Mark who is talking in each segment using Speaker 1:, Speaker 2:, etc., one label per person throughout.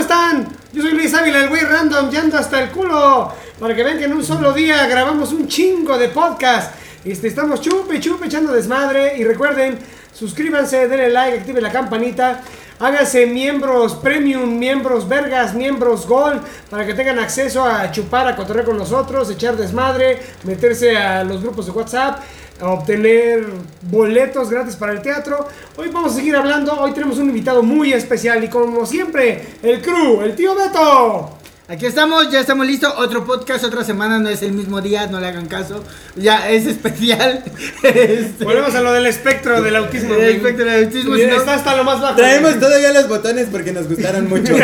Speaker 1: están? Yo soy Luis Ávila, el güey random, y ando hasta el culo. Para que vean que en un solo día grabamos un chingo de podcast. Este, estamos chupe, chupe, echando desmadre. Y recuerden, suscríbanse, denle like, activen la campanita. Háganse miembros premium, miembros vergas, miembros gold, para que tengan acceso a chupar, a cotorrear con nosotros, echar desmadre, meterse a los grupos de WhatsApp, a obtener boletos gratis para el teatro. Hoy vamos a seguir hablando, hoy tenemos un invitado muy especial y como siempre, el crew, el tío Beto.
Speaker 2: Aquí estamos, ya estamos listos. Otro podcast, otra semana, no es el mismo día, no le hagan caso. Ya es especial. Este,
Speaker 1: Volvemos a lo del espectro del autismo.
Speaker 2: el
Speaker 1: güey.
Speaker 2: espectro del autismo. si
Speaker 1: Mira,
Speaker 2: no-
Speaker 1: Está hasta lo más bajo.
Speaker 3: Traemos todavía los botones porque nos gustaron mucho.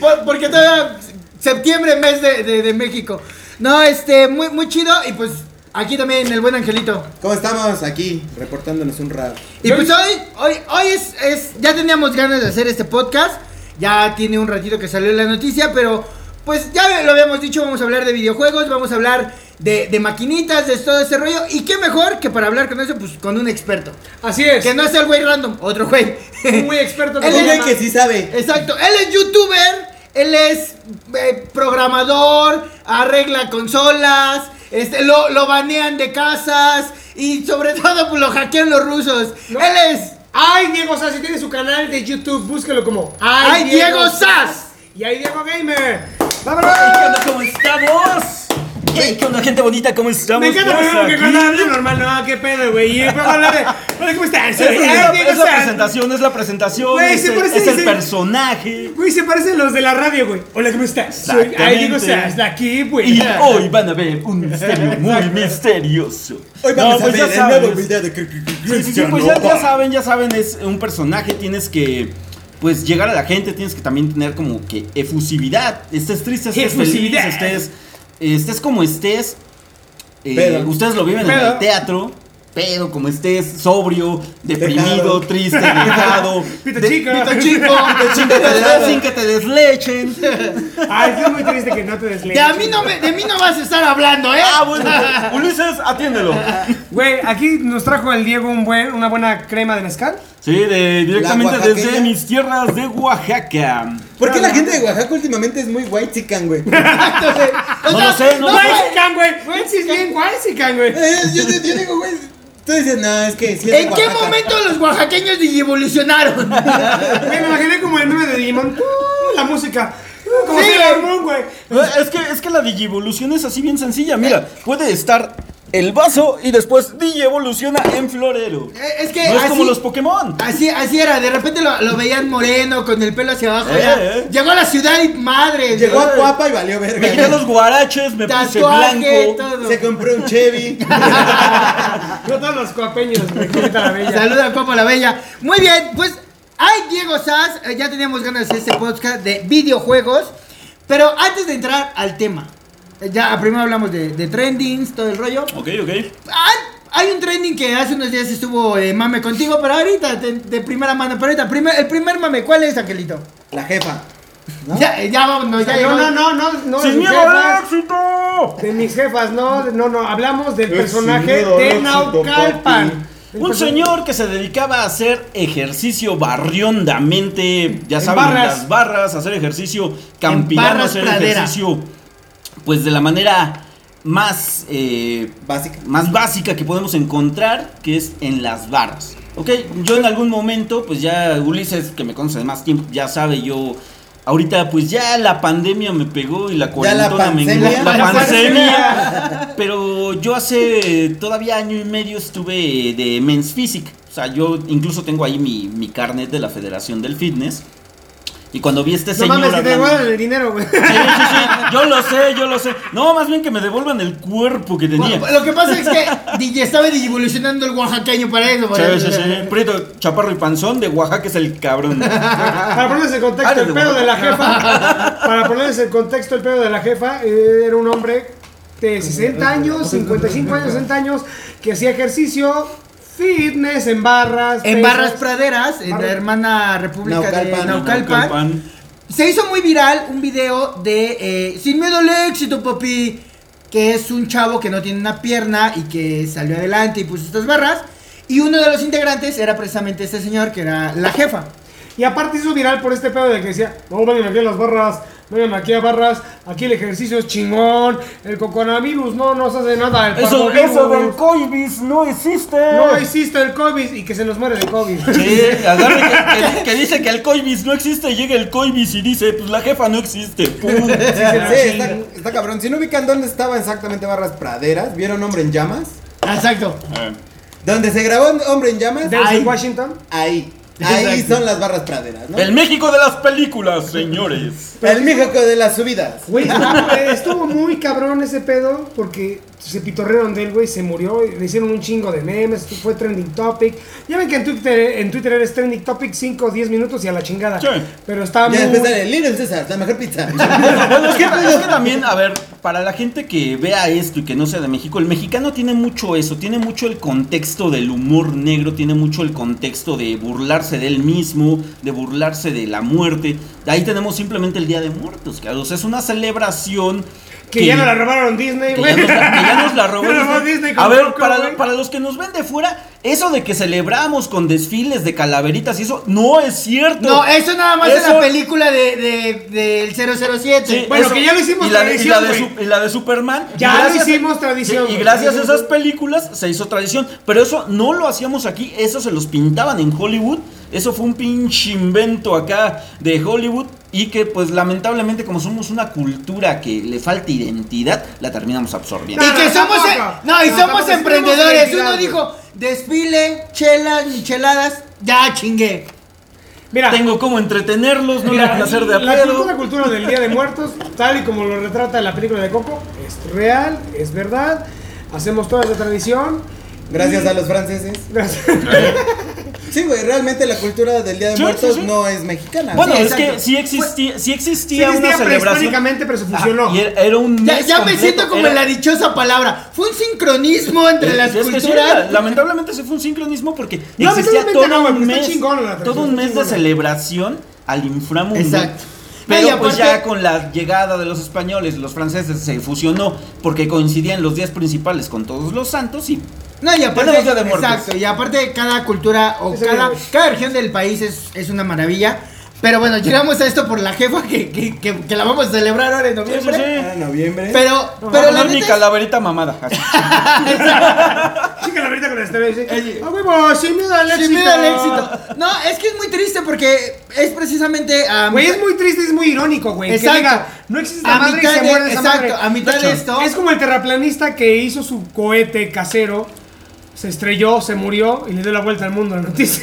Speaker 2: Por- porque todavía septiembre, mes de, de- de México. No, este, muy, muy chido. Y pues aquí también el buen angelito.
Speaker 3: ¿Cómo estamos? Aquí, reportándonos un rap.
Speaker 2: Y pues hoy, hoy, hoy es, es- ya teníamos ganas de hacer este podcast. Ya tiene un ratito que salió la noticia, pero pues ya lo habíamos dicho, vamos a hablar de videojuegos, vamos a hablar de, de maquinitas, de todo ese rollo. Y qué mejor que para hablar con eso, pues con un experto.
Speaker 1: Así es.
Speaker 2: Que no sea el güey random, otro güey.
Speaker 1: Un güey experto.
Speaker 2: Él
Speaker 3: El
Speaker 1: como
Speaker 2: es-
Speaker 3: güey
Speaker 1: llama.
Speaker 3: que sí sabe.
Speaker 2: Exacto, él es youtuber, él es eh, programador, arregla consolas, este, lo, lo banean de casas y sobre todo pues, lo hackean los rusos.
Speaker 1: No.
Speaker 2: Él es
Speaker 1: Ay, Diego Sass, y tiene su canal de YouTube, búsquelo como
Speaker 2: ¡Ay, Diego Sass!
Speaker 1: Y ay, Diego Gamer.
Speaker 4: Hey, ¿Qué
Speaker 1: ¡Vámonos!
Speaker 4: onda? ¿Cómo estamos? Hey, ¿Qué onda, gente bonita? ¿Cómo estamos?
Speaker 1: Me encanta, por
Speaker 4: Pues
Speaker 1: ejemplo, que
Speaker 4: aquí-
Speaker 1: cuando hablo normal, no, Ah, qué pedo, güey. Y luego habla de, Hola, ¿cómo estás?
Speaker 4: Es,
Speaker 1: Ay,
Speaker 4: es la,
Speaker 1: Diego
Speaker 4: es la
Speaker 1: Sass.
Speaker 4: presentación, es la presentación,
Speaker 1: Güey,
Speaker 4: es,
Speaker 1: se
Speaker 4: el,
Speaker 1: parece-
Speaker 4: es el
Speaker 1: se-
Speaker 4: personaje.
Speaker 1: Güey, se parecen los de la radio, güey. Hola, ¿cómo estás? Soy ay, Diego
Speaker 4: Exactamente.
Speaker 1: Sass, de aquí, güey.
Speaker 4: Y hoy van a ver un misterio muy misterioso.
Speaker 3: Hoy vamos
Speaker 4: No, pues
Speaker 3: a
Speaker 4: ya
Speaker 3: ver el
Speaker 4: sabes.
Speaker 3: nuevo video de Cri- Cri- Cri-
Speaker 4: Sí, sí, sí,
Speaker 3: Cristiano.
Speaker 4: pues ya, ya saben, ya saben, es un personaje, tienes que pues llegar a la gente, tienes que también tener como que efusividad, estés triste, estés
Speaker 1: Efusividad.
Speaker 4: feliz, estés, estés como estés, eh,
Speaker 3: Pedo.
Speaker 4: ustedes lo viven en
Speaker 1: Pedo.
Speaker 4: el teatro, pero como estés sobrio, deprimido,
Speaker 3: Dejado.
Speaker 4: triste, dejado,
Speaker 1: Pito
Speaker 4: de-
Speaker 1: chico.
Speaker 4: pito chico, sin que te des- sin que te deslechen.
Speaker 1: Ay, estoy muy triste que no te deslees.
Speaker 2: De a mí no me- de mí no vas a estar hablando, ¿eh?
Speaker 4: Ah, bueno, Ulises, atiéndelo.
Speaker 1: Güey, aquí nos trajo el Diego un buen, una buena crema de mezcal.
Speaker 4: Sí, de- directamente
Speaker 3: La
Speaker 4: desde
Speaker 3: oaxaqueña.
Speaker 4: mis tierras de Oaxaca.
Speaker 3: ¿Por qué la gente de Oaxaca últimamente es muy white chican, güey?
Speaker 2: Entonces, o
Speaker 4: No
Speaker 2: sea,
Speaker 4: lo sé, no lo sé.
Speaker 1: Guaysican, güey. Güey, sí es bien guaysican, güey.
Speaker 3: Eh, yo, yo- yo digo, güey. Tú dices, no, es que sí es de
Speaker 2: ¿En qué
Speaker 3: Oaxaca.
Speaker 2: momento los oaxaqueños evolucionaron?
Speaker 1: Me lo imaginé como el meme de Digimon. ¡Uh! La música. ¡Uh! Como
Speaker 2: Sí.
Speaker 1: Sailor Moon, güey.
Speaker 4: Eh, Es que, es que la digievolución es así bien sencilla. Mira, puede estar el vaso y después digievoluciona en florero.
Speaker 2: Eh, es que
Speaker 4: No es
Speaker 2: así-
Speaker 4: como los Pokémon.
Speaker 2: Así, así era, de repente lo, lo veían moreno, con el pelo hacia abajo.
Speaker 4: Eh,
Speaker 2: ya.
Speaker 4: eh.
Speaker 2: Llegó a la ciudad y madre.
Speaker 3: Llegó
Speaker 2: ¿no?
Speaker 3: a Cuapa y valió
Speaker 4: Me quité
Speaker 3: verga.
Speaker 4: los guaraches, me puse
Speaker 2: Tatuaje,
Speaker 4: blanco.
Speaker 2: todo.
Speaker 3: Se compró un Chevy.
Speaker 1: No todos los coapeños, güey. Quita la bella.
Speaker 2: Saluda a Copa la Bella. Muy bien, pues, ay, Diego Sass, eh, ya teníamos ganas de hacer este podcast de videojuegos. Pero antes de entrar al tema, eh, ya primero hablamos de, de trendings, todo el rollo.
Speaker 4: Ok, ok.
Speaker 2: Ah, hay un trending que hace unos días estuvo eh, mame contigo, pero ahorita, de, de primera mano, pero ahorita, primer- el primer mame, ¿cuál es, Angelito?
Speaker 3: La jefa.
Speaker 2: Ya, eh, ya vámonos, ya
Speaker 1: No,
Speaker 2: llegó.
Speaker 1: no, no, no, no. de
Speaker 4: ¡Sin
Speaker 1: mis
Speaker 4: miedo al
Speaker 1: jefas,
Speaker 4: éxito!
Speaker 1: De mis jefas, no, de- no, no. Hablamos del
Speaker 3: Es
Speaker 1: personaje
Speaker 3: sin miedo,
Speaker 1: de
Speaker 3: éxito,
Speaker 1: Naucalpan. El
Speaker 4: Un
Speaker 1: perso-
Speaker 4: señor que se dedicaba a hacer ejercicio barriondamente, ya
Speaker 1: En
Speaker 4: saben, en
Speaker 1: barras.
Speaker 4: las barras, hacer ejercicio
Speaker 2: En
Speaker 4: campinando,
Speaker 2: barras
Speaker 4: hacer
Speaker 2: pradera.
Speaker 4: ejercicio, pues de la manera más eh,
Speaker 3: Básica.
Speaker 4: más básica que podemos encontrar, que es en las barras. Ok, yo en algún momento, pues ya Ulises, que me conoce de más tiempo, ya sabe, yo. Ahorita, pues ya la pandemia me pegó y la cuarentona me
Speaker 3: pancemia.
Speaker 4: engor- La
Speaker 1: La
Speaker 4: pancemia. Pero yo hace todavía año y medio estuve de Men's Physique. O sea, yo incluso tengo ahí mi, mi carnet de la Federación del Fitness. Y cuando vi a este
Speaker 1: No
Speaker 4: señor.
Speaker 1: mames, que te
Speaker 4: hablando-
Speaker 1: devuelvan el dinero, güey.
Speaker 4: Sí, sí, sí, yo lo sé, yo lo sé. No, más bien que me devuelvan el cuerpo que tenía.
Speaker 2: Lo que pasa es que DJ estaba evolucionando el oaxaqueño para eso. por
Speaker 4: Sí,
Speaker 2: eso.
Speaker 4: sí, sí. Prieto, chaparro y panzón de Oaxaca es el cabrón.
Speaker 1: Para ponerles en contexto,
Speaker 4: Ándale,
Speaker 1: el pedo
Speaker 4: güey.
Speaker 1: de la jefa. Para ponerles en contexto, el pedo de la jefa eh, era un hombre de 60 años, 55 años, 60 años, que hacía ejercicio, fitness en barras.
Speaker 2: En
Speaker 1: pesas.
Speaker 2: Barras Praderas, en la
Speaker 1: Barras-
Speaker 2: hermana república de
Speaker 3: Naucalpan,
Speaker 2: Naucalpan,
Speaker 4: Naucalpan.
Speaker 2: se hizo muy viral un video de eh, Sin miedo al éxito, papi, que es un chavo que no tiene una pierna y que salió adelante y puso estas barras. Y uno de los integrantes era precisamente este señor que era la jefa.
Speaker 1: Y aparte hizo viral por este pedo de que decía, no, vengan aquí a las barras, vengan aquí a barras, aquí el ejercicio es chingón, el coconavirus no nos hace nada, el
Speaker 4: Eso,
Speaker 1: parvovirus
Speaker 4: eso del coibis no existe.
Speaker 1: no existe el COVID y que se nos muere de COVID.
Speaker 4: Sí, agarre que, que- que dice que el coibis no existe, llega el coibis y dice, pues la jefa no existe. Pum.
Speaker 3: Sí, está, está cabrón. Si no ubican dónde estaba exactamente Barras Praderas, ¿vieron Hombre en Llamas?
Speaker 2: Exacto.
Speaker 4: Ah.
Speaker 3: Donde se grabó Hombre en Llamas,
Speaker 1: Denzel
Speaker 2: Ay.
Speaker 1: Washington.
Speaker 3: ahí. Ahí
Speaker 2: Exacto.
Speaker 3: son las Barras Praderas, ¿no?
Speaker 4: El México de las películas, señores.
Speaker 3: El México de las subidas.
Speaker 1: Güey, estuvo- eh, estuvo muy cabrón ese pedo porque se pitorrearon de él, güey, se murió, y le hicieron un chingo de memes, fue trending topic. Ya ven que en Twitter, en Twitter eres trending topic 5 o 10 minutos y a la chingada.
Speaker 4: Sí.
Speaker 1: Pero está muy...
Speaker 3: Ya después sale Little César, la mejor pizza.
Speaker 4: Bueno, es que, es que también, a ver, para la gente que vea esto y que no sea de México, el mexicano tiene mucho eso, tiene mucho el contexto del humor negro, tiene mucho el contexto de burlarse de él mismo, de burlarse de la muerte. Ahí tenemos simplemente el Día de Muertos, claro. O sea, es una celebración
Speaker 1: Que ya no la robaron Disney,
Speaker 4: que
Speaker 1: güey.
Speaker 4: ya nos la, que ya nos la robó
Speaker 1: Ya la robó
Speaker 4: Disney.
Speaker 1: Disney con
Speaker 4: A ver,
Speaker 1: Coco,
Speaker 4: para,
Speaker 1: güey.
Speaker 4: para los que nos ven de fuera, eso de que celebramos con desfiles de calaveritas y eso no es cierto.
Speaker 2: No, eso nada más es
Speaker 4: Eso-
Speaker 2: la película de, de- del 007.
Speaker 4: Sí,
Speaker 1: Bueno, que ya lo hicimos
Speaker 4: y la, de- y la
Speaker 1: tradición,
Speaker 4: de,
Speaker 1: güey.
Speaker 4: Su- y la de Superman.
Speaker 1: Ya
Speaker 4: y
Speaker 1: lo
Speaker 4: gracias a-
Speaker 1: hicimos tradición,
Speaker 4: sí, y
Speaker 1: güey.
Speaker 4: gracias a esas películas se hizo tradición. Pero eso no lo hacíamos aquí, eso se los pintaban en Hollywood. Eso fue un pinche invento acá de Hollywood. Y que pues lamentablemente como somos una cultura que le falta identidad, la terminamos absorbiendo.
Speaker 2: Y que
Speaker 1: No,
Speaker 2: somos, e-,
Speaker 1: tampoco.
Speaker 2: no, y
Speaker 1: No, tampoco,
Speaker 2: somos
Speaker 1: sí tenemos
Speaker 2: emprendedores.
Speaker 1: identidad,
Speaker 2: Uno
Speaker 1: güey.
Speaker 2: dijo, desfile, chelas, micheladas, ya chingué.
Speaker 1: Mira,
Speaker 4: Tengo como entretenerlos, no
Speaker 1: mira,
Speaker 4: les hacer de
Speaker 1: la
Speaker 4: acuerdo.
Speaker 1: cultura, cultura del Día de Muertos, tal y como lo retrata la película de Coco, es real, es verdad. Hacemos toda esa tradición.
Speaker 3: Gracias a los franceses.
Speaker 1: Gracias.
Speaker 3: Sí, güey, realmente la cultura del Día de
Speaker 4: Sí,
Speaker 3: Muertos
Speaker 4: sí, sí.
Speaker 3: no es mexicana.
Speaker 4: Bueno,
Speaker 2: Sí,
Speaker 4: es que
Speaker 2: exacto.
Speaker 4: sí existía, sí
Speaker 1: Sí
Speaker 4: existía una
Speaker 1: existía
Speaker 4: celebración.
Speaker 1: prehistóricamente, pero se fusionó.
Speaker 4: Ah, y era, era un
Speaker 2: Ya,
Speaker 4: mes
Speaker 2: ya me
Speaker 4: completo,
Speaker 2: siento como
Speaker 4: era-
Speaker 2: en la dichosa palabra. Fue un sincronismo entre las
Speaker 4: Eh, Es que sí,
Speaker 2: culturas.
Speaker 4: lamentablemente se fue un sincronismo porque
Speaker 1: No,
Speaker 4: existía
Speaker 1: lamentablemente
Speaker 4: todo
Speaker 1: no, porque
Speaker 4: un
Speaker 1: está
Speaker 4: mes,
Speaker 1: chingona la tradición,
Speaker 4: todo un
Speaker 1: está
Speaker 4: mes de
Speaker 1: chingona.
Speaker 4: celebración al inframundo.
Speaker 2: Exacto.
Speaker 4: Pero
Speaker 2: No, y
Speaker 4: pues
Speaker 2: aparte-
Speaker 4: ya con la llegada de los españoles, los franceses se fusionó porque coincidían los días principales con todos los santos y pues,
Speaker 2: No, y aparte,
Speaker 4: Tenemos Día de Muertos.
Speaker 2: exacto, y aparte cada cultura o
Speaker 1: Ese
Speaker 2: cada,
Speaker 1: día, güey.
Speaker 2: cada región del país es, es una maravilla. Pero bueno, llegamos a esto por la jefa que, que, que- que la vamos a celebrar ahora en noviembre.
Speaker 4: Sí, sí, sí.
Speaker 3: Ah, noviembre.
Speaker 2: Pero,
Speaker 4: Voy a
Speaker 2: pero la
Speaker 4: poner mi
Speaker 2: neta es-
Speaker 4: calaverita mamada. así.
Speaker 1: Chica la verdad con este la estrella
Speaker 2: Ey.
Speaker 1: dice, ¡A huevo! ¡Sin miedo al éxito!
Speaker 2: Sin miedo al éxito. No, es que es muy triste porque es precisamente ah, a
Speaker 1: Güey,
Speaker 2: mitad-
Speaker 1: es muy triste, es muy irónico, güey. Que
Speaker 2: Exacto.
Speaker 1: diga, no existe la
Speaker 2: A
Speaker 1: madre y
Speaker 2: mitad
Speaker 1: se
Speaker 2: de-
Speaker 1: muere esa
Speaker 2: exacto,
Speaker 1: madre.
Speaker 2: a mitad de esto-
Speaker 1: Es como el terraplanista que hizo su cohete casero, se estrelló, se murió y le dio la vuelta al mundo la noticia.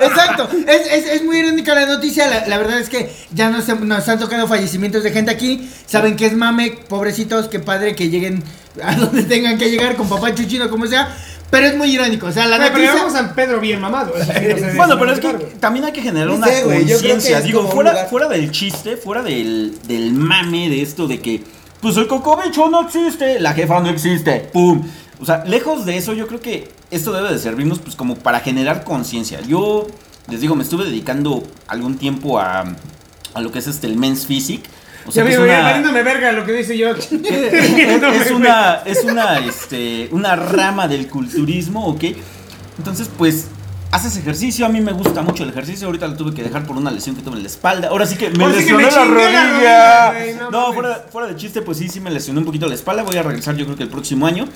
Speaker 2: Exacto, es, es, es muy irónica la noticia, la, la verdad es que ya nos, hem- nos han tocado fallecimientos de gente aquí, saben que es mame, pobrecitos, qué padre que lleguen a donde tengan que llegar con papá chuchino, como sea, pero es muy irónico, o sea, la
Speaker 1: Güey, pero
Speaker 2: noticia...
Speaker 1: llevamos a San Pedro bien mamado. eso sí, no sé,
Speaker 4: Bueno,
Speaker 1: no
Speaker 4: pero
Speaker 1: sé
Speaker 4: es que
Speaker 1: qué tal, güey.
Speaker 4: también hay que generar
Speaker 3: No
Speaker 4: una
Speaker 3: sé, güey, yo creo que
Speaker 4: conciencia.
Speaker 3: es
Speaker 4: Digo,
Speaker 3: como un
Speaker 4: fuera,
Speaker 3: lugar-
Speaker 4: fuera del chiste, fuera del, del mame de esto de que, pues el cocobicho no existe, la jefa no existe, ¡pum! O sea, lejos de eso, yo creo que esto debe de servirnos pues como para generar conciencia. Yo, les digo, me estuve dedicando algún tiempo a, a lo que es este, el Men's Physique. O
Speaker 1: Ya
Speaker 4: que es
Speaker 1: me
Speaker 4: una-
Speaker 1: valiéndome verga lo que dice yo.
Speaker 4: es, es una, es una, este, una rama del culturismo, ¿ok? Entonces, pues, haces ejercicio. A mí me gusta mucho el ejercicio. Ahorita lo tuve que dejar por una lesión que tuve en la espalda. Ahora sí que me
Speaker 1: Ahora sí que me
Speaker 4: lesioné la
Speaker 1: chingué la rodilla,
Speaker 4: rodilla.
Speaker 1: güey, no
Speaker 4: no,
Speaker 1: mames.
Speaker 4: fuera, fuera de chiste, pues sí, sí me lesioné un poquito la espalda. Voy a regresar yo creo que el próximo año.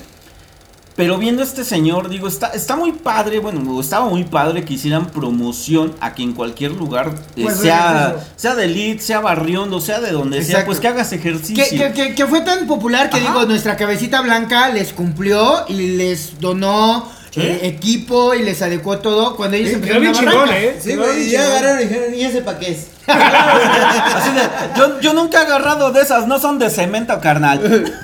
Speaker 4: Pero viendo a este señor, digo, está, está muy padre, bueno, o estaba muy padre que hicieran promoción a que en cualquier lugar, eh,
Speaker 1: Pues,
Speaker 4: sea,
Speaker 1: ejercicio.
Speaker 4: sea de elite, sea barriondo, sea de donde sea,
Speaker 2: Exacto.
Speaker 4: pues que hagas ejercicio.
Speaker 2: Que, que- que- que fue tan popular que
Speaker 4: Ajá.
Speaker 2: digo, nuestra cabecita blanca les cumplió y les donó
Speaker 4: Sí.
Speaker 2: eh, equipo y les adecuó todo cuando ellos
Speaker 1: Sí,
Speaker 2: empezaron
Speaker 1: bien
Speaker 2: a
Speaker 1: chingón,
Speaker 2: barranca.
Speaker 1: ¿eh?
Speaker 3: sí, güey, y ya agarraron y dijeron, ¿y ese pa' qué es?
Speaker 4: Así de, yo, yo nunca he agarrado de esas, no son de cemento, carnal.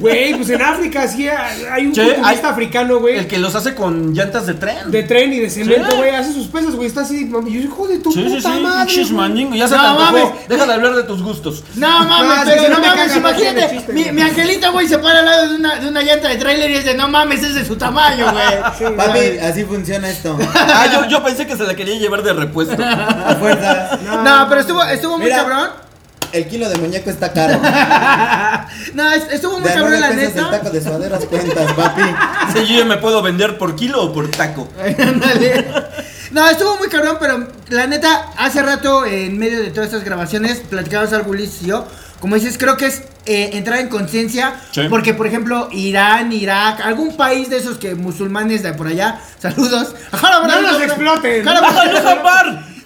Speaker 1: Güey, pues en África sí hay un
Speaker 4: Che,
Speaker 1: futbolista
Speaker 4: hay-
Speaker 1: africano, güey.
Speaker 4: El que los hace con llantas de tren.
Speaker 1: De tren y de cemento,
Speaker 4: Sí.
Speaker 1: güey. Hace sus pesas, güey. Está así, mami. Yo, hijo de tu
Speaker 4: sí, sí,
Speaker 1: puta
Speaker 4: sí,
Speaker 1: madre.
Speaker 4: pinches
Speaker 1: güey.
Speaker 4: maningo, ya se
Speaker 2: No
Speaker 4: te antojó.
Speaker 2: mames.
Speaker 4: Deja de hablar de tus gustos.
Speaker 2: No mames,
Speaker 1: No,
Speaker 2: pero
Speaker 1: sí, sí,
Speaker 2: no,
Speaker 1: no me
Speaker 2: mames,
Speaker 1: cagas, no tiene
Speaker 2: imagínate.
Speaker 1: chiste,
Speaker 2: Mi,
Speaker 1: güey.
Speaker 2: mi angelita, güey, se para al lado de una, de una llanta de tráiler y es de no mames, ese es su tamaño, güey.
Speaker 3: Papi, así funciona esto.
Speaker 4: Ah, yo, yo pensé que se la quería llevar de repuesto.
Speaker 3: A fuerza.
Speaker 2: No, pero estuvo, estuvo muy
Speaker 3: Mira.
Speaker 2: cabrón.
Speaker 3: El kilo de muñeco está caro.
Speaker 2: No, es- estuvo muy
Speaker 3: De a
Speaker 2: cabrón
Speaker 3: nueve
Speaker 2: la
Speaker 3: pesos el
Speaker 2: neta.
Speaker 3: taco de suaderas cuentas, papi.
Speaker 4: Sí, yo ya me puedo vender por kilo o por taco.
Speaker 2: Ándale. No, estuvo muy cabrón, pero la neta, hace rato, eh, en medio de todas estas grabaciones, platicamos algo Ulises y yo. Como dices, creo que es eh, entrar en conciencia.
Speaker 4: Sí.
Speaker 2: Porque, por ejemplo, Irán, Irak, algún país de esos que musulmanes de por allá. Saludos.
Speaker 1: No nos exploten.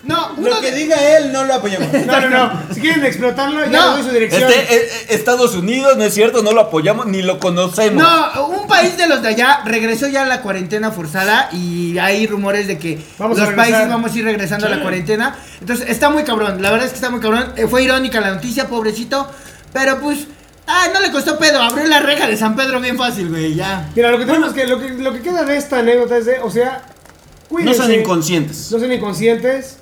Speaker 2: No, uno
Speaker 3: Lo
Speaker 2: de-
Speaker 3: que diga él no lo apoyamos.
Speaker 1: No, no, no. Si quieren explotarlo, ya
Speaker 2: No.
Speaker 1: les doy su dirección.
Speaker 4: Este, eh, eh, Estados Unidos, no es cierto, no lo apoyamos ni lo conocemos.
Speaker 2: No, un país de los de allá regresó ya a la cuarentena forzada y hay rumores de que
Speaker 1: Vamos a
Speaker 2: los
Speaker 1: regresar.
Speaker 2: países vamos a ir regresando a la cuarentena. Entonces está muy cabrón, la verdad es que está muy cabrón. Eh, fue irónica la noticia, pobrecito, pero pues, ah, no le costó pedo, abrió la reja de San Pedro bien fácil, güey, ya.
Speaker 1: Mira, lo que tenemos que, lo que, lo que queda de esta anécdota es de, o sea,
Speaker 4: No
Speaker 1: cuídense.
Speaker 4: sean inconscientes.
Speaker 1: No sean inconscientes.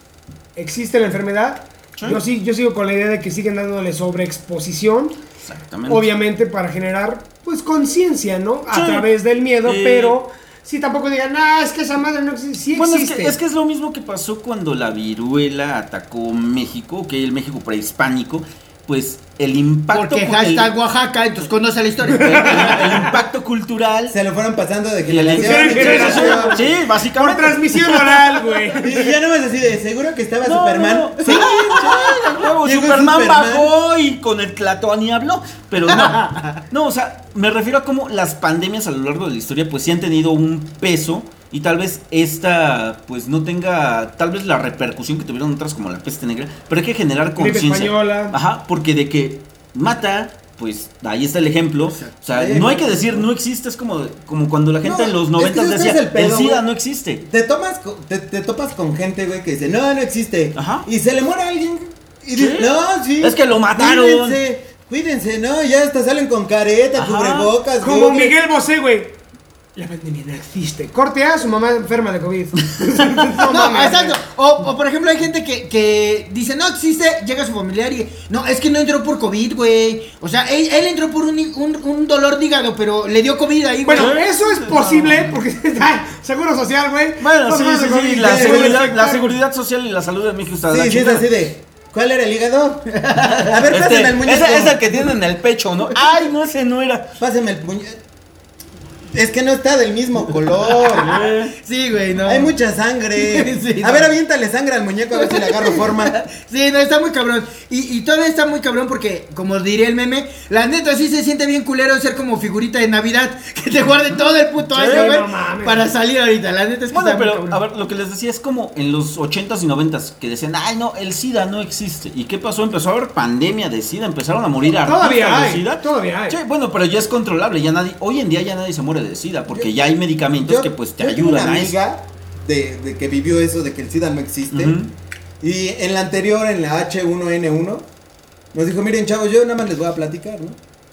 Speaker 1: Existe la enfermedad.
Speaker 4: Sí.
Speaker 1: Yo, sí, yo sigo con la idea de que siguen dándole sobreexposición,
Speaker 4: Exactamente.
Speaker 1: obviamente para generar, pues, conciencia, ¿no? A
Speaker 4: Sí.
Speaker 1: través del miedo,
Speaker 4: Eh.
Speaker 1: pero sí tampoco digan, ah, es que esa madre no existe. Sí
Speaker 4: Bueno, es
Speaker 1: existe.
Speaker 4: que, es que es lo mismo que pasó cuando la viruela atacó México, que el México prehispánico, pues el impacto...
Speaker 2: Porque
Speaker 4: cu- el-
Speaker 2: hashtag Oaxaca, entonces conoce la
Speaker 4: el- el-
Speaker 2: historia.
Speaker 4: el impacto cultural...
Speaker 3: Se lo fueron pasando de
Speaker 4: y el-
Speaker 3: generación en
Speaker 1: Sí, generación.
Speaker 3: generación.
Speaker 4: Sí,
Speaker 1: Por
Speaker 4: básicamente.
Speaker 1: transmisión oral, güey.
Speaker 3: Y ya no vas así de seguro que estaba
Speaker 4: No,
Speaker 3: Superman.
Speaker 4: no, no. Sí, sí, a huevo,
Speaker 3: Llegó
Speaker 4: Superman,
Speaker 3: Superman.
Speaker 4: bajó y con el Tlatoani habló, pero no. No, o sea, me refiero a cómo las pandemias a lo largo de la historia pues sí han tenido un peso y tal vez esta pues no tenga tal vez la repercusión que tuvieron otras como la peste negra, pero hay que generar
Speaker 1: Gripe
Speaker 4: conciencia.
Speaker 1: española.
Speaker 4: Ajá, porque de que mata pues ahí está el ejemplo. O sea, no hay que decir no existe, es como, como cuando la gente
Speaker 3: No,
Speaker 4: en
Speaker 3: es
Speaker 4: los
Speaker 3: que
Speaker 4: 90
Speaker 3: ese es
Speaker 4: decía,
Speaker 3: el
Speaker 4: el,
Speaker 3: pedo,
Speaker 4: SIDA
Speaker 3: güey".
Speaker 4: no existe.
Speaker 3: Te, tomas, co- te, te topas con gente, güey, que dice, no, no existe.
Speaker 4: Ajá.
Speaker 3: Y se le muere a alguien. Y dice,
Speaker 4: Sí.
Speaker 3: no, sí.
Speaker 4: Es que lo mataron.
Speaker 3: Cuídense, cuídense, no, ya hasta salen con careta,
Speaker 4: Ajá.
Speaker 3: cubrebocas,
Speaker 1: Como
Speaker 3: güey.
Speaker 1: Miguel Bosé, güey. La pandemia no existe. Corte A, su mamá enferma de COVID.
Speaker 2: No,
Speaker 1: mames.
Speaker 2: exacto.
Speaker 4: ¿Eh?
Speaker 2: O, o, por ejemplo, hay gente que, que dice, no existe, llega su familiar y, no, es que no entró por COVID, güey. O sea, él, él entró por un, un, un dolor de hígado, pero le dio COVID ahí, güey.
Speaker 1: Bueno, eso es posible porque está seguro social, güey.
Speaker 4: Bueno,
Speaker 1: No
Speaker 4: sí,
Speaker 1: mames,
Speaker 4: sí,
Speaker 1: güey,
Speaker 4: sí,
Speaker 1: te
Speaker 4: la
Speaker 1: puede
Speaker 4: seguridad,
Speaker 1: infectar.
Speaker 4: la seguridad social y la salud de México está de la
Speaker 3: Sí, sí, es
Speaker 4: chingada.
Speaker 3: así de. ¿Cuál era el hígado? A ver,
Speaker 4: Este,
Speaker 3: pásame el muñeco.
Speaker 4: ese es el que tiene en el pecho, ¿no? Ay, no, ese no era.
Speaker 3: Pásame el muñeco. Es que no está del mismo color.
Speaker 2: Sí, güey, no.
Speaker 3: Hay mucha sangre.
Speaker 2: Sí,
Speaker 3: a
Speaker 2: no.
Speaker 3: ver, aviéntale sangre al muñeco a ver si le agarro forma.
Speaker 2: Sí, no, está muy cabrón. Y, y todavía está muy cabrón porque, como diría el meme, la neta sí se siente bien culero ser como figurita de Navidad que te guarde todo el puto
Speaker 1: Sí,
Speaker 2: año, güey,
Speaker 1: no mames.
Speaker 2: para salir ahorita. La neta es que
Speaker 4: Bueno,
Speaker 2: está muy
Speaker 4: pero
Speaker 2: cabrón.
Speaker 4: a ver, lo que les decía es como en los 80s y 90s que decían, ay, no, el SIDA no existe. ¿Y qué pasó? Empezó a haber pandemia de SIDA, empezaron a morir artistas
Speaker 1: Todavía
Speaker 4: de
Speaker 1: hay,
Speaker 4: SIDA.
Speaker 1: todavía hay.
Speaker 4: Sí, bueno, pero ya es controlable, ya nadie, hoy en día ya nadie se muere de SIDA porque ya hay medicamentos
Speaker 3: Yo-
Speaker 4: que pues te
Speaker 3: yo tengo
Speaker 4: ayudan
Speaker 3: una
Speaker 4: a eso.
Speaker 3: amiga de, de que vivió eso de que el SIDA no existe.
Speaker 4: Ujú.
Speaker 3: Y en la anterior, en la H1N1, nos dijo, miren chavos, yo nada más les voy a platicar, ¿no?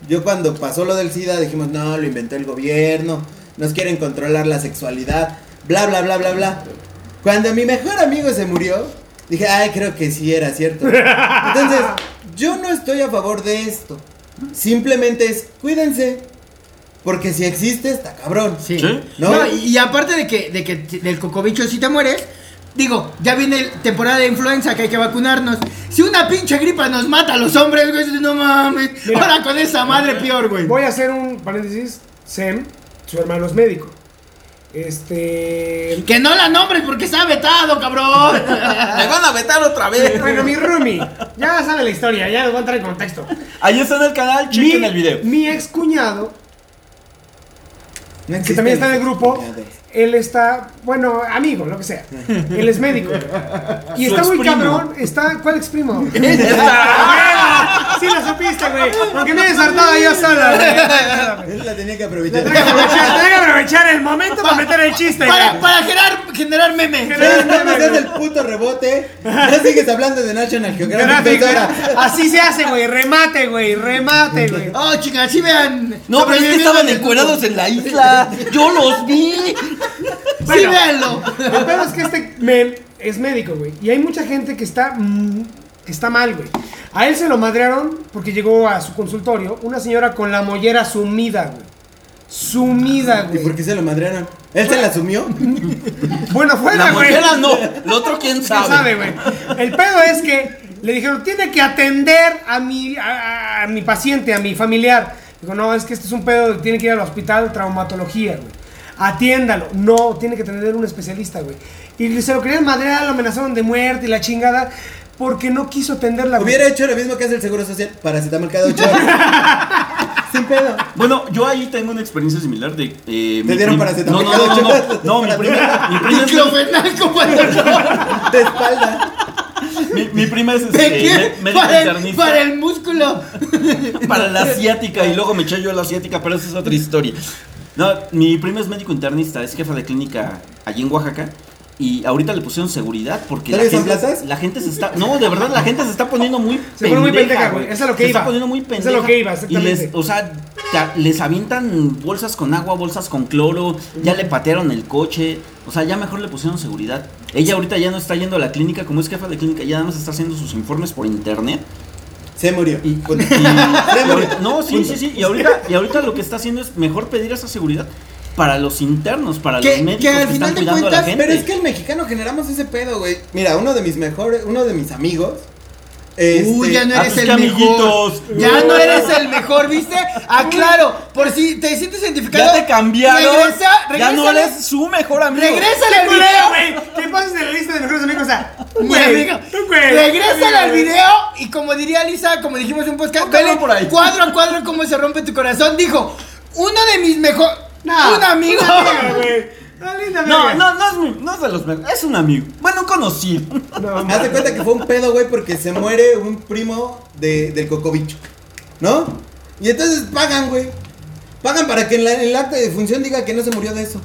Speaker 3: Yo cuando pasó lo del SIDA dijimos, no, lo inventó el gobierno, nos quieren controlar la sexualidad, bla, bla, bla, bla, bla. Cuando mi mejor amigo se murió, dije, ay, creo que sí era cierto. Entonces, yo no estoy a favor de esto. Simplemente es, cuídense, porque si existe, está cabrón.
Speaker 2: Sí.
Speaker 4: ¿Sí?
Speaker 2: No,
Speaker 3: ¿No?
Speaker 2: y, y aparte de que, de que t- del cocobicho si te mueres, digo, ya viene el- temporada de influenza que hay que vacunarnos. Si una pinche gripa nos mata a los hombres, güey, no mames.
Speaker 1: Mira.
Speaker 2: Ahora con esa madre peor, güey.
Speaker 1: Voy a hacer un paréntesis. Sem, su hermano es médico. Este.
Speaker 2: Que no la nombres porque está vetado, cabrón.
Speaker 4: Me van a vetar otra vez.
Speaker 1: Bueno, mi Rumi, ya sabe la historia, ya les voy a entrar en contexto.
Speaker 4: Ahí está en el canal, chequen el video.
Speaker 1: Mi ex cuñado,
Speaker 3: No
Speaker 1: que
Speaker 3: existe
Speaker 1: también está en el
Speaker 3: los
Speaker 1: grupo,
Speaker 3: cuñados.
Speaker 1: él está, bueno, amigo, lo que sea. Él es médico. Y
Speaker 4: Su
Speaker 1: está muy
Speaker 4: exprimo.
Speaker 1: cabrón. Está, ¿Cuál ex primo? Sí, la supiste, güey. Porque me he desartado yo sola, güey.
Speaker 3: Él la tenía que
Speaker 1: Te
Speaker 3: aprovechar.
Speaker 1: tengo que aprovechar- te tengo que aprovechar el momento para meter el chiste.
Speaker 2: para
Speaker 1: güey.
Speaker 2: para generar, generar memes.
Speaker 1: Generar-
Speaker 3: Pero no me das el puto rebote. Ya sigues hablando de National Geographic.
Speaker 1: Gráfico.
Speaker 3: doctora.
Speaker 1: Así se hace, güey. Remate, güey. Remate, güey.
Speaker 2: Oh, chicas, sí vean.
Speaker 4: No, pero es que estaban encuerados
Speaker 2: encuadrados
Speaker 4: en la isla. Yo los vi.
Speaker 2: Sí,
Speaker 1: Bueno.
Speaker 2: véanlo.
Speaker 1: El pedo es que este men es médico, güey. Y hay mucha gente que está, mm, que está mal, güey. A él se lo madrearon porque llegó a su consultorio una señora con la mollera sumida, güey. Sumida,
Speaker 3: ¿Y por
Speaker 1: güey.
Speaker 3: qué se lo madrearon? ¿Él se la asumió?
Speaker 1: Bueno,
Speaker 4: La
Speaker 1: fuera, güey.
Speaker 4: mujer no, el otro quién
Speaker 1: ¿Quién
Speaker 4: sabe.
Speaker 1: sabe, güey? El pedo es que le dijeron, tiene que atender a mi, a, a- a mi paciente, a mi familiar. Digo, no, es que este es un pedo, tiene que ir al hospital, traumatología, güey. atiéndalo. No, tiene que tener un especialista, güey. Y se lo querían madrear, lo amenazaron de muerte y la chingada, porque no quiso atender la
Speaker 3: Hubiera hecho lo mismo que hace el Seguro Social. Paracetamol cada ocho horas. Sin pedo.
Speaker 4: Bueno, yo ahí tengo una experiencia similar de. eh, mi
Speaker 3: dieron
Speaker 4: prim-
Speaker 3: paracetamol
Speaker 4: No,
Speaker 3: cada
Speaker 4: no, no,
Speaker 3: ocho
Speaker 4: no,
Speaker 3: horas.
Speaker 4: no, mi prima, mi prima es-
Speaker 2: Diclofenaco para
Speaker 3: De espalda.
Speaker 4: mi- mi prima es, este,
Speaker 2: ¿De qué?
Speaker 4: me- médico
Speaker 2: Para el,
Speaker 4: internista.
Speaker 2: para el músculo.
Speaker 4: para la asiática y luego me eché yo a la asiática, pero esa es otra historia. No, mi primo es médico internista, es jefa de clínica allí en Oaxaca. Y ahorita le pusieron seguridad porque la
Speaker 3: ¿Todavía son
Speaker 4: gente,
Speaker 3: plazas?
Speaker 4: la gente se está. No, de verdad, la gente se está poniendo muy pendeja.
Speaker 1: Se pone muy pendeja, güey, es a lo que
Speaker 4: se
Speaker 1: iba.
Speaker 4: está poniendo muy
Speaker 1: Es a lo
Speaker 4: pendeja.
Speaker 1: que iba,
Speaker 4: Y les,
Speaker 1: exactamente.
Speaker 4: o sea, ta- les avientan bolsas con agua, bolsas con cloro. Ya le patearon el coche. O sea, ya mejor le pusieron seguridad. Ella ahorita ya no está yendo a la clínica como es jefa de clínica, ya nada más está haciendo sus informes por internet.
Speaker 3: Se murió.
Speaker 4: Y-
Speaker 3: Punto.
Speaker 4: y- y ahorita-
Speaker 3: Punto.
Speaker 4: no, sí, sí, sí. Y ahorita, y ahorita lo que está haciendo es mejor pedir esa seguridad para los internos, para
Speaker 2: Que-
Speaker 4: los médicos
Speaker 2: que
Speaker 4: que,
Speaker 2: al final
Speaker 4: están
Speaker 2: de
Speaker 4: cuidando a la
Speaker 2: cuentas,
Speaker 4: gente.
Speaker 3: Pero es que el mexicano generamos ese pedo, güey. Mira, uno de mis mejores, uno de mis amigos. este,
Speaker 2: Uy, ya no
Speaker 4: Ah,
Speaker 2: eres
Speaker 4: pues
Speaker 2: el
Speaker 4: que
Speaker 2: mejor.
Speaker 4: amiguitos.
Speaker 2: Ya no eres el mejor, ¿viste? Aclaro, por si te sientes identificado.
Speaker 4: Ya te cambiaron.
Speaker 2: Regresa, regresa.
Speaker 4: ya no eres su mejor amigo.
Speaker 2: Regrésale al
Speaker 1: Culero,
Speaker 2: video,
Speaker 1: güey. ¿Qué pases de la lista de mejores amigos a.
Speaker 2: Mi amigo,
Speaker 1: tú, güey.
Speaker 2: regrésale al
Speaker 1: Güey.
Speaker 2: video y como diría Lisa, como dijimos en un podcast,
Speaker 4: Póngalo
Speaker 2: vele
Speaker 4: por ahí.
Speaker 2: cuadro a cuadro cómo se rompe tu corazón. Dijo, uno de mis mejores...
Speaker 1: No,
Speaker 2: un amigo.
Speaker 1: una amiga, güey. Una linda
Speaker 4: No,
Speaker 1: amiga.
Speaker 4: no, no es, mi- no es de los mejores. Es un amigo. Bueno, un conocido.
Speaker 1: No,
Speaker 3: Haz de cuenta que fue un pedo, güey, porque se muere un primo de, del cocobicho, ¿no? Y entonces pagan, güey. Pagan para que en la- en el acta de función diga que no se murió de eso.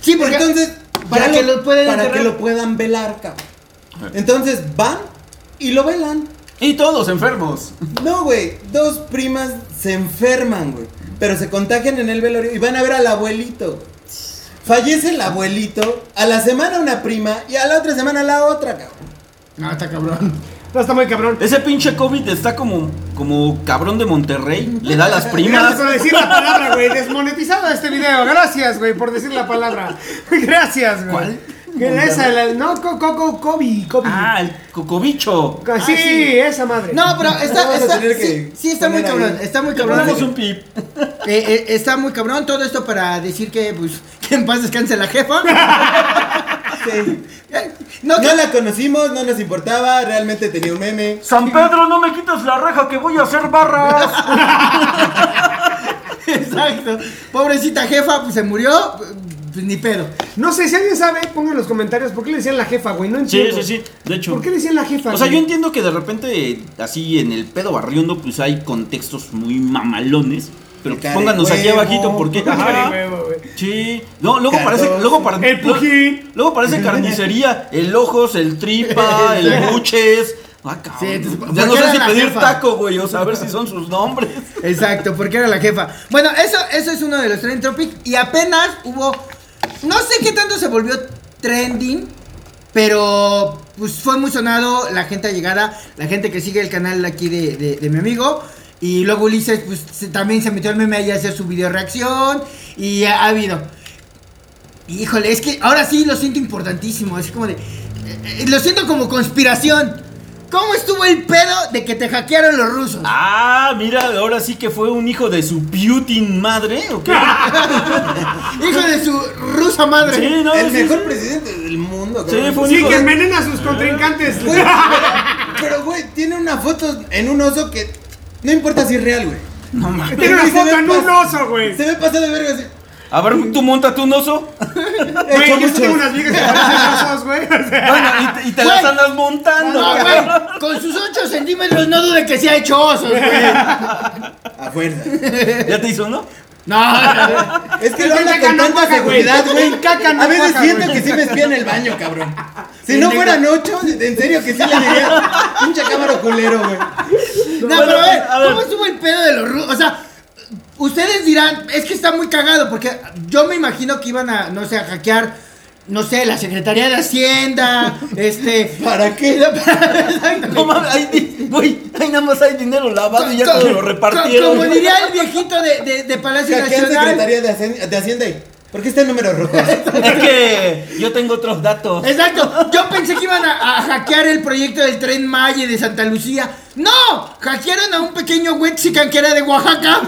Speaker 2: Sí, porque
Speaker 3: entonces,
Speaker 2: para que lo puedan
Speaker 3: para que
Speaker 2: enterrar.
Speaker 3: lo puedan velar, cabrón. Entonces van y lo velan.
Speaker 4: Y todos los enfermos.
Speaker 3: No, güey, dos primas se enferman, güey. Pero se contagian en el velorio y van a ver al abuelito. güey. Fallece el abuelito, a la semana una prima y a la otra semana la otra, cabrón.
Speaker 2: No, está cabrón.
Speaker 1: No, está muy cabrón.
Speaker 4: Ese pinche COVID está como, como cabrón de Monterrey. Le da a las primas.
Speaker 1: Gracias por decir la palabra, güey. Desmonetizado este video. Gracias, güey, por decir la palabra. Gracias, güey.
Speaker 4: ¿Cuál?
Speaker 1: Que Esa, la, no, Coco, Coco, Kobe, Kobe.
Speaker 4: Ah, el cocobicho.
Speaker 1: Ah, sí,
Speaker 2: ah, sí.
Speaker 1: esa madre.
Speaker 2: No, pero está,
Speaker 3: Vamos a
Speaker 2: está,
Speaker 3: tener que
Speaker 2: sí, sí, está muy
Speaker 3: poner
Speaker 2: cabrón,
Speaker 3: ahí.
Speaker 2: está muy
Speaker 4: Le
Speaker 2: cabrón.
Speaker 4: ponemos un pip.
Speaker 2: Eh, eh, está muy cabrón todo esto para decir que, pues, que en paz descanse la jefa. Eh, No, que-
Speaker 3: No la conocimos, no nos importaba, realmente tenía un meme.
Speaker 4: San Pedro, no me quitas la reja que voy a hacer barras.
Speaker 2: exacto. Pobrecita jefa, pues se murió, pues ni pedo.
Speaker 1: No sé, si alguien sabe, pongan en los comentarios por qué le decían la jefa, güey. No
Speaker 4: Sí,
Speaker 1: entiendo.
Speaker 4: sí, sí. De hecho.
Speaker 1: ¿Por qué le decían la jefa?
Speaker 4: O sea, yo
Speaker 1: güey?
Speaker 4: entiendo que de repente, así en el pedo barriendo, pues hay contextos muy mamalones. Pero
Speaker 3: El
Speaker 4: pues, pónganos aquí
Speaker 3: carehuevo.
Speaker 4: abajito porque.
Speaker 1: Ay,
Speaker 4: Ajá.
Speaker 1: huevo, güey.
Speaker 4: Sí. No, luego
Speaker 3: Cardoso.
Speaker 4: parece. Luego, par-
Speaker 1: El
Speaker 4: lo-
Speaker 1: pujín.
Speaker 4: luego parece carnicería. El ojos, el tripa, el buches. Ah, cabrón.
Speaker 2: Sí, entonces, ¿por
Speaker 4: ya no
Speaker 2: qué
Speaker 4: sé
Speaker 2: era
Speaker 4: si
Speaker 2: la
Speaker 4: pedir
Speaker 2: jefa?
Speaker 4: taco, güey. O saber si son sus nombres.
Speaker 2: Exacto, porque era la jefa. Bueno, eso, eso es uno de los trending topics. Y apenas hubo. No sé qué tanto se volvió trending. Pero pues fue muy sonado la gente allegada, la gente que sigue el canal aquí de, de- de mi amigo. Y luego Ulises pues se- también se metió al meme ahí a hacer su video reacción. Y ha, ha habido. Híjole, es que ahora sí lo siento importantísimo. Así como de. eh, eh, lo siento como conspiración. ¿Cómo estuvo el pedo de que te hackearon los rusos?
Speaker 4: Ah, mira, ahora sí que fue un hijo de su Putin madre. ¿O qué?
Speaker 2: Hijo de su rusa madre.
Speaker 4: Sí, no,
Speaker 3: el
Speaker 4: sí,
Speaker 3: mejor
Speaker 4: sí.
Speaker 3: presidente del mundo,
Speaker 4: Sí,
Speaker 3: cabrón.
Speaker 4: fue un
Speaker 1: Sí,
Speaker 4: hijo
Speaker 1: que
Speaker 4: de-
Speaker 1: envenena a sus contrincantes.
Speaker 3: Güey, Pero, güey, tiene una foto en un oso que no importa si es real, güey.
Speaker 4: No mames.
Speaker 1: Tiene una
Speaker 3: Se ve
Speaker 1: foto en un
Speaker 3: pas-
Speaker 1: oso, güey.
Speaker 3: Se ve pasado de verga así.
Speaker 4: A ver, tú montate un oso.
Speaker 1: Güey,
Speaker 3: Hecho
Speaker 1: yo sí tengo
Speaker 3: muchos.
Speaker 1: unas viejas que parecen osos, güey. O sea,
Speaker 4: Bueno, y te, y te las
Speaker 2: Güey.
Speaker 4: andas montando.
Speaker 2: No,
Speaker 4: cabrón.
Speaker 2: güey, con sus 8 centímetros no dude que se ha hecho osos, güey.
Speaker 3: A fuerza.
Speaker 4: ¿Ya te hizo uno?
Speaker 2: No,
Speaker 3: Es que
Speaker 1: El
Speaker 3: lo
Speaker 1: caca
Speaker 3: habla con
Speaker 1: no
Speaker 3: tanta
Speaker 1: cuaja, güey.
Speaker 3: seguridad, güey.
Speaker 1: El caca no
Speaker 3: A veces
Speaker 1: cuaja,
Speaker 3: siento
Speaker 1: güey.
Speaker 3: que sí me espía en el baño, cabrón. Si
Speaker 2: Sí,
Speaker 3: no
Speaker 2: neta.
Speaker 3: fueran ocho, en serio que sí le diría. Pinche cámara culero, güey.
Speaker 2: no,
Speaker 4: Bueno,
Speaker 2: pero a ver,
Speaker 4: a ver.
Speaker 2: ¿cómo estuvo el pedo de los rusos? O sea, ustedes dirán, es que está muy cagado, porque yo me imagino que iban a, no sé, a hackear, no sé, la Secretaría de Hacienda, este...
Speaker 3: ¿Para qué?
Speaker 4: No mames, ahí, di- güey, ahí nada más hay dinero lavado y ya
Speaker 2: Co-
Speaker 4: cuando lo
Speaker 2: co-
Speaker 4: repartieron.
Speaker 2: Como diría el viejito de, de- de Palacio
Speaker 3: Hackear
Speaker 2: Nacional.
Speaker 3: Secretaría de Hacienda, de Hacienda y- ¿Por qué está en números rojos?
Speaker 4: Es que yo tengo otros
Speaker 2: Eh,
Speaker 4: datos.
Speaker 2: Exacto, yo pensé que iban a, a hackear el proyecto del tren Malle de Santa Lucía. ¡No! Hackearon a un pequeño Wexican que era de Oaxaca.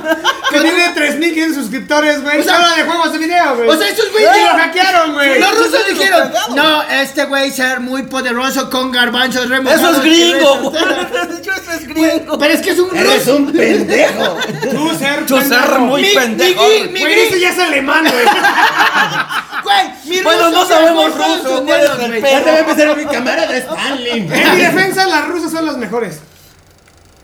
Speaker 1: Que tiene 3000 suscriptores, güey.
Speaker 2: O sea-
Speaker 1: Se habla de juegos de video, güey.
Speaker 2: O sea, esos güeyes-
Speaker 1: ¡Eh, lo hackearon, güey.
Speaker 2: Los rusos
Speaker 5: lo
Speaker 2: dijeron,
Speaker 5: cagaron.
Speaker 2: no, este güey ser muy poderoso con garbanzos remojados.
Speaker 4: Eso es
Speaker 2: y
Speaker 4: gringo,
Speaker 2: besos".
Speaker 4: güey.
Speaker 5: Yo eso es gringo.
Speaker 2: Pero es que es un
Speaker 3: ¡Eres
Speaker 2: ruso.
Speaker 3: un pendejo!
Speaker 1: Tú ser
Speaker 4: Yo ser
Speaker 1: pendejo.
Speaker 4: muy
Speaker 2: Mi-
Speaker 4: pendejo.
Speaker 2: mi- mi-
Speaker 1: Güey, ese ya es alemán, güey.
Speaker 2: Güey, mi
Speaker 4: Bueno,
Speaker 2: ruso
Speaker 4: no
Speaker 2: se
Speaker 4: sabemos
Speaker 2: armó todos
Speaker 4: ruso,
Speaker 2: sus
Speaker 4: ¿cuál es
Speaker 2: dedos,
Speaker 4: el
Speaker 2: güey.
Speaker 4: pedo?
Speaker 3: Ya te voy a empezar a mi camarada Stanley.
Speaker 1: En mi defensa, las rusas son las mejores.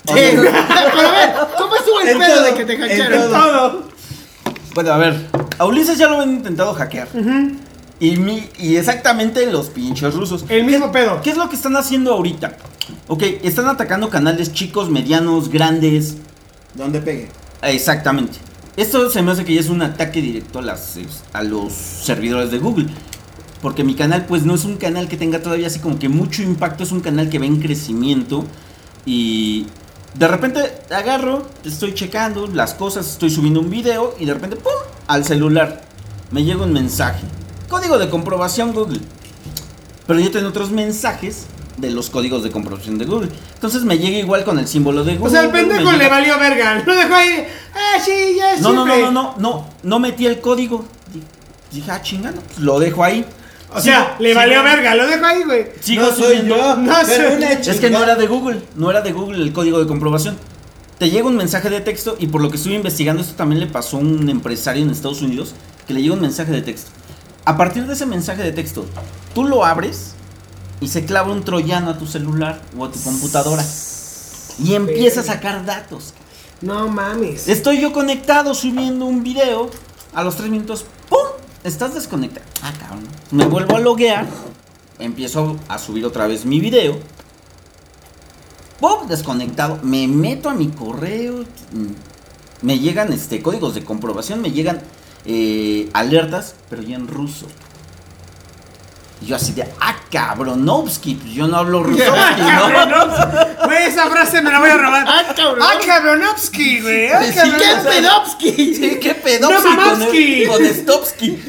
Speaker 2: Sí. Pero a ver, ¿cómo estuvo el
Speaker 3: En
Speaker 2: pedo
Speaker 3: todo,
Speaker 2: de que te
Speaker 3: en
Speaker 2: hackearon?
Speaker 3: todo.
Speaker 1: Todo.
Speaker 4: Bueno, a ver, a Ulises ya lo han intentado hackear. y, mi, y exactamente los pinches rusos.
Speaker 1: El mismo pedo.
Speaker 4: ¿Qué es lo que están haciendo ahorita? Ok, están atacando canales chicos, medianos, grandes.
Speaker 3: ¿Dónde pegué?
Speaker 4: Eh, Exactamente. Esto se me hace que ya es un ataque directo a, las, eh, a los servidores de Google. Porque mi canal pues no es un canal que tenga todavía así como que mucho impacto. Es un canal que va en crecimiento. Y de repente agarro, estoy checando las cosas, estoy subiendo un video y de repente ¡pum! al celular me llega un mensaje. Código de comprobación Google. Pero yo tengo otros mensajes de los códigos de comprobación de Google. Entonces me llega igual con el símbolo de Google.
Speaker 1: O sea, el
Speaker 4: me
Speaker 1: pendejo
Speaker 4: llega-
Speaker 1: le valió verga. Lo dejó ahí. Ah, sí, ya es
Speaker 4: no, no, no,
Speaker 1: simple.
Speaker 4: no, no, no, no metí el código. Di- Dije, ah, chingando, pues lo dejo ahí.
Speaker 1: O sea, le valió verga. Lo dejó ahí, güey.
Speaker 4: Sigo
Speaker 3: no soy
Speaker 4: subiendo.
Speaker 3: yo,
Speaker 1: No
Speaker 3: pero
Speaker 1: soy-
Speaker 3: una
Speaker 4: Es que no
Speaker 3: chingada-
Speaker 4: era de Google, no era de Google el código de comprobación. Te llega un mensaje de texto y por lo que estuve investigando, esto también le pasó a un empresario en Estados Unidos que le llega un mensaje de texto. A partir de ese mensaje de texto, tú lo abres y se clava un troyano a tu celular o a tu computadora y empieza a sacar datos.
Speaker 1: No mames.
Speaker 4: Estoy yo conectado subiendo un video. A los tres minutos, ¡pum! Estás desconectado. Ah, cabrón. Me vuelvo a loguear. Empiezo a subir otra vez mi video. ¡Pum! Desconectado. Me meto a mi correo. mm, Me llegan este, códigos de comprobación. Me llegan eh, alertas, pero ya en ruso. Y Yo así de, ah, cabronovsky, pues yo no hablo ruso. ¿no?
Speaker 1: Güey, esa frase me la voy a robar.
Speaker 2: Ah, cabrón.
Speaker 1: Ah, cabronovsky, güey. Ah,
Speaker 4: Sí, sí,
Speaker 2: ¿Qué
Speaker 1: cabronovsky.
Speaker 2: pedopsky?
Speaker 4: Sí, qué pedo sí,
Speaker 1: Mamamovsky.
Speaker 4: con, con Stopsky.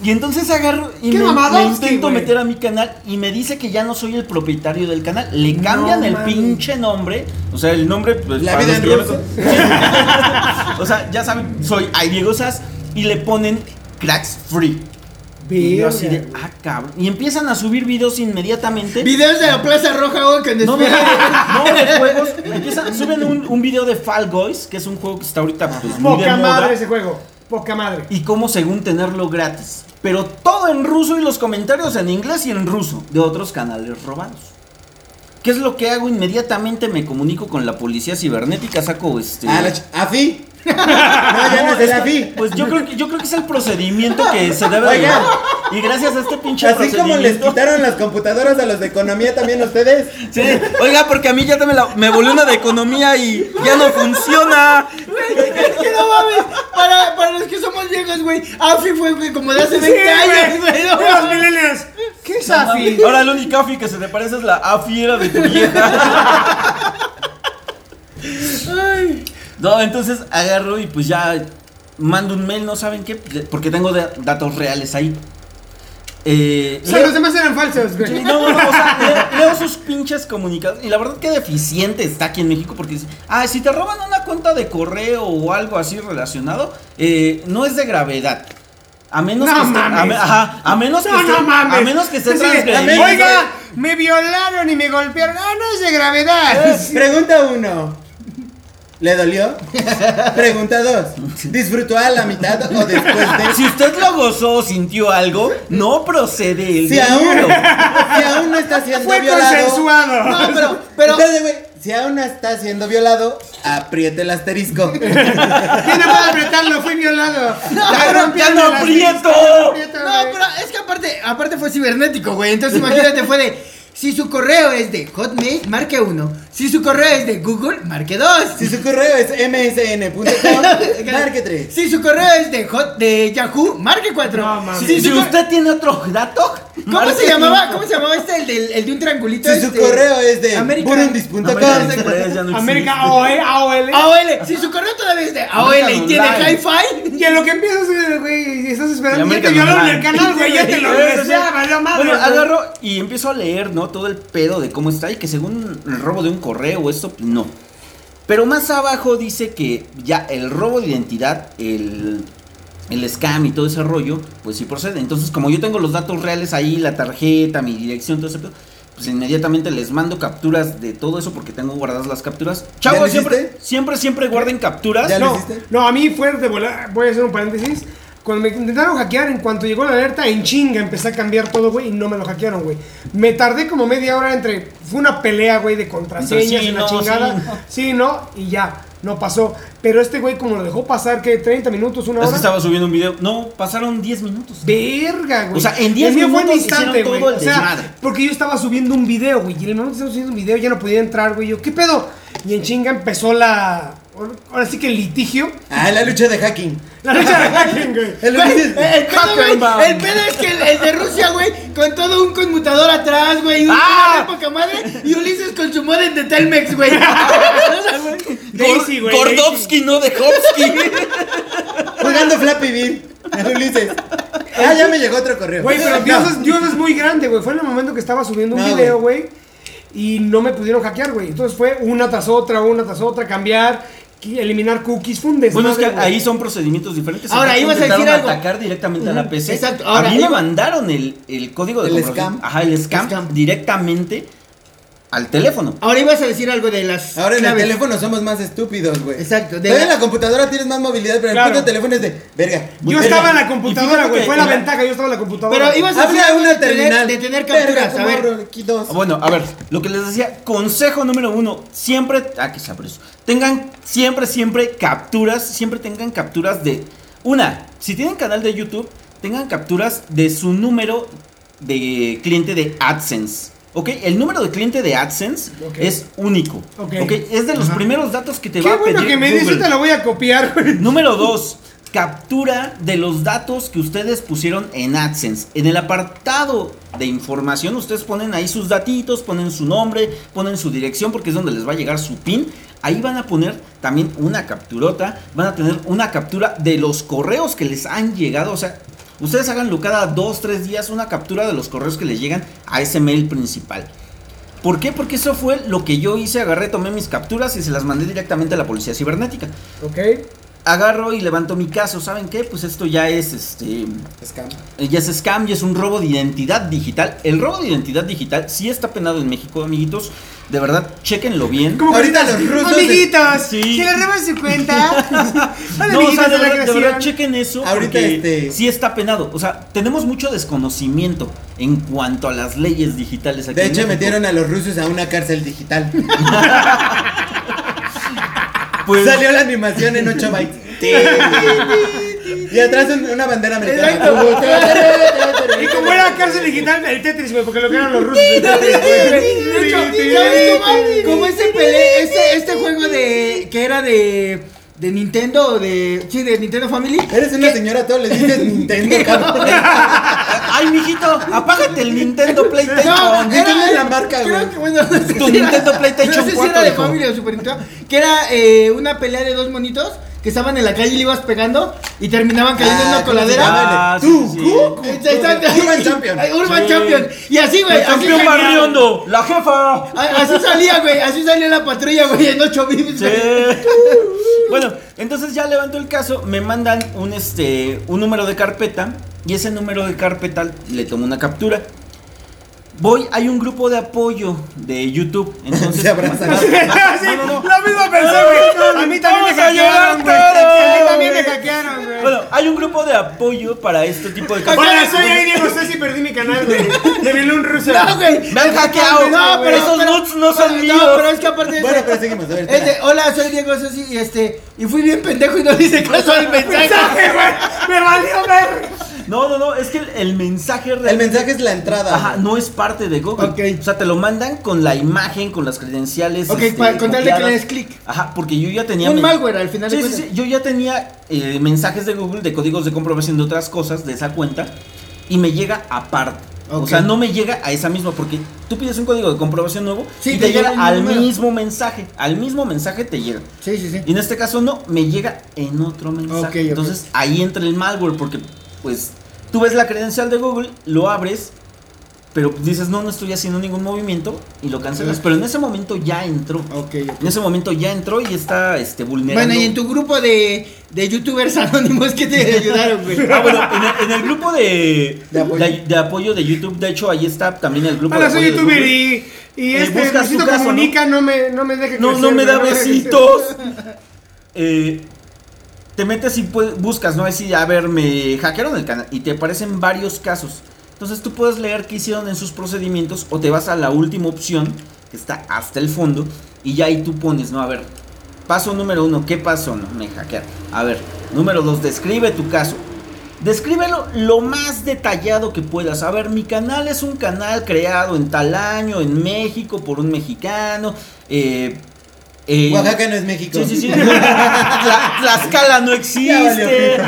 Speaker 4: Y entonces agarro y
Speaker 1: ¿Qué
Speaker 4: me, me
Speaker 1: mamadovsky,
Speaker 4: intento
Speaker 1: güey?
Speaker 4: meter a mi canal y me dice que ya no soy el propietario del canal. Le cambian el
Speaker 1: mames.
Speaker 4: pinche nombre. O sea, el nombre. Pues,
Speaker 3: La
Speaker 4: para
Speaker 3: vida
Speaker 4: los
Speaker 3: en
Speaker 4: que ya me- o sea, ya saben, soy Ay Diego Sass y le ponen Cracks Free. Y yo así de, ah, cabrón. Y empiezan a subir videos inmediatamente.
Speaker 2: Videos de la Plaza Roja o que
Speaker 4: No, de, no, de juegos. Empiezan, suben un, un video de Fall Guys, que es un juego que está ahorita pues, muy de
Speaker 1: Poca
Speaker 4: moda
Speaker 1: madre ese juego. Poca madre.
Speaker 4: y cómo según tenerlo gratis. Pero todo en ruso y los comentarios en inglés y en ruso de otros canales robados. ¿Qué es lo que hago? Inmediatamente me comunico con la policía cibernética, saco este...
Speaker 3: Ah, la ch- ¿Afi? No, ya no es el Afi.
Speaker 4: Pues yo creo, que, yo creo que es el procedimiento que se debe de...
Speaker 3: Oigan.
Speaker 4: Y gracias a este pinche
Speaker 3: Así como les
Speaker 4: procedimiento-
Speaker 3: quitaron las computadoras a los de economía también ustedes.
Speaker 4: Sí, oiga, porque a mí ya me, la- me volvió una de economía y ya no funciona.
Speaker 2: Es que no mames, para, para los que somos viejos, güey, Afi fue güey, como de hace
Speaker 1: Sí,
Speaker 2: 20
Speaker 1: güey.
Speaker 2: años, güey. no
Speaker 1: De los
Speaker 2: mames.
Speaker 1: millennials. ¿Qué es AFI?
Speaker 4: Ahora la única afi que se te parece es la afiera de tu vieja.
Speaker 2: Ay.
Speaker 4: No, entonces agarro y pues ya mando un mail, ¿no saben qué? Porque tengo da- datos reales ahí. Eh,
Speaker 1: O sea,
Speaker 4: leo-
Speaker 1: los demás eran falsos,
Speaker 4: Sí,
Speaker 1: güey.
Speaker 4: no, no, no, o sea, leo, leo sus pinches comunicados. Y la verdad que deficiente está aquí en México porque dice, ah, si te roban una cuenta de correo o algo así relacionado, eh, no es de gravedad. A menos
Speaker 1: No
Speaker 4: que esté, a, me-
Speaker 1: mames.
Speaker 4: ajá, a menos que
Speaker 1: No,
Speaker 4: esté-
Speaker 1: no mames.
Speaker 4: Este, a menos que esté
Speaker 1: Así de,
Speaker 4: transgrediendo.
Speaker 1: Oiga, me violaron y me golpearon. Ah, no es de gravedad.
Speaker 3: Pregunta uno. ¿Le dolió? Pregunta dos. ¿Disfrutó a la mitad o después de?
Speaker 4: Si usted lo gozó o sintió algo, no procede el
Speaker 3: Si aún,
Speaker 4: dinero.
Speaker 3: si aún no está siendo
Speaker 1: Fue
Speaker 3: violado.
Speaker 1: consensuado.
Speaker 2: No, pero, pero,
Speaker 3: Espérate, güey. Si aún no está siendo violado, apriete el asterisco.
Speaker 1: ¿Quién no puede apretarlo? Fui violado.
Speaker 2: No,
Speaker 1: Me
Speaker 2: pero
Speaker 1: rompieron
Speaker 4: ya no
Speaker 1: las
Speaker 4: aprieto.
Speaker 1: vistas, ya no aprieto,
Speaker 2: no,
Speaker 1: güey.
Speaker 2: pero es que aparte, aparte fue cibernético, güey. Entonces imagínate, fue de. Si su correo es de Hotmail, marque uno. Si su correo es de Google, marque dos.
Speaker 3: Si su correo es msn.com, marque tres.
Speaker 2: Si su correo es de, hot, de Yahoo, marque cuatro.
Speaker 1: No, mames.
Speaker 4: Si,
Speaker 2: si,
Speaker 4: si
Speaker 2: su,
Speaker 4: usted tiene otro dato,
Speaker 2: ¿Cómo se llamaba? ¿Cómo se llamaba este? El, del- el de un triangulito.
Speaker 3: Si su
Speaker 2: este,
Speaker 3: correo es de
Speaker 2: América-
Speaker 3: burundis.com.
Speaker 4: América Express ya no existe. E.
Speaker 1: América E, AOL, AOL.
Speaker 2: AOL. Si su correo todavía es de AOL y tiene
Speaker 4: Online.
Speaker 2: hi-fi.
Speaker 1: Y en lo que empiezas, eh, güey, y estás
Speaker 4: Y
Speaker 1: esperando, ya
Speaker 4: América
Speaker 1: te violaron
Speaker 4: Online.
Speaker 1: el canal, güey, ya te lo regresaba, valió madre.
Speaker 4: Bueno,
Speaker 1: güey.
Speaker 4: agarro y empiezo a leer, ¿no? Todo el pedo de cómo está y que según el robo de un correo o esto, pues, no. Pero más abajo dice que ya el robo de identidad, el, el scam y todo ese rollo, pues sí procede. Entonces, como yo tengo los datos reales ahí, la tarjeta, mi dirección, todo ese pedo, pues inmediatamente les mando capturas de todo eso porque tengo guardadas las capturas.
Speaker 3: ¿Ya
Speaker 4: Chavos,
Speaker 3: lo
Speaker 4: siempre,
Speaker 3: hiciste?
Speaker 4: siempre, siempre guarden capturas.
Speaker 3: ¿Ya lo
Speaker 1: No,
Speaker 3: hiciste?
Speaker 1: no, a mí fue de volar, voy a hacer un paréntesis. Cuando me intentaron hackear, en cuanto llegó la alerta, en chinga empecé a cambiar todo, güey, y no me lo hackearon, güey. Me tardé como media hora entre. Fue una pelea, güey, de contraseñas
Speaker 4: Sí,
Speaker 1: y la
Speaker 4: no,
Speaker 1: chingada.
Speaker 4: sí,
Speaker 1: Sí. no, y ya, no pasó. Pero este güey, como lo dejó pasar, que 30 minutos, una
Speaker 4: Es que
Speaker 1: hora.
Speaker 4: estaba subiendo un video. No, pasaron 10 minutos.
Speaker 1: Verga, güey.
Speaker 4: O sea, en 10
Speaker 1: El mío fue
Speaker 4: minutos hicieron
Speaker 1: güey.
Speaker 4: todo el
Speaker 1: O sea,
Speaker 4: desmadre.
Speaker 1: porque yo estaba subiendo un video, güey. Y en el momento que estaba subiendo un video ya no podía entrar, güey. Yo, ¿qué pedo? Y en chinga empezó la. Ahora sí que el litigio.
Speaker 3: Ah, la lucha de hacking.
Speaker 1: La lucha de hacking, güey.
Speaker 3: El
Speaker 2: Güey, eh,
Speaker 3: Ulises-
Speaker 2: el, pedo, güey,
Speaker 4: Hackerman.
Speaker 2: el pedo es que el, el de Rusia, güey, con todo un conmutador atrás, güey, y un
Speaker 4: ¡Ah!
Speaker 2: una poca madre, y Ulises con su modem de Telmex, güey. O sea, güey,
Speaker 1: Daisy, güey.
Speaker 4: Gordovsky, no de Hopsky.
Speaker 3: Jugando Flappy Bill. Ulises. Ah, ya me llegó otro correo.
Speaker 1: Güey, pero
Speaker 3: No.
Speaker 1: Dios es, Dios es muy grande, güey. Fue en el momento que estaba subiendo un
Speaker 3: No,
Speaker 1: video, güey. Y no me pudieron hackear, güey. Entonces fue una tras otra, una tras otra, cambiar, qui- eliminar cookies, fue un
Speaker 4: bueno, es que
Speaker 1: desmadre, güey.
Speaker 4: ahí son procedimientos diferentes.
Speaker 2: Ahora,
Speaker 4: Acá
Speaker 2: ibas a
Speaker 4: intentaron
Speaker 2: decir algo.
Speaker 4: atacar directamente a la PC.
Speaker 2: exacto. Ahora,
Speaker 4: a mí
Speaker 2: iba-
Speaker 4: me mandaron el, el código de
Speaker 3: El
Speaker 4: comprobación.
Speaker 3: scam.
Speaker 4: Ajá, el scam,
Speaker 2: Scam.
Speaker 4: directamente al teléfono.
Speaker 2: Ahora ibas a decir algo de las
Speaker 3: Ahora en
Speaker 2: claves.
Speaker 3: el teléfono somos más estúpidos, güey.
Speaker 2: Exacto, de
Speaker 3: Todavía en
Speaker 2: la-
Speaker 3: la computadora tienes más movilidad, pero
Speaker 1: Claro.
Speaker 3: el puto teléfono es de verga.
Speaker 1: Yo
Speaker 3: verga.
Speaker 1: estaba en la
Speaker 4: Y
Speaker 1: computadora,
Speaker 4: fíjate
Speaker 1: güey.
Speaker 4: que
Speaker 1: Fue la
Speaker 4: en la-
Speaker 1: ventaja, yo estaba en la computadora.
Speaker 2: Pero ibas a decir
Speaker 3: Habla de
Speaker 2: algo
Speaker 3: una
Speaker 2: Pues, de tener-
Speaker 3: terminal.
Speaker 2: de tener
Speaker 3: Verga,
Speaker 2: capturas, a ver.
Speaker 3: morro, aquí dos.
Speaker 4: Bueno, a ver, lo que les decía, consejo número uno, siempre, ah, que se eso, tengan siempre, siempre capturas, siempre tengan capturas de, una, si tienen canal de YouTube, tengan capturas de su número de cliente de AdSense, ¿ok? El número de cliente de AdSense
Speaker 1: Ok.
Speaker 4: es único,
Speaker 1: Ok.
Speaker 4: ¿ok? Es de los
Speaker 2: Ajá.
Speaker 4: primeros datos que te va
Speaker 1: Qué
Speaker 4: a pedir
Speaker 1: bueno que me dices,
Speaker 4: Google.
Speaker 1: te lo voy a copiar, güey.
Speaker 4: Número 2. Captura de los datos que ustedes pusieron en AdSense. En el apartado de información, ustedes ponen ahí sus datitos, ponen su nombre, ponen su dirección, porque es donde les va a llegar su PIN. Ahí van a poner también una capturota. Van a tener una captura de los correos que les han llegado. O sea, ustedes háganlo cada 2, 3 días, una captura de los correos que les llegan a ese mail principal. ¿Por qué? Porque eso fue lo que yo hice. Agarré, tomé mis capturas y se las mandé directamente a la policía cibernética
Speaker 1: Ok.
Speaker 4: agarro y levanto mi caso. ¿Saben qué? Pues esto ya es este.
Speaker 3: Scam.
Speaker 4: Ya es scam, ya es un robo de identidad digital. El robo de identidad digital sí está penado en México, amiguitos. De verdad, chequenlo bien.
Speaker 1: ¿Cómo
Speaker 3: Ahorita
Speaker 1: que-
Speaker 3: los rusos-
Speaker 1: Amiguitos,
Speaker 4: Sí.
Speaker 1: si les roban su cuenta. Hola,
Speaker 4: No, o
Speaker 1: amiguitos
Speaker 4: sea, de,
Speaker 1: de la
Speaker 4: verdad, de verdad,
Speaker 1: creación.
Speaker 4: chequen eso.
Speaker 3: Ahorita,
Speaker 4: porque
Speaker 3: este-
Speaker 4: sí está penado. O sea, tenemos mucho desconocimiento en cuanto a las leyes digitales aquí.
Speaker 3: De
Speaker 4: en
Speaker 3: hecho,
Speaker 4: México.
Speaker 3: metieron a los rusos a una cárcel digital.
Speaker 4: Pues,
Speaker 3: Salió la animación en 8 bytes. y atrás un- una bandera
Speaker 1: Y
Speaker 3: americana.
Speaker 1: como era cárcel digital, el Tetris, güey, porque lo que eran los rusos. el Tetris,
Speaker 2: De
Speaker 1: güey.
Speaker 2: hecho,
Speaker 1: Sí,
Speaker 2: ¿sabes cómo?
Speaker 1: sí, sí.
Speaker 2: Como ese pele, ese, este juego de. que era de. de Nintendo o de. sí, de Nintendo Family.
Speaker 3: Eres una señora, todo le dices Nintendo, cabrón.
Speaker 4: ay, mijito, apágate el Nintendo
Speaker 2: No,
Speaker 4: PlayStation.
Speaker 3: ¿de quién es la marca,
Speaker 2: creo
Speaker 3: güey?
Speaker 2: que, bueno, no sé
Speaker 4: Tu
Speaker 2: si era-
Speaker 4: Nintendo PlayStation
Speaker 2: No sé si
Speaker 4: 4,
Speaker 2: era de
Speaker 4: hijo.
Speaker 2: Family o Super Nintendo. Que era eh, una pelea de dos monitos que estaban en la calle y le ibas pegando y terminaban cayendo en
Speaker 3: Ah,
Speaker 2: una
Speaker 3: ¿cómo se
Speaker 2: coladera.
Speaker 3: llama?
Speaker 4: Ah, sí,
Speaker 3: Tú,
Speaker 4: sí.
Speaker 3: Goku.
Speaker 2: Exacto.
Speaker 3: Urban Champion.
Speaker 2: Ay, Urban
Speaker 4: Sí.
Speaker 2: Champion. Y así, güey.
Speaker 4: El
Speaker 2: así
Speaker 4: campeón
Speaker 2: salía-
Speaker 4: barriondo, la jefa.
Speaker 2: A- Así salía, güey. Así salía la patrulla, güey, en 8 bits.
Speaker 4: Sí. bueno, entonces ya levanto el caso, me mandan un este un número de carpeta y ese número de carpeta le tomo una captura. Voy, hay un grupo de apoyo de YouTube, entonces
Speaker 3: Se abrazan.
Speaker 1: Sí, la misma persona, güey. A mí también me
Speaker 4: Vamos a llorar
Speaker 1: hackearon, güey.
Speaker 4: todos,
Speaker 1: A mí también me
Speaker 4: güey.
Speaker 1: hackearon, güey.
Speaker 4: Bueno, hay un grupo de apoyo para este tipo de
Speaker 1: Hola, soy ahí Diego Ceci, perdí mi canal, güey. Me violó un ruso.
Speaker 2: No, güey.
Speaker 4: Me han hackeado.
Speaker 2: No, pero
Speaker 4: Esos
Speaker 2: pero-
Speaker 4: nudes no son
Speaker 2: pero-
Speaker 4: míos.
Speaker 2: No, pero es que aparte de
Speaker 3: Bueno,
Speaker 2: ese-
Speaker 3: pero seguimos. A ver,
Speaker 2: es
Speaker 3: espera.
Speaker 2: de, hola, soy Diego Sosi y este, y fui bien pendejo y no le hice caso al mensaje.
Speaker 1: Mensaje, güey. Me valió ver.
Speaker 4: No, no, no, es que el, el mensaje
Speaker 3: El
Speaker 4: realmente
Speaker 3: mensaje es la entrada.
Speaker 4: Ajá, no es parte de Google.
Speaker 2: Ok.
Speaker 4: O sea, te lo mandan con la imagen, con las credenciales. este,
Speaker 2: Ok, pa- con tal de que
Speaker 4: copiadas.
Speaker 2: le des clic.
Speaker 4: Ajá, porque yo ya tenía.
Speaker 2: Un
Speaker 4: men-
Speaker 2: malware, al final de
Speaker 4: Sí, sí,
Speaker 2: cuentas.
Speaker 4: sí, Yo ya tenía eh, mensajes de Google de códigos de comprobación de otras cosas de esa cuenta. Y me llega aparte. O
Speaker 3: Ok.
Speaker 4: sea, no me llega a esa misma porque tú pides un código de comprobación nuevo
Speaker 2: Sí,
Speaker 4: y
Speaker 2: te
Speaker 4: te,
Speaker 2: llega
Speaker 4: llega,
Speaker 2: el mismo
Speaker 4: al
Speaker 2: número.
Speaker 4: mismo mensaje. Al mismo mensaje te llega.
Speaker 2: Sí, sí, sí.
Speaker 4: Y en este caso no, me llega en otro mensaje.
Speaker 2: Ok, ok.
Speaker 4: Entonces ahí entra el malware porque pues tú ves la credencial de Google, lo abres, pero dices no, no estoy haciendo ningún movimiento y lo cancelas.
Speaker 2: Ah.
Speaker 4: Pero en ese momento ya entró.
Speaker 2: Ok, ok.
Speaker 4: En ese momento ya entró y está este, vulnerando.
Speaker 2: Bueno, y en tu grupo de, de youtubers anónimos, ¿qué te ayudaron, güey?
Speaker 4: Ah, bueno, en el, en el grupo de,
Speaker 3: De apoyo.
Speaker 4: de- de apoyo de YouTube, de hecho, ahí está también el grupo
Speaker 1: Hola,
Speaker 4: de
Speaker 1: soy
Speaker 4: apoyo de
Speaker 1: youtuber
Speaker 4: Google.
Speaker 1: y, y
Speaker 4: Eh,
Speaker 1: este
Speaker 4: buscas
Speaker 1: Luisito
Speaker 4: tu caso,
Speaker 1: Comunica no me, no me deje
Speaker 4: No,
Speaker 1: crecer,
Speaker 4: no me da
Speaker 1: deje crecer.
Speaker 4: besitos. Eh, te metes y pu- buscas, ¿no? Así, a ver, me hackearon el canal y te aparecen varios casos. Entonces tú puedes leer qué hicieron en sus procedimientos o te vas a la última opción, que está hasta el fondo, y ya ahí tú pones, ¿no? A ver, paso número uno, ¿qué pasó? No, me hackearon. A ver, número dos, describe tu caso. Descríbelo lo más detallado que puedas. A ver, mi canal es un canal creado en tal año, en México, por un mexicano. Eh, eh,
Speaker 3: Oaxaca no es México.
Speaker 4: Sí, sí, sí. Tla- Tlaxcala
Speaker 3: Ya valió
Speaker 4: no existe.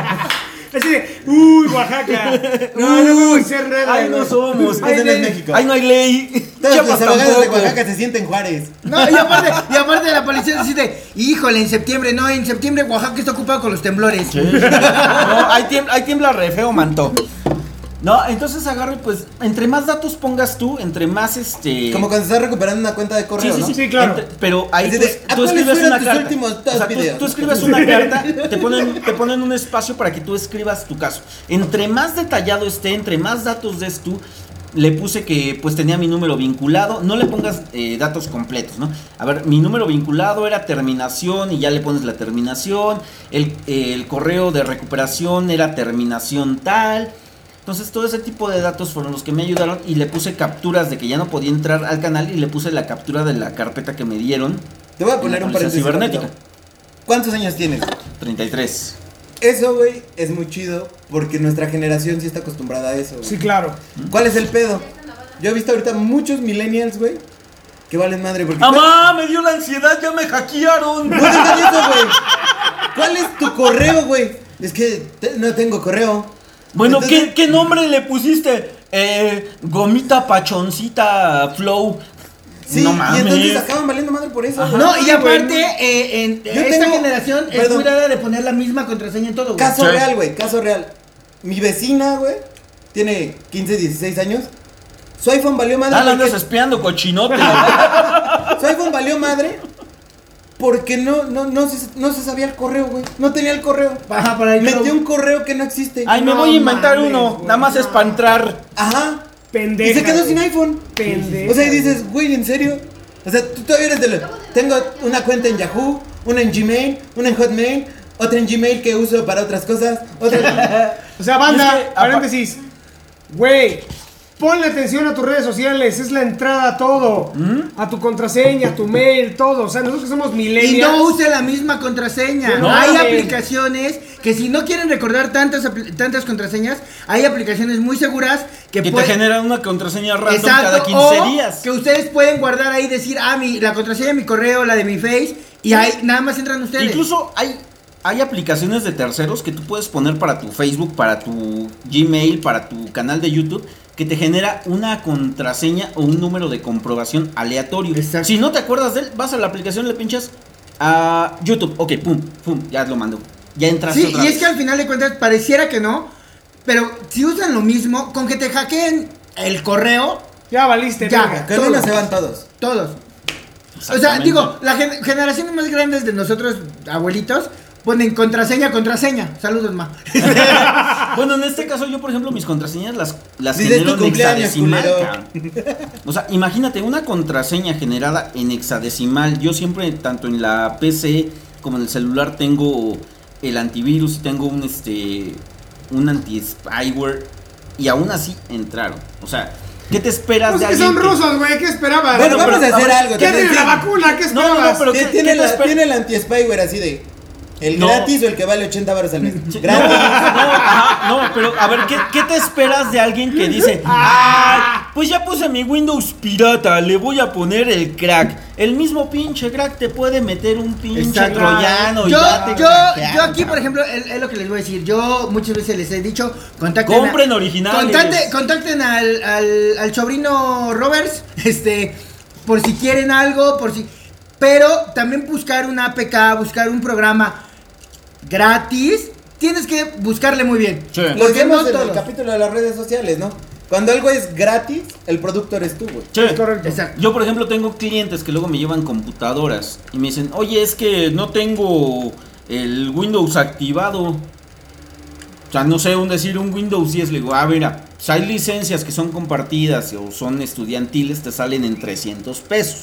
Speaker 1: Así de, uy, Oaxaca. No, no podemos hacer nada.
Speaker 4: Ahí no
Speaker 1: güey.
Speaker 4: somos.
Speaker 3: Ese no es
Speaker 4: ley.
Speaker 3: México.
Speaker 4: Ahí no hay ley.
Speaker 3: Todos los
Speaker 4: Chiapas
Speaker 3: abogados de
Speaker 4: tampoco.
Speaker 3: Oaxaca se sienten Juárez.
Speaker 2: No, y aparte, y aparte la policía decide, híjole, en septiembre, no, en septiembre Oaxaca está ocupado con los temblores.
Speaker 4: Sí, sí, sí. No, ahí, tiembla, ahí tiembla re feo, manto. No, entonces agarro y pues, entre más datos pongas tú, entre más este.
Speaker 3: Como cuando estás recuperando una cuenta de correo, ¿no?
Speaker 1: Sí, claro.
Speaker 4: Ent- pero ahí
Speaker 3: Así
Speaker 4: tú,
Speaker 3: de,
Speaker 4: tú
Speaker 3: "¿A cuáles
Speaker 4: escribes
Speaker 3: fueron
Speaker 4: una
Speaker 3: tus
Speaker 4: carta.
Speaker 3: últimos dos
Speaker 4: O sea, tú,
Speaker 3: videos?"
Speaker 4: tú escribes una carta, te ponen, te ponen un espacio para que tú escribas tu caso. Entre más detallado esté, entre más datos des tú, le puse que pues tenía mi número vinculado. No le pongas eh, datos completos, ¿no? A ver, mi número vinculado era terminación y ya le pones la terminación. El, el correo de recuperación era terminación tal. Entonces todo ese tipo de datos fueron los que me ayudaron y le puse capturas de que ya no podía entrar al canal y le puse la captura de la carpeta que me dieron.
Speaker 3: Te voy a
Speaker 4: en
Speaker 3: poner
Speaker 4: la
Speaker 3: un
Speaker 4: policía
Speaker 3: paréntesis.
Speaker 4: cibernética.
Speaker 3: rápido. ¿Cuántos años tienes?
Speaker 4: 33.
Speaker 3: Eso, güey, es muy chido porque nuestra generación sí está acostumbrada a eso. güey.
Speaker 1: Sí, claro.
Speaker 3: ¿Cuál es el pedo? Yo he visto ahorita muchos millennials, güey, que valen madre porque...
Speaker 4: ¡Amá! ¡Me dio la ansiedad! ¡Ya me hackearon!
Speaker 3: ¿Cuál, ¿Cuál es eso, güey? ¿Cuál es tu correo, güey? Es que te- no tengo correo.
Speaker 4: Bueno, ¿qué,
Speaker 3: Entonces-
Speaker 4: qué nombre le pusiste? Eh, gomita Pachoncita Flow.
Speaker 3: Sí, y entonces acaban valiendo madre por eso. güey.
Speaker 2: No, y
Speaker 1: Ah, güey,
Speaker 2: aparte, eh, en
Speaker 3: Yo
Speaker 2: esta
Speaker 3: tengo-
Speaker 2: generación es
Speaker 3: perdón.
Speaker 2: muy rara de poner la misma contraseña en todo, güey.
Speaker 3: Caso
Speaker 4: Sí.
Speaker 3: real, güey, caso real. Mi vecina, güey, tiene 15, 16 años. Su iPhone valió madre.
Speaker 4: Ah, la
Speaker 3: porque-
Speaker 4: andas espiando, cochinote.
Speaker 3: Su iPhone valió madre porque no, no, no, se, no se sabía el correo, güey. No tenía el correo.
Speaker 2: Ajá, para ahí
Speaker 3: Metió
Speaker 2: no-
Speaker 3: un correo que no existe.
Speaker 4: Ay, me
Speaker 1: No
Speaker 4: voy a inventar
Speaker 1: mames,
Speaker 4: uno.
Speaker 1: güey,
Speaker 4: Nada más es
Speaker 1: no.
Speaker 4: para entrar.
Speaker 3: Ajá.
Speaker 1: Pendeja.
Speaker 3: y se quedó
Speaker 1: güey.
Speaker 3: sin iPhone.
Speaker 1: Pendeja,
Speaker 3: O sea, y dices, güey, ¿en serio? O sea, tú todavía eres de los... Tengo una cuenta en Yahoo, una en Gmail, una en Hotmail, otra en Gmail que uso para otras cosas, otra...
Speaker 1: O sea,
Speaker 4: Es
Speaker 1: banda,
Speaker 4: que,
Speaker 1: paréntesis. Güey, ponle atención a tus redes sociales. Es la entrada a todo.
Speaker 4: ¿Mm?
Speaker 1: A tu contraseña, a tu mail, todo. O sea, nosotros que somos
Speaker 2: Y
Speaker 1: millennials.
Speaker 2: no usa la misma contraseña.
Speaker 1: No,
Speaker 2: hay
Speaker 1: mames.
Speaker 2: aplicaciones que si no quieren recordar tantas apl- tantas contraseñas, hay aplicaciones muy seguras que,
Speaker 4: Que te
Speaker 2: pueden-
Speaker 4: generan una contraseña random
Speaker 2: Exacto,
Speaker 4: cada 15
Speaker 2: o
Speaker 4: días.
Speaker 2: Que ustedes pueden guardar ahí decir, ah, mi, la contraseña de mi correo, la de mi face, y ahí nada más entran ustedes.
Speaker 4: Incluso hay, hay aplicaciones de terceros que tú puedes poner para tu Facebook, para tu Gmail, para tu canal de YouTube, que te genera una contraseña o un número de comprobación aleatorio.
Speaker 2: Exacto.
Speaker 4: Si no te acuerdas de él, vas a la aplicación, le pinchas a YouTube. Ok, pum, pum, ya lo mando. Ya entras
Speaker 2: Sí,
Speaker 4: otra
Speaker 2: y es
Speaker 4: vez.
Speaker 2: que al final de cuentas pareciera que no, pero si usan lo mismo, con que te hackeen el correo,
Speaker 1: Ya valiste,
Speaker 2: Ya.
Speaker 1: verga.
Speaker 3: Con una se van todos.
Speaker 2: todos. O sea,
Speaker 4: Exactamente.
Speaker 2: digo, las gen- generaciones más grandes de nosotros, abuelitos, ponen contraseña, contraseña. Saludos, ma.
Speaker 4: Bueno, en este caso yo, por ejemplo, mis contraseñas las, las
Speaker 3: Dices
Speaker 4: genero
Speaker 3: tu
Speaker 4: en
Speaker 3: cumpleaños,
Speaker 4: hexadecimal.
Speaker 3: culero.
Speaker 4: cabrón. O sea, imagínate una contraseña generada en hexadecimal. Yo siempre, tanto en la PC como en el celular, tengo el antivirus y tengo un este un anti-spyware y aún así entraron. O sea, ¿qué te esperas
Speaker 1: Pues
Speaker 4: de
Speaker 1: que
Speaker 4: alguien
Speaker 1: son
Speaker 4: que-
Speaker 1: rusos, güey. ¿Qué esperabas?
Speaker 3: Bueno,
Speaker 4: Ah, pero-
Speaker 3: vamos a hacer
Speaker 4: ahora,
Speaker 3: algo.
Speaker 1: ¿Qué
Speaker 3: también
Speaker 1: tiene la
Speaker 3: tiene-
Speaker 1: vacuna? ¿Qué
Speaker 4: No, no,
Speaker 1: esperabas?
Speaker 4: no, pero
Speaker 3: tiene-
Speaker 4: ¿qué-
Speaker 3: tiene,
Speaker 4: qué te
Speaker 3: la-
Speaker 4: espera?
Speaker 3: tiene el anti-spyware así de... ¿El
Speaker 4: No.
Speaker 3: gratis o el que vale 80 baros al mes?
Speaker 4: No,
Speaker 3: Gratis.
Speaker 4: ajá, no, pero a ver, ¿qué, qué te esperas de alguien que dice,
Speaker 2: Ah.
Speaker 4: ay, pues ya puse mi Windows pirata, le voy a poner el crack? El mismo pinche crack te puede meter un pinche
Speaker 2: Exacto.
Speaker 4: troyano y
Speaker 2: Yo,
Speaker 4: ya te
Speaker 2: yo,
Speaker 4: crackean,
Speaker 2: yo aquí, por
Speaker 4: cabrón.
Speaker 2: ejemplo, es, es lo que les voy a decir. Yo muchas veces les he dicho, contacten.
Speaker 4: Compren
Speaker 2: a-
Speaker 4: originales.
Speaker 2: Contacten, contacten al, al, al sobrino Roberts, este, por si quieren algo, por si. Pero también buscar una APK, buscar un programa gratis, tienes que buscarle muy bien.
Speaker 4: Sí.
Speaker 3: Lo
Speaker 2: Porque no
Speaker 3: vemos en el
Speaker 2: todos.
Speaker 3: capítulo de las redes sociales, ¿no? Cuando algo es gratis, el producto eres tú, güey.
Speaker 4: Sí.
Speaker 1: Es correcto.
Speaker 2: Exacto.
Speaker 4: Yo, por ejemplo, tengo clientes que luego me llevan computadoras y me dicen, oye, es que no tengo el Windows activado. O sea, no sé, un decir un Windows 10, le digo, ah, mira, pues hay licencias que son compartidas o son estudiantiles, te salen en 300 pesos.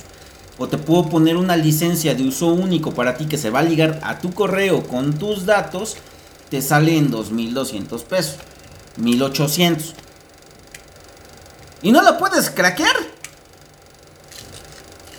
Speaker 4: O te puedo poner una licencia de uso único para ti que se va a ligar a tu correo con tus datos, te sale en 2200 pesos, 1800. Y no la puedes craquear.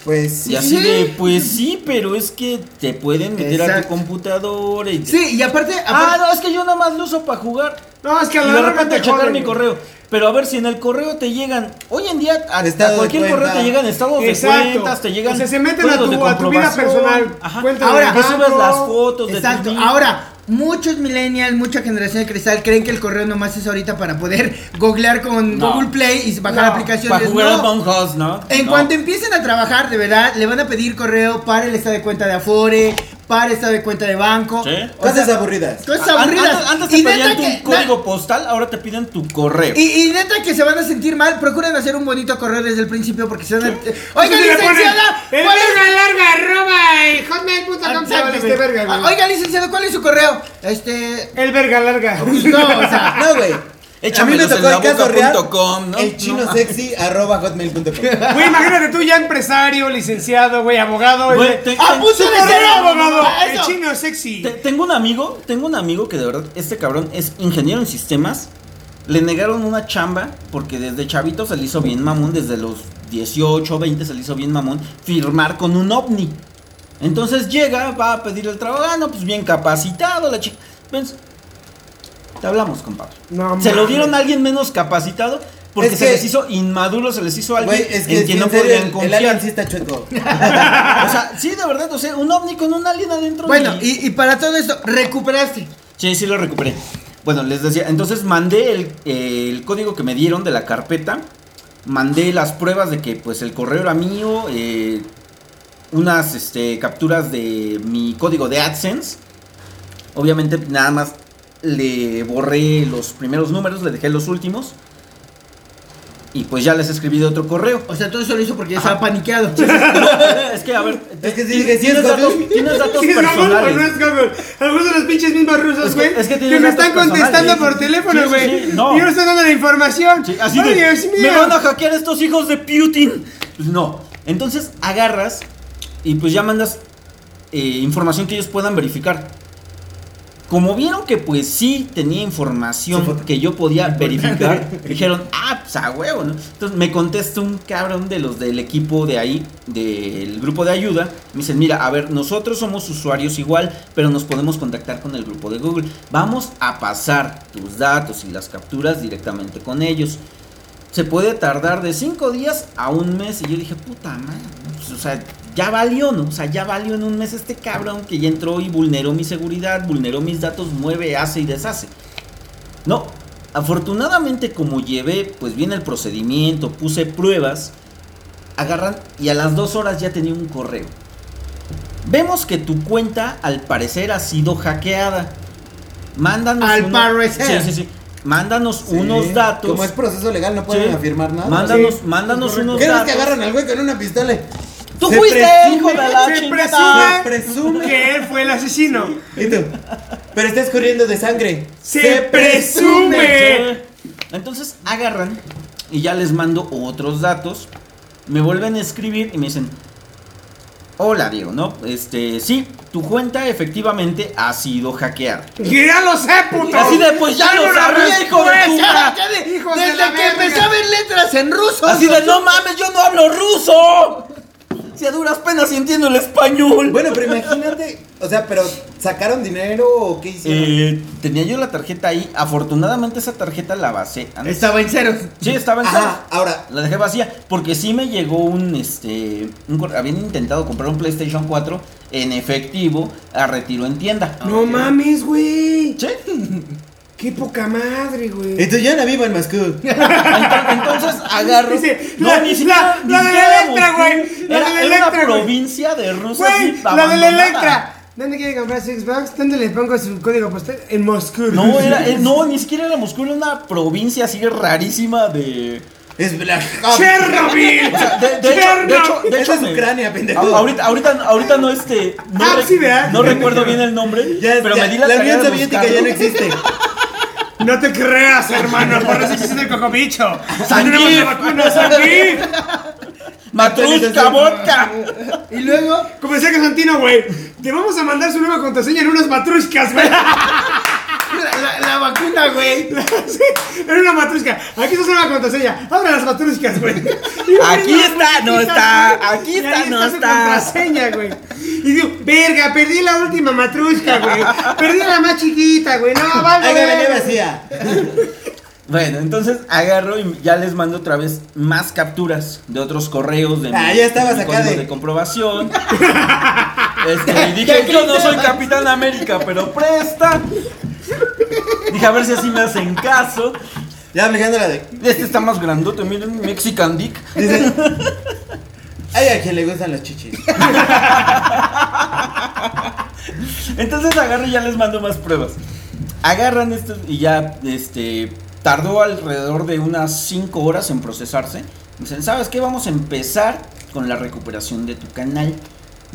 Speaker 3: Pues
Speaker 4: Y
Speaker 3: sí.
Speaker 4: así de, pues sí, pero es que te pueden meter a tu
Speaker 2: Exacto.
Speaker 4: computadora y...
Speaker 2: Sí, y aparte.
Speaker 4: Ah,
Speaker 2: aparte-
Speaker 4: no, es que yo nada más lo uso para jugar.
Speaker 1: No, es que
Speaker 4: Y
Speaker 1: a la
Speaker 4: de
Speaker 1: larga
Speaker 4: repente
Speaker 1: te
Speaker 4: a checar
Speaker 1: joden,
Speaker 4: mi
Speaker 1: güey.
Speaker 4: correo. Pero a ver, si en el correo te llegan... Hoy en día a, a
Speaker 3: Estado de
Speaker 4: cualquier correo
Speaker 3: cuenta.
Speaker 4: te llegan estados
Speaker 1: Exacto.
Speaker 4: de cuentas, te llegan...
Speaker 1: O sea, se meten a
Speaker 4: códigos
Speaker 1: tu-
Speaker 4: de
Speaker 1: a tu vida
Speaker 4: comprobación.
Speaker 1: personal,
Speaker 4: Ajá.
Speaker 1: cuenta
Speaker 2: de
Speaker 4: Ahora, que
Speaker 1: banco.
Speaker 4: subes las fotos
Speaker 2: Exacto.
Speaker 4: de tu vida.
Speaker 2: Ahora, muchos millennials, mucha generación de cristal creen que el correo nomás es ahorita para poder googlear con
Speaker 4: No.
Speaker 2: Google Play y bajar
Speaker 1: No,
Speaker 2: aplicaciones.
Speaker 4: Para jugar
Speaker 2: No.
Speaker 4: a Funhouse, ¿no?
Speaker 2: En
Speaker 4: No.
Speaker 2: cuanto empiecen a trabajar, de verdad, le van a pedir correo para el estado de cuenta de Afore, para el estado de cuenta de banco.
Speaker 4: Sí.
Speaker 2: O sea,
Speaker 3: Cosas aburridas.
Speaker 2: Cosas
Speaker 4: An-
Speaker 2: aburridas.
Speaker 4: Antes, antes te
Speaker 2: Y neta
Speaker 4: pedían tu
Speaker 2: que-
Speaker 4: código
Speaker 2: na-
Speaker 4: postal, ahora te piden tu correo.
Speaker 2: y, y neta que se van a sentir mal, procuren hacer un bonito correo desde el principio porque se van a... Oiga,
Speaker 1: Entonces le ponen,
Speaker 2: licenciada,
Speaker 1: "El
Speaker 2: ¿cuál es-
Speaker 1: verga larga arroba eh, hotmail.com se vale este verga,
Speaker 2: Ah,
Speaker 1: güey.
Speaker 2: Oiga, licenciado, ¿cuál es su correo? Este.
Speaker 1: El verga larga.
Speaker 2: pues no, o sea.
Speaker 3: No, güey.
Speaker 4: Échamelos en la boca punto com, ¿no?
Speaker 3: el chino
Speaker 4: No.
Speaker 3: sexy arroba hotmail.com.
Speaker 1: Güey, imagínate tú ya empresario, licenciado, güey, abogado.
Speaker 4: Güey,
Speaker 1: güey.
Speaker 4: te-
Speaker 2: ¡Ah, puso
Speaker 1: ¡Su
Speaker 2: de
Speaker 1: correo,
Speaker 2: cero,
Speaker 1: abogado!
Speaker 2: Ah,
Speaker 1: El
Speaker 2: eso.
Speaker 1: chino sexy.
Speaker 4: Te- tengo un amigo, tengo un amigo que de verdad, este cabrón es ingeniero en sistemas. Le negaron una chamba porque desde chavito se le hizo bien mamón, desde los 18, 20 se le hizo bien mamón firmar con un ovni. Entonces llega, va a pedir el trabajo, ah, no, pues bien capacitado, la chica. Pues, te hablamos, compadre.
Speaker 1: No
Speaker 4: se lo
Speaker 1: mames.
Speaker 4: dieron a alguien menos capacitado porque
Speaker 3: Es
Speaker 4: se
Speaker 3: que-
Speaker 4: les hizo inmaduro, se les hizo alguien
Speaker 3: Güey, es que
Speaker 4: en quien
Speaker 3: en
Speaker 4: no
Speaker 3: serio,
Speaker 4: podían
Speaker 3: el, el alien
Speaker 4: confiar.
Speaker 3: sí está chueco.
Speaker 4: O sea, sí, de verdad, o sea, un ovni con un alien adentro.
Speaker 2: Bueno,
Speaker 4: y-
Speaker 2: y, y para todo esto, recuperaste.
Speaker 4: Sí, sí lo recuperé. Bueno, les decía, entonces mandé el, eh, el código que me dieron de la carpeta, mandé las pruebas de que pues el correo era mío, eh, unas este, capturas de mi código de AdSense. Obviamente nada más le borré los primeros números, le dejé los últimos. Y pues ya les escribí de otro correo.
Speaker 2: O sea, todo eso lo hizo porque ya estaba paniqueado.
Speaker 4: es que, a ver,
Speaker 3: Es que sí,
Speaker 4: ti-
Speaker 3: que sí
Speaker 4: tienes
Speaker 3: es
Speaker 4: datos,
Speaker 3: Google.
Speaker 4: tienes datos
Speaker 1: Sí, es Google,
Speaker 4: personales.
Speaker 1: pero no es Google. Algunos de los pinches mismos rusos,
Speaker 4: Es
Speaker 1: güey.
Speaker 4: que- es que
Speaker 1: que,
Speaker 4: tienen
Speaker 1: me
Speaker 4: datos
Speaker 1: están contestando
Speaker 4: personales.
Speaker 1: por teléfono,
Speaker 4: Sí, sí,
Speaker 1: güey.
Speaker 4: sí, no.
Speaker 1: Y no están dando la información.
Speaker 4: Sí, así
Speaker 1: Ay,
Speaker 4: de,
Speaker 1: Dios mío.
Speaker 4: me van a hackear estos hijos de Putin. Pues no. Entonces agarras y pues ya mandas eh, información que ellos puedan verificar. Como vieron que pues sí tenía información que yo podía verificar, dijeron, ah, pues a huevo, ¿no? Entonces me contesta un cabrón de los del equipo de ahí, del grupo de ayuda. Me dicen, mira, a ver, nosotros somos usuarios igual, pero nos podemos contactar con el grupo de Google. Vamos a pasar tus datos y las capturas directamente con ellos. Se puede tardar de 5 días a un mes. Y yo dije, puta madre, ¿no? Pues, o sea, ya valió, ¿no? O sea, ya valió en un mes este cabrón que ya entró y vulneró mi seguridad, vulneró mis datos, mueve, hace y deshace. No, afortunadamente como llevé pues bien el procedimiento, puse pruebas, agarran y a las dos horas ya tenía un correo. Vemos que tu cuenta al parecer ha sido hackeada. Mándanos
Speaker 2: Al
Speaker 4: uno-
Speaker 2: parecer.
Speaker 4: Sí, sí, sí. Mándanos unos
Speaker 3: Sí.
Speaker 4: datos.
Speaker 3: Como es proceso legal, no pueden
Speaker 4: Sí.
Speaker 3: afirmar nada.
Speaker 4: Mándanos,
Speaker 1: Sí.
Speaker 4: mándanos
Speaker 1: Correcto.
Speaker 4: unos
Speaker 3: ¿Qué es que
Speaker 4: datos.
Speaker 3: agarran al güey con una pistola? y-
Speaker 4: Tú
Speaker 3: Se
Speaker 4: fuiste,
Speaker 3: presume-
Speaker 4: hijo de la
Speaker 1: Se presume,
Speaker 3: Se
Speaker 4: chingada.
Speaker 3: presume.
Speaker 1: que él fue el asesino.
Speaker 3: ¿Y tú? Pero está escurriendo de sangre.
Speaker 1: Se, presume.
Speaker 4: Entonces agarran y ya les mando otros datos. Me vuelven a escribir y me dicen: Hola, Diego, ¿no? Este, sí, tu cuenta efectivamente ha sido hackeada.
Speaker 1: Y ya lo sé, puto.
Speaker 4: Así de, pues, ya
Speaker 1: Tengo
Speaker 4: lo
Speaker 1: una
Speaker 4: sabía, hijo de
Speaker 1: respuesta.
Speaker 4: puta.
Speaker 2: Ya de-
Speaker 1: Hijos de
Speaker 2: desde
Speaker 1: la
Speaker 2: que
Speaker 1: verga.
Speaker 2: empecé a ver letras en ruso.
Speaker 4: Así de: No mames, yo no hablo ruso. Si a duras penas entiendo el español.
Speaker 3: Bueno, pero imagínate O sea, pero ¿sacaron dinero o qué hicieron?
Speaker 4: Eh, tenía yo la tarjeta ahí. Afortunadamente esa tarjeta la basé. antes.
Speaker 2: Estaba en cero.
Speaker 4: Sí, estaba en
Speaker 3: Ajá,
Speaker 4: cero.
Speaker 3: ahora,
Speaker 4: La dejé vacía porque sí me llegó un este un cor- habían intentado comprar un PlayStation 4 en efectivo a retiro en tienda. Ah,
Speaker 1: No mames, güey.
Speaker 4: Sí.
Speaker 1: Qué poca madre, güey.
Speaker 3: entonces yo no vivo en Moscú.
Speaker 4: Ento- Entonces agarro.
Speaker 1: Dice,
Speaker 4: no,
Speaker 1: la-
Speaker 4: ni siquiera.
Speaker 1: la-
Speaker 4: ni
Speaker 1: la de
Speaker 4: siquiera
Speaker 1: Electra,
Speaker 4: Moscú.
Speaker 1: güey, la
Speaker 4: Era,
Speaker 1: de
Speaker 4: era una
Speaker 1: Electra, güey.
Speaker 4: provincia de Rusia.
Speaker 1: Güey,
Speaker 4: así,
Speaker 1: la de la
Speaker 4: abandonada.
Speaker 1: Electra. ¿Dónde quiere comprar su Xbox? ¿Dónde le pongo su código postal? En Moscú.
Speaker 4: No, era, eh, no, ni siquiera era Moscú, era una provincia así rarísima de.
Speaker 3: Es la
Speaker 1: ¡Chernobyl!
Speaker 4: O sea, de, de hecho, de hecho, de
Speaker 3: Esa
Speaker 4: hecho
Speaker 3: es
Speaker 4: me-
Speaker 3: Ucrania, pendejo.
Speaker 4: A- Ahorita, ahorita, ahorita no este. No,
Speaker 1: Ah,
Speaker 4: rec-
Speaker 1: sí, ¿verdad?
Speaker 4: no recuerdo bien el nombre.
Speaker 3: Ya,
Speaker 4: pero
Speaker 3: ya,
Speaker 4: me di la,
Speaker 3: la
Speaker 4: tarea
Speaker 3: Unión
Speaker 4: de
Speaker 3: Soviética ya no
Speaker 4: buscarlo.
Speaker 3: existe.
Speaker 1: No te creas, hermano, por eso hiciste el cocobicho.
Speaker 4: San
Speaker 1: Tenemos
Speaker 4: Kiev.
Speaker 1: la vacuna, San Kiev.
Speaker 4: Matrushka vodka.
Speaker 2: Y luego,
Speaker 1: Como decía Casantino, güey, te vamos a mandar su nueva contraseña en unas matruscas, güey.
Speaker 2: la, la- la vacuna, güey.
Speaker 1: Sí, en una matrusca. Aquí está su nueva contraseña. Abra las matruscas, güey.
Speaker 4: Aquí está, no está. Aquí
Speaker 1: Y
Speaker 4: está,
Speaker 1: ahí
Speaker 4: no
Speaker 1: su
Speaker 4: está.
Speaker 1: contraseña, güey. Y digo, verga, perdí la última matrusca, güey. Perdí la más chiquita, güey. No, Ah, vale.
Speaker 3: Ahí me venía
Speaker 1: güey.
Speaker 3: vacía.
Speaker 4: Bueno, entonces agarro y ya les mando otra vez más capturas de otros correos de
Speaker 3: Ah, ya estabas
Speaker 4: mi
Speaker 3: acá
Speaker 4: código
Speaker 3: de-
Speaker 4: de comprobación. Este, y
Speaker 2: Ya
Speaker 4: dije, yo no
Speaker 2: quité.
Speaker 4: soy Capitán América, pero presta. Dije, a ver si así me hacen caso.
Speaker 3: Ya aplicando la de.
Speaker 4: Este está más grandote, miren, Mexican Dick.
Speaker 3: Dice. Hay a quien le gustan los chichis.
Speaker 4: Entonces agarro y ya les mando más pruebas. Agarran esto y ya, este, tardó alrededor de unas 5 horas en procesarse. Dicen, ¿sabes qué? Vamos a empezar con la recuperación de tu canal.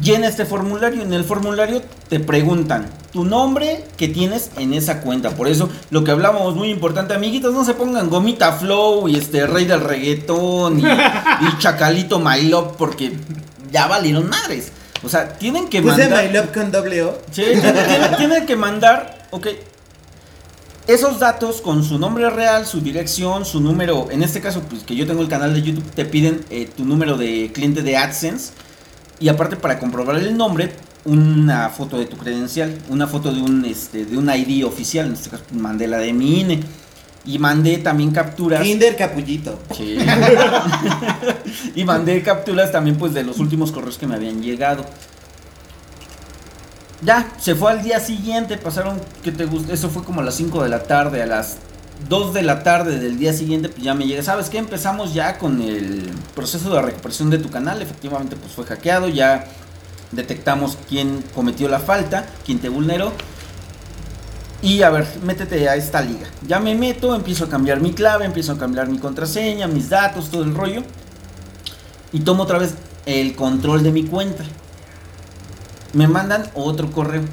Speaker 4: Llena este formulario. En el formulario te preguntan tu nombre que tienes en esa cuenta. Por eso, lo que hablábamos muy importante, amiguitos, no se pongan gomita flow y este rey del reggaetón y, y chacalito my love porque ya valieron madres. O sea, tienen que
Speaker 3: Puse
Speaker 4: mandar.
Speaker 3: My Love con doble O.
Speaker 4: Sí, tiene, tiene- tiene que mandar, ok, esos datos con su nombre real, su dirección, su número, en este caso, pues que yo tengo el canal de YouTube, te piden eh, tu número de cliente de AdSense y aparte para comprobar el nombre, una foto de tu credencial, una foto de un, este, de un ID oficial, en este caso mandé la de mi INE y mandé también capturas.
Speaker 3: Kinder Capullito.
Speaker 4: Sí. y mandé capturas también pues de los últimos correos que me habían llegado. Ya, se fue al día siguiente, pasaron que te gusta, eso fue como a las 5 de la tarde, a las 2 de la tarde del día siguiente pues ya me llega, ¿sabes qué? Empezamos ya con el proceso de recuperación de tu canal, efectivamente pues fue hackeado, ya detectamos quién cometió la falta, quién te vulneró. Y a ver, métete a esta liga. Ya me meto, empiezo a cambiar mi clave, empiezo a cambiar mi contraseña, mis datos, todo el rollo. Y tomo otra vez el control de mi cuenta. Me mandan otro correo.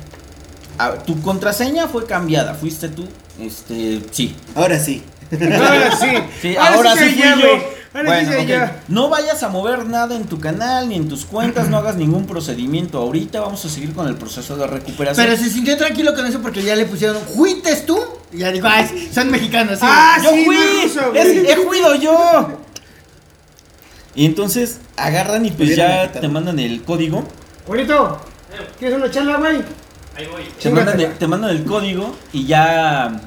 Speaker 4: A ver, tu contraseña fue cambiada, fuiste tú. Este, sí.
Speaker 3: Ahora sí.
Speaker 1: Ahora sí.
Speaker 4: Sí, ahora sí,
Speaker 1: soy
Speaker 4: fui
Speaker 1: yo,
Speaker 4: yo.
Speaker 1: güey. Ahora
Speaker 4: Bueno,
Speaker 1: sí soy
Speaker 4: ok.
Speaker 1: yo.
Speaker 4: No vayas a mover nada en tu canal ni en tus cuentas, no hagas ningún procedimiento ahorita, vamos a seguir con el proceso de recuperación.
Speaker 2: Pero se sintió tranquilo con eso porque ya le pusieron, ¿juites tú? Y ya dijo, ay, son mexicanos, sí.
Speaker 1: Ah,
Speaker 4: yo
Speaker 1: sí,
Speaker 4: fui,
Speaker 1: no es ruso, güey.
Speaker 4: es- he juido yo. Y entonces agarran y pues
Speaker 3: Hubieran
Speaker 4: ya
Speaker 3: quitado.
Speaker 4: te mandan el código.
Speaker 1: Bonito, ¿quieres una charla, güey?
Speaker 5: Ahí voy.
Speaker 4: Te
Speaker 1: Chíngate.
Speaker 4: mandan, el, te mandan el código y ya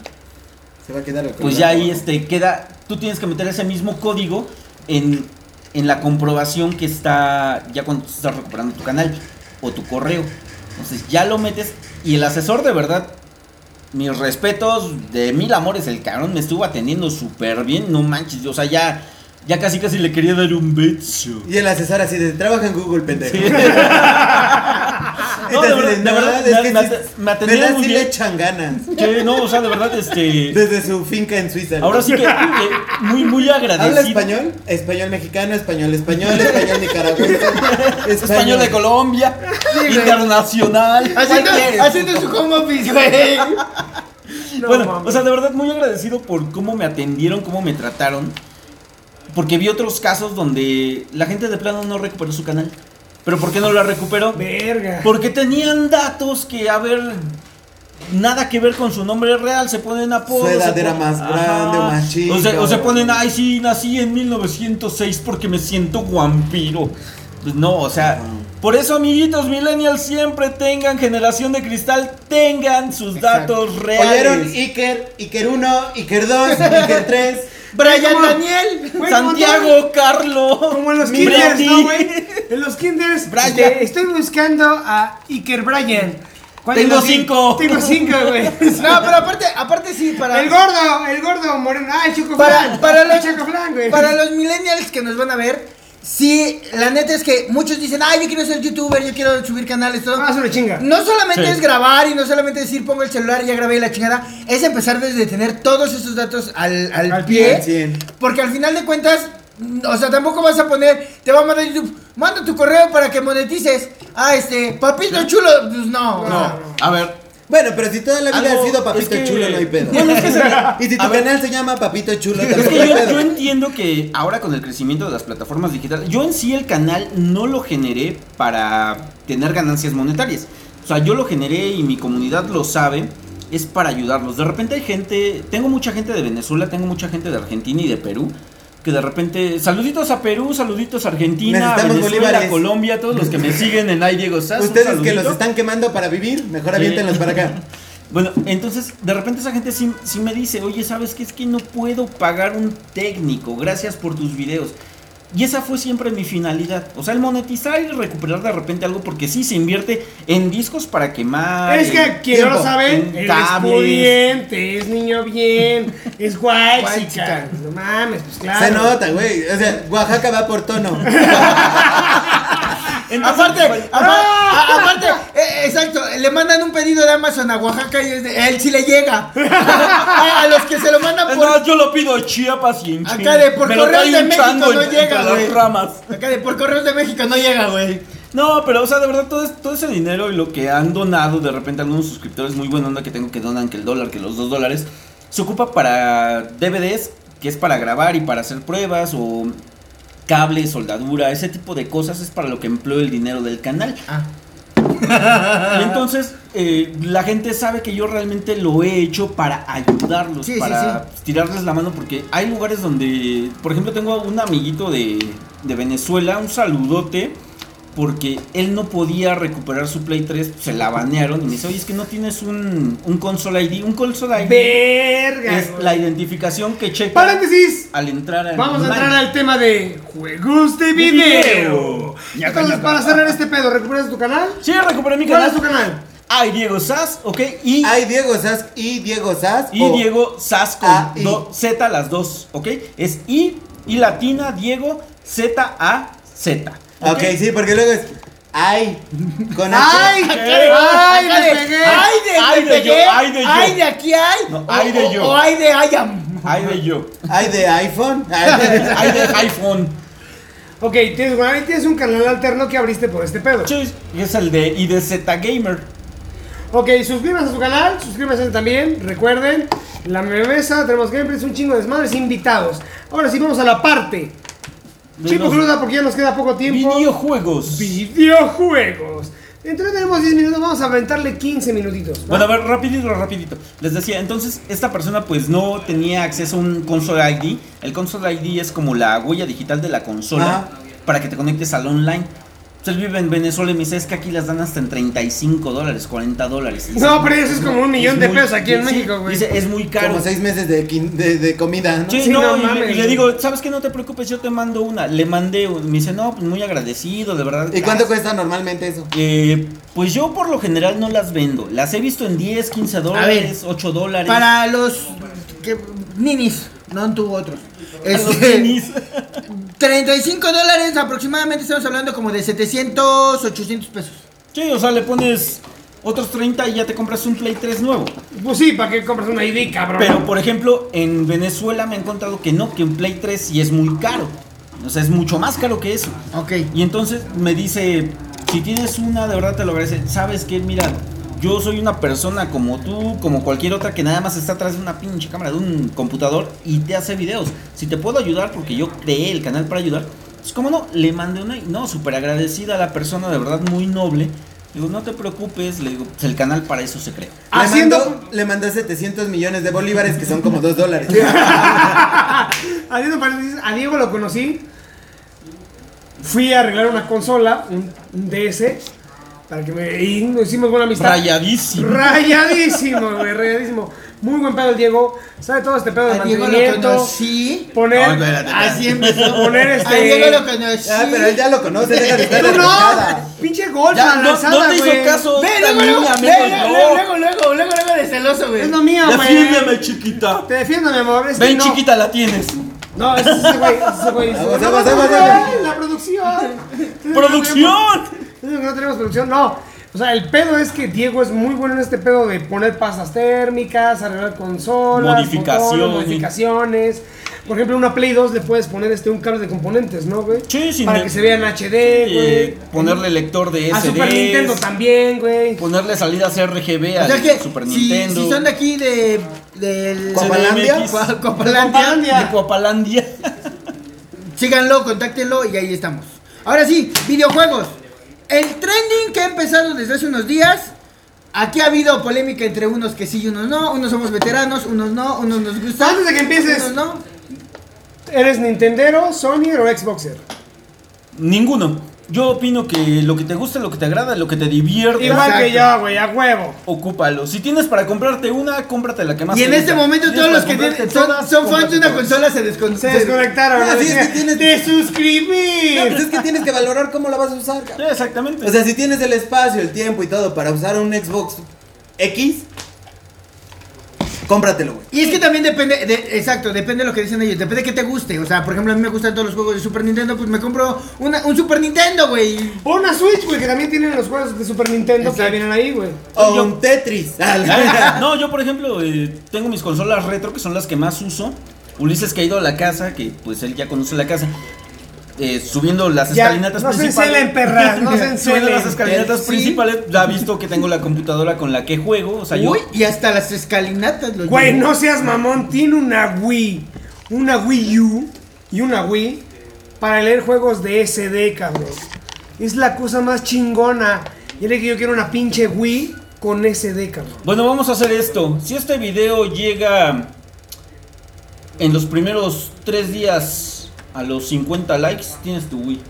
Speaker 3: Se va a quedar el
Speaker 4: pues ya ahí este queda tú tienes que meter ese mismo código en, en la comprobación que está ya cuando tú estás recuperando tu canal o tu correo. Entonces ya lo metes y el asesor de verdad mis respetos, de mil amores el cabrón me estuvo atendiendo súper bien, no manches, o sea, ya ya casi casi le quería dar un beso.
Speaker 3: Y el asesor así de trabaja en Google, pendejo.
Speaker 4: Sí.
Speaker 3: Y
Speaker 4: No,
Speaker 3: te
Speaker 4: de
Speaker 3: así
Speaker 4: verdad, de
Speaker 3: Ah, "No,
Speaker 4: verdad,
Speaker 3: es
Speaker 4: me-
Speaker 3: que
Speaker 4: me
Speaker 3: sí-
Speaker 4: at- me atendieron
Speaker 3: ¿verdad?
Speaker 4: muy
Speaker 3: Sí
Speaker 4: bien".
Speaker 3: le echan ganas.
Speaker 4: Che, no, o sea, de verdad este
Speaker 3: Desde su finca en Suiza.
Speaker 4: ahora sí que eh, muy muy agradecido.
Speaker 3: ¿Habla español? Español mexicano, español español, español nicaragüense.
Speaker 4: Español de Colombia,
Speaker 2: güey.
Speaker 4: internacional.
Speaker 2: Haciendo,
Speaker 4: ¿cuál quieres?
Speaker 2: haciendo su home office, güey.
Speaker 1: No,
Speaker 4: bueno,
Speaker 1: mames.
Speaker 4: o sea, de verdad muy agradecido por cómo me atendieron, cómo me trataron. Porque vi otros casos donde la gente de plano no recuperó su canal. ¿Pero por qué no la recuperó?
Speaker 1: Verga.
Speaker 4: Porque tenían datos que, a ver, nada que ver con su nombre real. Se ponen apodos.
Speaker 3: Su edad
Speaker 4: se
Speaker 3: era más grande o más chica.
Speaker 4: O se, o se ponen, ay, sí, nací en 1906 porque me siento vampiro. Pues no, o sea, por eso amiguitos millennials siempre tengan generación de cristal, tengan sus
Speaker 2: Exacto.
Speaker 4: datos reales.
Speaker 3: Oyeron Iker, Iker 1, Iker 2, Iker 3.
Speaker 2: Brian
Speaker 1: ¿Cómo?
Speaker 2: Daniel.
Speaker 1: Güey, como
Speaker 4: Santiago, Carlos.
Speaker 1: Como en los
Speaker 4: Miri.
Speaker 1: kinders, ¿no, güey? En los kinders.
Speaker 4: Brian.
Speaker 1: este, estoy buscando a Iker Bryan. ¿Cuál
Speaker 4: Tengo
Speaker 1: de los-
Speaker 4: cinco.
Speaker 1: Tengo cinco, güey.
Speaker 2: No, pero aparte, aparte sí, para.
Speaker 1: El gordo, el gordo moreno. Ah, el Choco
Speaker 2: para,
Speaker 1: Flan.
Speaker 2: para,
Speaker 1: El
Speaker 2: los,
Speaker 1: Choco Flan, güey.
Speaker 2: para los millennials que nos van a ver, sí, la neta es que muchos dicen, ay, yo quiero ser youtuber, yo quiero subir canales, todo.
Speaker 1: Ah, es una chinga.
Speaker 2: No solamente
Speaker 4: Sí.
Speaker 2: es grabar y no solamente decir pongo el celular y ya grabé y la chingada, es empezar desde tener todos esos datos al, al
Speaker 1: Al
Speaker 2: pie.
Speaker 1: pie,
Speaker 3: sí.
Speaker 2: Porque al final de cuentas, mm, o sea, tampoco vas a poner, te va a mandar YouTube, manda tu correo para que monetices. Ah, este, papito chulo, pues no.
Speaker 4: No, a ver,
Speaker 3: Bueno, pero si toda la vida
Speaker 4: Algo-
Speaker 3: has sido Papito
Speaker 4: es que-
Speaker 3: Chulo, no hay pedo.
Speaker 4: Bueno, es que
Speaker 3: Y si tu
Speaker 4: A ver.
Speaker 3: canal se llama Papito Chulo,
Speaker 4: Es
Speaker 3: tampoco
Speaker 4: que
Speaker 3: hay
Speaker 4: yo, yo
Speaker 3: pedo.
Speaker 4: entiendo que ahora con el crecimiento de las plataformas digitales, yo en sí el canal no lo generé para tener ganancias monetarias. O sea, yo lo generé y mi comunidad lo sabe, es para ayudarlos. De repente hay gente, tengo mucha gente de Venezuela, tengo mucha gente de Argentina y de Perú, que de repente, saluditos a Perú, saluditos a Argentina, a
Speaker 3: Necesitamos
Speaker 4: Venezuela,
Speaker 3: bolívares.
Speaker 4: Colombia, todos los que me siguen en Ay Diego Sass, un
Speaker 3: Ustedes que los
Speaker 4: saludito.
Speaker 3: están quemando para vivir, mejor
Speaker 4: Sí.
Speaker 3: aviéntenlos para acá.
Speaker 4: Bueno, entonces de repente esa gente sí, sí me dice, oye, ¿sabes qué? Es que no puedo pagar un técnico, gracias por tus videos. Y esa fue siempre mi finalidad. O sea, el monetizar y recuperar de repente algo, porque sí se invierte en discos para quemar.
Speaker 1: Es que
Speaker 4: en
Speaker 1: quien no lo
Speaker 4: tiempo,
Speaker 1: sabe,
Speaker 4: en
Speaker 1: él es
Speaker 4: cables.
Speaker 1: pudiente, es niño bien, es guay,
Speaker 2: Guay,
Speaker 1: chica.
Speaker 2: chica.
Speaker 1: No mames, pues claro.
Speaker 3: Se nota, güey. O sea, Oaxaca va por tono.
Speaker 4: Entonces,
Speaker 2: Aparte,
Speaker 4: pues,
Speaker 2: apa- a- aparte, eh, exacto, le mandan un pedido de Amazon a Oaxaca y es de, él sí le llega. a, a los que se lo mandan
Speaker 4: es
Speaker 2: ah, por,
Speaker 4: más, yo lo pido en Chiapas y en
Speaker 2: Acá
Speaker 4: China.
Speaker 2: de por
Speaker 4: Me lo
Speaker 2: correos
Speaker 4: trae
Speaker 2: de
Speaker 4: un
Speaker 2: México
Speaker 4: chango
Speaker 2: no
Speaker 4: en-
Speaker 2: llega,
Speaker 4: entre
Speaker 2: güey.
Speaker 4: las ramas.
Speaker 2: acá de por correos de México no llega, güey.
Speaker 4: No, pero o sea, de verdad, todo, es- todo ese dinero y lo que han donado, de repente algunos suscriptores muy buena onda que tengo que donan que el dólar, que los dos dólares, se ocupa para DVDs, que es para grabar y para hacer pruebas o cable, soldadura, ese tipo de cosas es para lo que empleo el dinero del canal.
Speaker 2: Ah.
Speaker 4: Y entonces eh, la gente sabe que yo realmente lo he hecho para ayudarlos,
Speaker 2: Sí, sí,
Speaker 4: para
Speaker 2: sí.
Speaker 4: pues, tirarles la mano, porque hay lugares donde, por ejemplo, tengo un amiguito de, de Venezuela, un saludote, porque él no podía recuperar su Play 3, se la banearon y me dice, oye, es que no tienes un, un console ID, un console ID.
Speaker 1: Verga.
Speaker 4: Es
Speaker 1: güey.
Speaker 4: la identificación que checa
Speaker 1: Paréntesis.
Speaker 4: al entrar al
Speaker 1: Vamos a
Speaker 4: online.
Speaker 1: entrar al tema de juegos de video.
Speaker 4: video.
Speaker 1: Entonces, para cerrar este pedo, ¿recuperas tu canal?
Speaker 4: Sí, recuperé mi
Speaker 1: ¿Cuál es
Speaker 4: canal.
Speaker 1: tu canal?
Speaker 4: Ay, Diego Sass, ok, y...
Speaker 3: Hay Diego Sass y Diego Sass.
Speaker 4: Y
Speaker 1: oh.
Speaker 3: o
Speaker 4: Diego Sas con
Speaker 1: Ah,
Speaker 3: A, I.
Speaker 4: do- Z las dos, ¿ok? Es I y latina Diego Z A Z.
Speaker 3: Ok, sí, porque luego es. Ay. Con H.
Speaker 1: ¡Ay! ¡Ay!
Speaker 2: Acá de-
Speaker 1: ¡Me pegué!
Speaker 2: ¡Ay de,
Speaker 4: Ay
Speaker 2: me
Speaker 4: de
Speaker 2: pegué,
Speaker 4: yo, ay de yo.
Speaker 2: ay de aquí hay!
Speaker 4: No,
Speaker 2: o-
Speaker 4: ay de
Speaker 2: o-
Speaker 4: yo.
Speaker 2: O, ay de I am.
Speaker 4: Ay de yo.
Speaker 3: Ay de iPhone. Ay de-
Speaker 4: Ay de iPhone.
Speaker 1: Ok, tienes, bueno, ahí tienes un canal alterno que abriste por este pedo.
Speaker 4: Chis, Es el de I de Z Gamer.
Speaker 1: Ok, suscríbanse a su canal, suscríbanse también, recuerden, la mesa, tenemos gameplays, un chingo de desmadres, invitados. Ahora sí, vamos a la parte.
Speaker 4: De
Speaker 1: Chico
Speaker 4: los
Speaker 1: cruda porque ya nos queda poco tiempo.
Speaker 4: Videojuegos.
Speaker 1: Videojuegos. Entonces tenemos 10 minutos, vamos a aventarle 15 minutitos. ¿va?
Speaker 4: Bueno, a ver, rapidito, rapidito. Les decía, entonces, esta persona pues no tenía acceso a un console ID. El console ID es como la huella digital de la consola
Speaker 3: Ajá.
Speaker 1: Ah.
Speaker 4: para que te conectes al online. Entonces vive en Venezuela y me dice, es que aquí las dan hasta en 35 dólares, 40 dólares.
Speaker 1: No, pero eso es como un millón de pesos aquí en
Speaker 4: sí,
Speaker 1: México, güey.
Speaker 4: Dice, es muy caro.
Speaker 3: Como seis meses de, quin- de, de comida, ¿no?
Speaker 4: Sí,
Speaker 1: Sí,
Speaker 4: no,
Speaker 1: no
Speaker 4: y, le-
Speaker 1: mames.
Speaker 4: y le digo, ¿sabes qué? No te preocupes, yo te mando una. Le mandé, un- me dice, no, pues muy agradecido, de verdad.
Speaker 3: ¿Y cuánto
Speaker 4: gracias".
Speaker 3: cuesta normalmente eso?
Speaker 4: Eh, pues yo por lo general no las vendo. Las he visto en 10, 15 dólares, 8 dólares.
Speaker 2: Para los que- ninis, no tú otros.
Speaker 4: A los
Speaker 2: Este,
Speaker 4: ninis.
Speaker 2: 35 dólares aproximadamente, estamos hablando como de 700, 800 pesos.
Speaker 4: Sí, o sea, le pones otros 30 y ya te compras un Play 3 nuevo.
Speaker 1: Pues sí, ¿para qué compras una ID, cabrón?
Speaker 4: Pero, por ejemplo, en Venezuela me he encontrado que no, que un Play 3 sí es muy caro. O sea, es mucho más caro que eso.
Speaker 2: Ok.
Speaker 4: Y entonces me dice, si tienes una, de verdad te lo agradece. ¿Sabes qué? Mira, yo soy una persona como tú, como cualquier otra que nada más está atrás de una pinche cámara, de un computador y te hace videos. Si te puedo ayudar, porque yo creé el canal para ayudar, pues cómo no, le mandé una... y No, súper agradecida a la persona, de verdad muy noble. Le digo, no te preocupes, le digo, pues el canal para eso se creó.
Speaker 1: Haciendo-
Speaker 3: Le mandó, le mandó 700 millones de bolívares, que son como 2 dólares.
Speaker 1: Haciendo paréntesis, a Diego lo conocí fui a arreglar una consola, un un DS, para que me. Y nos hicimos buena amistad.
Speaker 4: Rayadísimo.
Speaker 1: Rayadísimo, güey, rayadísimo. Muy buen pedo el Diego. Sabe todo este pedo de
Speaker 2: A Diego lo
Speaker 1: mantenimiento.
Speaker 2: conocí.
Speaker 1: Poner.
Speaker 3: No, espérate.
Speaker 4: Ah,
Speaker 2: Así empezó.
Speaker 1: Poner
Speaker 2: A Diego lo
Speaker 1: este.
Speaker 2: conocí.
Speaker 3: Ah, pero él ya lo conoce, deja de estar
Speaker 1: ¡Tú
Speaker 3: enojada.
Speaker 1: no! ¡Pinche golf!
Speaker 4: Ya, no,
Speaker 1: lanzada,
Speaker 4: no te hizo
Speaker 1: güey.
Speaker 4: caso.
Speaker 2: Ve, luego, luego,
Speaker 4: También,
Speaker 2: ve,
Speaker 4: amigos,
Speaker 2: luego,
Speaker 4: no.
Speaker 2: luego, luego, luego, luego de celoso, güey.
Speaker 1: Es lo mío, güey.
Speaker 4: Defiéndeme, chiquita.
Speaker 1: Te defiendo, mi amor. Es que
Speaker 4: Ven,
Speaker 1: no.
Speaker 4: chiquita, la tienes.
Speaker 1: No, es ese güey. Es ese güey.
Speaker 3: Vamos,
Speaker 1: No,
Speaker 3: vamos,
Speaker 1: no,
Speaker 3: vamos,
Speaker 1: no,
Speaker 3: vamos.
Speaker 1: La producción.
Speaker 4: ¡Producción!
Speaker 1: Dicen que no tenemos producción, no. O sea, el pedo es que Diego es muy bueno en este pedo de poner pasas térmicas, arreglar consolas,
Speaker 4: Modificaciones.
Speaker 1: botones, modificaciones. Por ejemplo, una Play 2 le puedes poner este un cable de componentes, ¿no, güey?
Speaker 4: Sí, sin
Speaker 1: Para
Speaker 4: de-
Speaker 1: que se vea en HD,
Speaker 4: Eh,
Speaker 1: güey.
Speaker 4: ponerle lector de
Speaker 1: A Super Nintendo
Speaker 4: SD.
Speaker 1: también, güey.
Speaker 4: Ponerle salidas RGB
Speaker 2: O
Speaker 4: al
Speaker 2: sea que
Speaker 4: Super
Speaker 2: si,
Speaker 4: Nintendo.
Speaker 2: si son de aquí de del
Speaker 3: Coapalandia.
Speaker 2: Cua-
Speaker 1: Coapalandia.
Speaker 2: Coapalandia,
Speaker 4: De Coapalandia.
Speaker 2: síganlo, contáctenlo y ahí estamos. Ahora sí, videojuegos. El trending que ha empezado desde hace unos días. Aquí ha habido polémica entre unos que sí y unos no, unos somos veteranos, unos no, unos nos gustan.
Speaker 1: Antes de que empieces.
Speaker 2: Unos no.
Speaker 1: ¿Eres Nintendero, Sonyer o Xboxer?
Speaker 4: Ninguno. Yo opino que lo que te gusta, lo que te agrada, lo que te divierte,
Speaker 1: Igual que
Speaker 2: Exacto.
Speaker 1: yo, güey, a huevo.
Speaker 4: ocúpalo. Si tienes para comprarte una, cómprate la que más
Speaker 2: Y en
Speaker 4: te
Speaker 2: este
Speaker 4: gusta.
Speaker 2: momento
Speaker 4: Tienes
Speaker 2: todos los
Speaker 4: para
Speaker 2: que tienen,
Speaker 4: comprarte
Speaker 2: son,
Speaker 4: todas,
Speaker 2: son fans de una
Speaker 4: cómprate
Speaker 2: consola se descon-
Speaker 1: Se
Speaker 2: se-
Speaker 1: desconectaron.
Speaker 3: Así es
Speaker 1: decía,
Speaker 3: que tienes-
Speaker 1: ¡Te suscribí!
Speaker 3: No, pues es que tienes que valorar cómo la vas a usar.
Speaker 4: todas.
Speaker 3: cabrón.
Speaker 4: Sí, exactamente.
Speaker 3: O sea, si tienes el espacio, el tiempo y todo para usar un Xbox X, cómpratelo, güey.
Speaker 2: Y es que también depende, de- exacto, depende de lo que dicen ellos, depende de qué te guste. O sea, por ejemplo, a mí me gustan todos los juegos de Super Nintendo, pues me compro una- un Super Nintendo, güey.
Speaker 1: O una Switch, güey, que también tienen los juegos de Super Nintendo que
Speaker 2: Exacto.
Speaker 1: vienen ahí, güey.
Speaker 3: O
Speaker 4: Yo-
Speaker 3: un Tetris.
Speaker 4: Ah, no, yo por ejemplo eh, tengo mis consolas retro que son las que más uso. Ulises que ha ido a la casa, que pues él ya conoce la casa. eh, subiendo las
Speaker 1: Ya,
Speaker 4: escalinatas
Speaker 1: no se
Speaker 4: principales.
Speaker 1: encelen, perras, no se
Speaker 4: Subiendo
Speaker 1: encelen.
Speaker 4: las escalinatas
Speaker 2: Sí.
Speaker 4: principales. Ya ha visto que tengo la computadora con la que juego. O sea, yo.
Speaker 2: Uy, y hasta las escalinatas los
Speaker 1: Güey,
Speaker 2: llevo.
Speaker 1: no seas mamón, tiene una Wii, una Wii U y una Wii para leer juegos de SD, cabrón. Es la cosa más chingona. Y le que yo quiero una pinche Wii con SD, cabrón.
Speaker 4: Bueno, vamos a hacer esto. Si este video llega en los primeros tres días a los 50 likes, tienes tu Wii.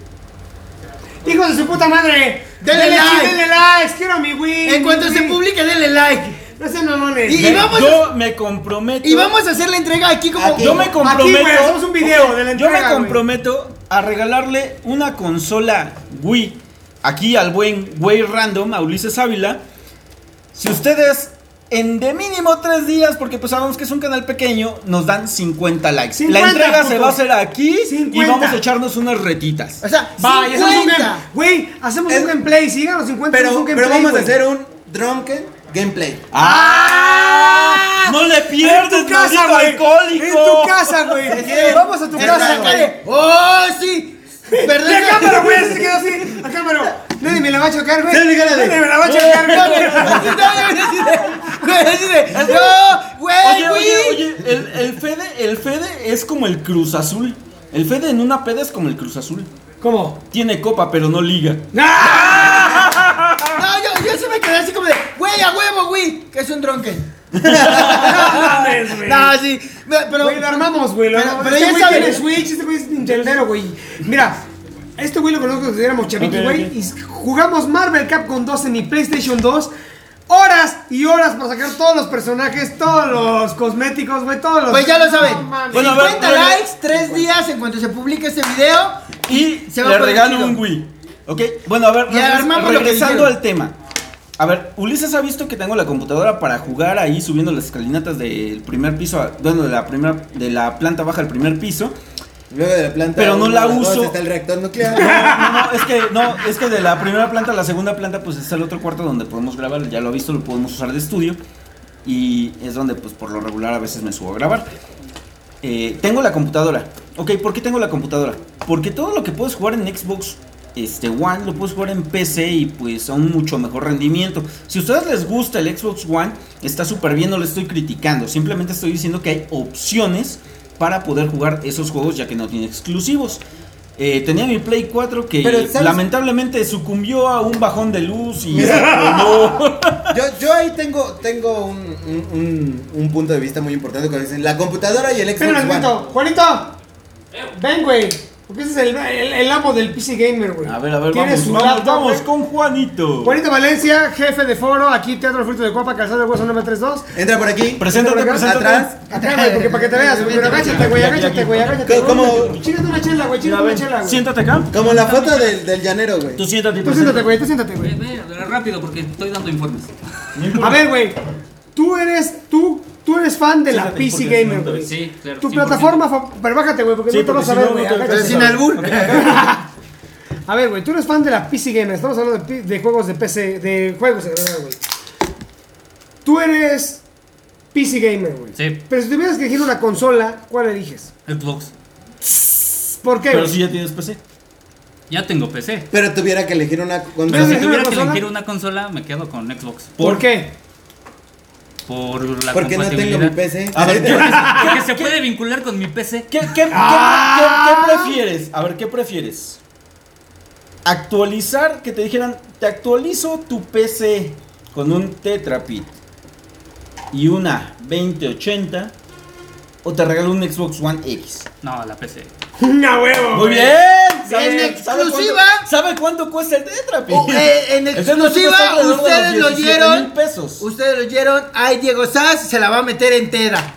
Speaker 1: ¡Hijos de su puta madre!
Speaker 2: Denle
Speaker 1: ¡Denle
Speaker 2: like.
Speaker 1: like! ¡Denle likes! ¡Quiero mi Wii!
Speaker 2: En
Speaker 1: mi
Speaker 2: cuanto se
Speaker 1: Wii.
Speaker 2: publique, denle like.
Speaker 1: No sean mamones.
Speaker 2: Y-
Speaker 4: Me-
Speaker 2: vamos
Speaker 4: yo me comprometo.
Speaker 2: Y vamos a hacer la entrega aquí como...
Speaker 3: Aquí.
Speaker 4: Yo me comprometo.
Speaker 1: Aquí, güey, hacemos un video
Speaker 4: Ok,
Speaker 1: de la
Speaker 4: Yo me
Speaker 1: entrega, güey.
Speaker 4: comprometo a regalarle una consola Wii aquí al buen güey random, a Ulises Ávila. Si ustedes en de mínimo tres días, porque pues sabemos que es un canal pequeño, nos dan 50 likes.
Speaker 1: 50,
Speaker 4: la entrega se
Speaker 1: puto.
Speaker 4: va a hacer aquí
Speaker 1: 50.
Speaker 4: y vamos a echarnos unas retitas.
Speaker 2: O sea,
Speaker 1: Va, y hacemos un
Speaker 2: 50.
Speaker 1: gameplay. Güey, hacemos
Speaker 3: Es-
Speaker 1: un gameplay. Si llegan los 50, hacemos
Speaker 3: Pero,
Speaker 1: un
Speaker 3: pero
Speaker 1: gameplay.
Speaker 3: vamos a
Speaker 1: güey.
Speaker 3: hacer un drunken gameplay.
Speaker 4: ¡Ah! ¡No le
Speaker 1: En
Speaker 4: pierdes,
Speaker 1: tu casa,
Speaker 4: maldito
Speaker 1: güey.
Speaker 4: alcohólico!
Speaker 1: En tu casa, güey. Vamos a tu
Speaker 2: Es
Speaker 1: casa,
Speaker 2: la
Speaker 1: güey.
Speaker 2: calle. ¡Oh, sí!
Speaker 1: Y
Speaker 2: Perdón.
Speaker 1: a cámara, güey, se quedó así. A cámara. Nadie me la va a chocar, güey.
Speaker 3: Sí,
Speaker 1: Nadie
Speaker 3: dígale.
Speaker 1: me la va a
Speaker 2: No, no, no,
Speaker 1: chocar,
Speaker 2: no,
Speaker 1: güey.
Speaker 2: no, así de- güey, así de, no, güey,
Speaker 4: Oye, oye,
Speaker 2: güey.
Speaker 4: oye, el, el Fede, el Fede es como el Cruz Azul. El Fede en una peda es como el Cruz Azul.
Speaker 1: ¿Cómo?
Speaker 4: Tiene copa, pero no liga.
Speaker 2: No, yo, yo sí me quedé así como de, güey, a huevo, güey, que es un dronken. No, sí, me- pero...
Speaker 1: Güey, lo armamos, güey. lo
Speaker 2: Pero-
Speaker 1: armamos.
Speaker 2: pero
Speaker 1: este
Speaker 2: ya
Speaker 1: güey
Speaker 2: saben-
Speaker 1: tiene Switch, este güey es Nintendero, güey. Mira, este güey lo conozco desde que éramos chavitos,
Speaker 4: Ok,
Speaker 1: güey.
Speaker 4: ok.
Speaker 1: Y jugamos Marvel Capcom 2 en mi PlayStation 2. Horas y horas para sacar todos los personajes, todos los cosméticos, güey, todos los.
Speaker 2: Pues ya lo
Speaker 1: No
Speaker 2: saben.
Speaker 1: mames.
Speaker 4: Bueno, a ver,
Speaker 2: 50
Speaker 4: bueno.
Speaker 2: likes, 3 días en cuanto se publique este video.
Speaker 4: Y
Speaker 2: Se va a
Speaker 4: le
Speaker 2: poner
Speaker 4: regalo
Speaker 2: chido.
Speaker 4: un Wii. ¿Ok? Bueno, a ver,
Speaker 2: Y
Speaker 4: regres-
Speaker 2: armamos lo que
Speaker 4: regresando
Speaker 2: dijeron.
Speaker 4: al tema. A ver, Ulises ha visto que tengo la computadora para jugar ahí subiendo las escalinatas del primer piso, a- bueno, de la primera, de la planta baja al primer piso.
Speaker 3: Luego de la planta.
Speaker 4: Pero no
Speaker 3: uno,
Speaker 4: la
Speaker 3: dos,
Speaker 4: uso.
Speaker 3: Está el reactor nuclear.
Speaker 4: No, no, es que no, es que de la primera planta a la segunda planta pues está el otro cuarto donde podemos grabar, ya lo ha visto, lo podemos usar de estudio y es donde pues por lo regular a veces me subo a grabar. Eh, tengo la computadora. Ok, ¿por qué tengo la computadora? Porque todo lo que puedes jugar en Xbox este, One lo puedes jugar en PC y pues a un mucho mejor rendimiento. Si a ustedes les gusta el Xbox One, está súper bien, no le estoy criticando. Simplemente estoy diciendo que hay opciones para poder jugar esos juegos ya que no tiene exclusivos. Eh, tenía mi Play 4 que
Speaker 3: Pero, ¿sabes?
Speaker 4: lamentablemente sucumbió a un bajón de luz y...
Speaker 3: Yo, yo ahí tengo, tengo un, un- un- un punto de vista muy importante cuando dicen la computadora y el Xbox
Speaker 1: Espera un
Speaker 3: One.
Speaker 1: momento, Juanito. Ven, güey. Porque ese es el, el- el amo del PC Gamer, güey.
Speaker 4: A ver, a ver,
Speaker 1: Tiene
Speaker 4: vamos,
Speaker 1: su
Speaker 4: vamos,
Speaker 1: laptop,
Speaker 4: vamos
Speaker 1: güey.
Speaker 4: con Juanito.
Speaker 1: Juanito Valencia, jefe de foro, aquí Teatro Fruto de Copa, Calzado de Hueso 932.
Speaker 3: Entra por aquí.
Speaker 4: Preséntate,
Speaker 3: Entra por acá,
Speaker 4: preséntate.
Speaker 3: Atrás.
Speaker 1: Acá, güey, porque para que te veas, güey. Pero agáchate, güey, agáchate, güey, agáchate.
Speaker 3: ¿Cómo-
Speaker 1: güey. Chínate una chela, güey,
Speaker 4: Mira,
Speaker 1: chínate una
Speaker 4: ven,
Speaker 1: chela, güey.
Speaker 4: siéntate pues, acá.
Speaker 3: Como la foto del, del llanero, güey.
Speaker 4: Tú siéntate. y
Speaker 1: Tú siéntate,
Speaker 4: preséntate.
Speaker 1: güey, tú siéntate,
Speaker 5: Ve,
Speaker 1: güey.
Speaker 5: ve, rápido porque estoy dando informes.
Speaker 1: A ver, güey, tú eres, tú, tú eres fan de la
Speaker 4: Siéntate,
Speaker 1: PC
Speaker 4: porque
Speaker 1: Gamer,
Speaker 4: no te
Speaker 1: güey.
Speaker 4: ves.
Speaker 5: Sí, claro.
Speaker 1: Tu
Speaker 5: 100%.
Speaker 1: plataforma, fa- pero bájate, güey, porque
Speaker 4: Sí,
Speaker 1: no te
Speaker 4: porque
Speaker 1: vas a
Speaker 4: si
Speaker 1: ver,
Speaker 4: no,
Speaker 1: güey.
Speaker 4: no te-
Speaker 2: Pero
Speaker 1: agáchate.
Speaker 2: sin albur.
Speaker 1: A ver, güey, tú eres fan de la PC Gamer. Estamos hablando de, pi- de juegos de PC, de juegos de verdad, güey. Tú eres PC Gamer, güey.
Speaker 5: Sí.
Speaker 1: Pero si tuvieras que elegir una consola, ¿cuál eliges?
Speaker 5: Xbox.
Speaker 1: ¿Por qué?
Speaker 4: Pero
Speaker 1: güey?
Speaker 4: si ya tienes PC.
Speaker 5: Ya tengo PC.
Speaker 3: Pero tuviera que elegir una
Speaker 5: Pero
Speaker 1: ¿Tuvieras
Speaker 5: si
Speaker 1: que
Speaker 3: consola.
Speaker 1: elegir una
Speaker 5: tuviera que
Speaker 1: consola?
Speaker 5: elegir una consola, me quedo con Xbox.
Speaker 1: ¿Por qué?
Speaker 5: Por la
Speaker 3: Porque no tengo
Speaker 5: compatibilidad. Ah,
Speaker 3: mi PC.
Speaker 4: A ver, ¿qué,
Speaker 5: Porque se puede vincular con mi PC.
Speaker 4: qué, qué- qué- qué- qué prefieres? A ver, ¿qué prefieres? Actualizar, que te dijeran, te actualizo tu PC con un Tetrapit y una 2080 o te regalo un Xbox One X.
Speaker 5: No, la PC.
Speaker 1: ¡Una huevo!
Speaker 4: Muy
Speaker 1: güey!
Speaker 4: bien. ¿Sabe-
Speaker 2: En
Speaker 4: sabe cuánto-
Speaker 2: exclusiva.
Speaker 4: ¿Sabe cuánto cuesta el Tetrapit?
Speaker 2: O, eh, en exclusiva, ustedes lo
Speaker 4: dieron
Speaker 2: oyeron.
Speaker 4: pesos.
Speaker 2: Ustedes lo oyeron. Ay, Diego Sass se la va a meter entera.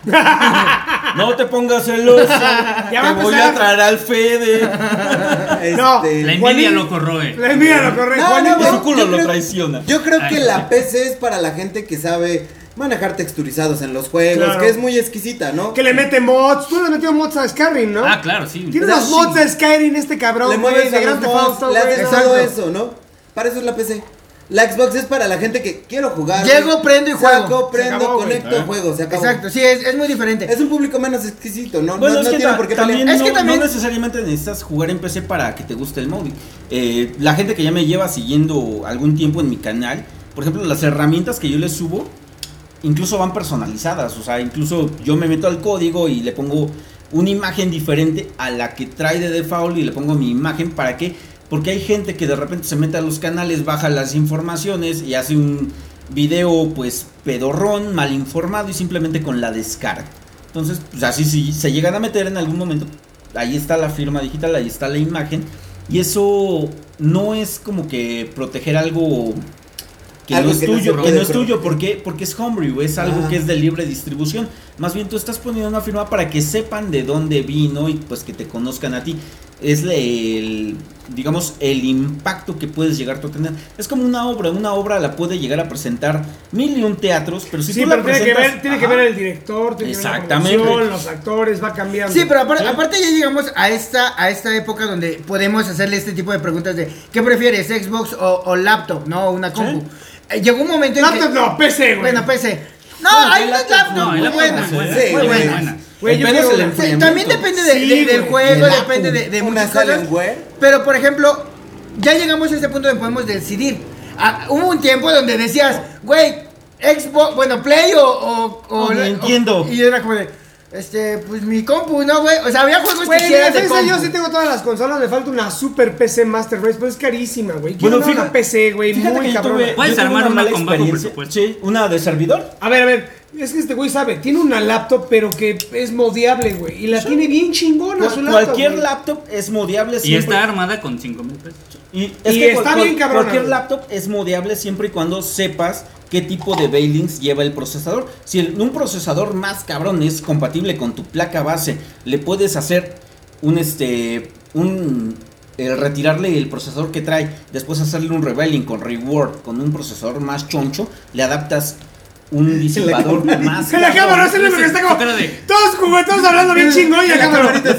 Speaker 4: No te pongas celoso.
Speaker 1: Ya va
Speaker 4: te
Speaker 1: a
Speaker 4: voy
Speaker 1: empezar.
Speaker 4: a traer al Fede.
Speaker 1: No.
Speaker 5: La
Speaker 3: Este,
Speaker 5: envidia
Speaker 1: Juanín-
Speaker 5: lo corroe.
Speaker 1: La mira, lo correcto.
Speaker 3: No,
Speaker 1: Juanito.
Speaker 3: no,
Speaker 4: Su
Speaker 3: Yo
Speaker 4: culo lo
Speaker 3: creo-
Speaker 4: traiciona.
Speaker 3: Yo creo
Speaker 5: Ay,
Speaker 3: que
Speaker 5: sí.
Speaker 3: la PC es para la gente que sabe manejar texturizados en los juegos,
Speaker 1: Claro.
Speaker 3: que es muy exquisita, ¿no?
Speaker 1: Que le mete mods. Tú le has metido mods a Skyrim, ¿no?
Speaker 5: Ah, claro, sí.
Speaker 1: Tiene
Speaker 3: O sea,
Speaker 1: unos mods
Speaker 3: sí.
Speaker 1: de Skyrim este cabrón,
Speaker 3: le
Speaker 1: güey,
Speaker 3: mueves
Speaker 1: de
Speaker 3: a los
Speaker 1: Grand Theft
Speaker 3: mods,
Speaker 1: Auto,
Speaker 3: le
Speaker 1: güey.
Speaker 3: haces todo eso, ¿no? Para eso es la PC. La Xbox es para la gente que quiero jugar.
Speaker 2: Llego,
Speaker 3: güey.
Speaker 2: prendo y juego.
Speaker 3: Saco, prendo,
Speaker 1: acabó, güey.
Speaker 3: conecto,
Speaker 5: ¿eh?
Speaker 3: juego, se acabó.
Speaker 2: Exacto, sí, es, es muy diferente.
Speaker 3: Es un público menos exquisito, ¿no?
Speaker 4: Bueno,
Speaker 3: no
Speaker 4: es
Speaker 3: no
Speaker 4: que
Speaker 3: tiene
Speaker 4: ta-
Speaker 3: por qué
Speaker 4: también,
Speaker 3: pelear.
Speaker 2: Es
Speaker 4: no,
Speaker 2: que también-
Speaker 4: no necesariamente necesitas jugar en PC para que te guste el móvil. Eh, la gente que ya me lleva siguiendo algún tiempo en mi canal, por ejemplo, las herramientas que yo les subo, incluso van personalizadas. O sea, incluso yo me meto al código y le pongo una imagen diferente a la que trae de default y le pongo mi imagen para que. Porque hay gente que de repente se mete a los canales, baja las informaciones y hace un video pues pedorrón, mal informado y simplemente con la descarga. Entonces, pues así si se llegan a meter en algún momento, ahí está la firma digital, ahí está la imagen. Y eso no es como que proteger algo que
Speaker 3: Algo
Speaker 4: no es
Speaker 3: que no se
Speaker 4: tuyo, que
Speaker 3: puede
Speaker 4: no es
Speaker 3: proteger.
Speaker 4: tuyo, ¿por qué? Porque es homebrew, es algo
Speaker 3: Ah.
Speaker 4: que es de libre distribución. Más bien tú estás poniendo una firma para que sepan de dónde vino y pues que te conozcan a ti. Es la- el, digamos, el impacto que puedes llegar tú a tener. Es como una obra, una obra la puede llegar a presentar mil y un teatros, pero si
Speaker 1: Sí,
Speaker 4: tú
Speaker 1: pero
Speaker 4: la
Speaker 1: tiene que, ver,
Speaker 4: presentas-
Speaker 1: tiene que
Speaker 4: Ajá.
Speaker 1: ver el director, tiene que ver la
Speaker 4: Exactamente.
Speaker 1: producción, los actores, va cambiando.
Speaker 2: Sí, pero apar- aparte ya llegamos a esta, a esta época donde podemos hacerle este tipo de preguntas de ¿qué prefieres, Xbox o, o laptop? No, una compu. Eh, Llegó un momento en
Speaker 1: Laptop
Speaker 2: que...
Speaker 1: no, PC, güey.
Speaker 2: Bueno, PC. No,
Speaker 1: Ah,
Speaker 4: Bueno,
Speaker 2: hay
Speaker 4: el
Speaker 2: unas
Speaker 4: laptop,
Speaker 2: laptops
Speaker 5: No,
Speaker 2: muy
Speaker 5: la
Speaker 2: buenas.
Speaker 5: buena.
Speaker 3: Sí,
Speaker 2: muy
Speaker 3: muy
Speaker 2: buenas.
Speaker 3: buena.
Speaker 1: Güey, yo
Speaker 4: Apenas
Speaker 1: quiero
Speaker 4: el
Speaker 1: una.
Speaker 2: Sí,
Speaker 4: enfriamiento.
Speaker 2: también depende de-
Speaker 1: Sí,
Speaker 2: de- del
Speaker 1: güey.
Speaker 2: juego,
Speaker 3: Del
Speaker 2: depende
Speaker 3: Apple.
Speaker 2: de, de
Speaker 3: Una
Speaker 2: muchas
Speaker 3: sale
Speaker 2: cosas.
Speaker 3: en web.
Speaker 2: Pero por ejemplo, ya llegamos a este punto donde podemos decidir. Ah, hubo un tiempo donde decías, güey, Xbox, bueno, Play o. o, o-
Speaker 4: Oh, ni
Speaker 2: o-
Speaker 4: entiendo.
Speaker 2: y era como de, este, pues mi compu, ¿no, güey? O sea, había juegos
Speaker 1: Güey,
Speaker 2: que
Speaker 1: en
Speaker 2: sí eran de
Speaker 1: defensa
Speaker 2: compu.
Speaker 1: yo sí tengo todas las consolas, me falta una super PC Master Race, pero es carísima, güey. Quiero
Speaker 4: Bueno,
Speaker 1: una-
Speaker 4: fíjate,
Speaker 1: una PC, güey,
Speaker 4: Fíjate que
Speaker 1: muy
Speaker 4: yo
Speaker 1: cabrón.
Speaker 4: tuve-
Speaker 5: Puedes
Speaker 4: yo tuve
Speaker 5: armar una
Speaker 4: mala
Speaker 5: con bajo
Speaker 4: experiencia.
Speaker 5: presupuesto.
Speaker 4: Sí, una de servidor.
Speaker 1: A ver, a ver, es que este güey sabe, tiene una laptop, pero que es modiable, güey, y la tiene bien chingona su laptop.
Speaker 4: cualquier
Speaker 1: güey.
Speaker 4: laptop es modiable
Speaker 5: Y
Speaker 4: siempre.
Speaker 5: está armada con 5 mil pesos.
Speaker 4: Y, es
Speaker 1: Y
Speaker 4: que
Speaker 1: está
Speaker 4: cual-
Speaker 1: bien
Speaker 4: cual-
Speaker 1: cabrona,
Speaker 4: Cualquier
Speaker 1: güey.
Speaker 4: laptop es modiable siempre y cuando sepas qué tipo de bailings lleva el procesador. Si el- un procesador más cabrón es compatible con tu placa base, le puedes hacer un este un eh, retirarle el procesador que trae, después hacerle un rebailing con reward con un procesador más choncho, le adaptas un disipador más
Speaker 1: Que la
Speaker 4: cabrón.
Speaker 1: cámara, es lo que está como.
Speaker 5: Su cara de-
Speaker 1: Todos juguetos hablando bien chingón y la cámara. Ya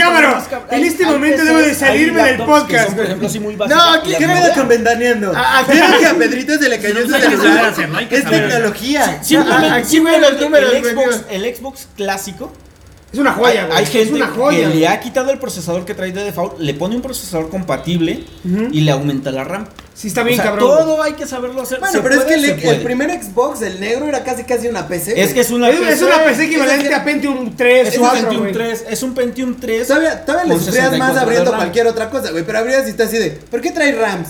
Speaker 1: cámara,
Speaker 4: Más cabrón.
Speaker 1: en
Speaker 4: Hay-
Speaker 1: este
Speaker 4: hay
Speaker 1: momento
Speaker 4: PCs,
Speaker 1: debo de
Speaker 4: hay
Speaker 1: salirme del
Speaker 4: laptops que son,
Speaker 1: podcast.
Speaker 4: por
Speaker 1: güey.
Speaker 4: ejemplo, así muy básicas
Speaker 2: No,
Speaker 4: y
Speaker 2: ¿qué
Speaker 4: las
Speaker 3: ¿Qué
Speaker 4: demás-
Speaker 3: pedo con ventaneando?
Speaker 2: Ah, ah,
Speaker 3: ¿Vieron que a Pedrito se le cayó
Speaker 5: No,
Speaker 3: su
Speaker 5: hay que saber
Speaker 3: celular?
Speaker 5: hacerlo, hay que
Speaker 3: Es
Speaker 5: saber.
Speaker 3: tecnología.
Speaker 4: Simplemente,
Speaker 2: Ah, aquí
Speaker 4: simplemente
Speaker 2: veo los números,
Speaker 4: el,
Speaker 2: güey,
Speaker 4: Xbox, el Xbox clásico.
Speaker 1: Es una joya,
Speaker 4: hay,
Speaker 1: güey.
Speaker 4: hay
Speaker 1: Es
Speaker 4: gente
Speaker 1: una joya.
Speaker 4: que
Speaker 1: güey.
Speaker 4: le ha quitado el procesador que trae de default, le pone un procesador compatible
Speaker 1: Ujú.
Speaker 4: y le aumenta la RAM.
Speaker 1: Sí, está
Speaker 4: O
Speaker 1: bien,
Speaker 4: sea,
Speaker 1: cabrón. güey.
Speaker 4: todo hay que saberlo hacer.
Speaker 3: Bueno,
Speaker 4: Se
Speaker 3: pero es
Speaker 4: puede,
Speaker 3: que el,
Speaker 4: se
Speaker 3: el
Speaker 4: puede.
Speaker 3: primer Xbox, el negro, era casi casi una PC.
Speaker 4: es que es una
Speaker 1: Es, es una PC equivalente
Speaker 3: es-
Speaker 1: a Pentium 3,
Speaker 4: es un
Speaker 1: 4,
Speaker 4: Pentium
Speaker 1: güey.
Speaker 4: 3, es un Pentium 3.
Speaker 3: Todavía, todavía le
Speaker 4: con
Speaker 3: sufrías más
Speaker 4: 64 de
Speaker 3: abriendo
Speaker 4: RAM.
Speaker 3: cualquier otra cosa, güey. Pero abrías y está así de, ¿por qué trae RAMs?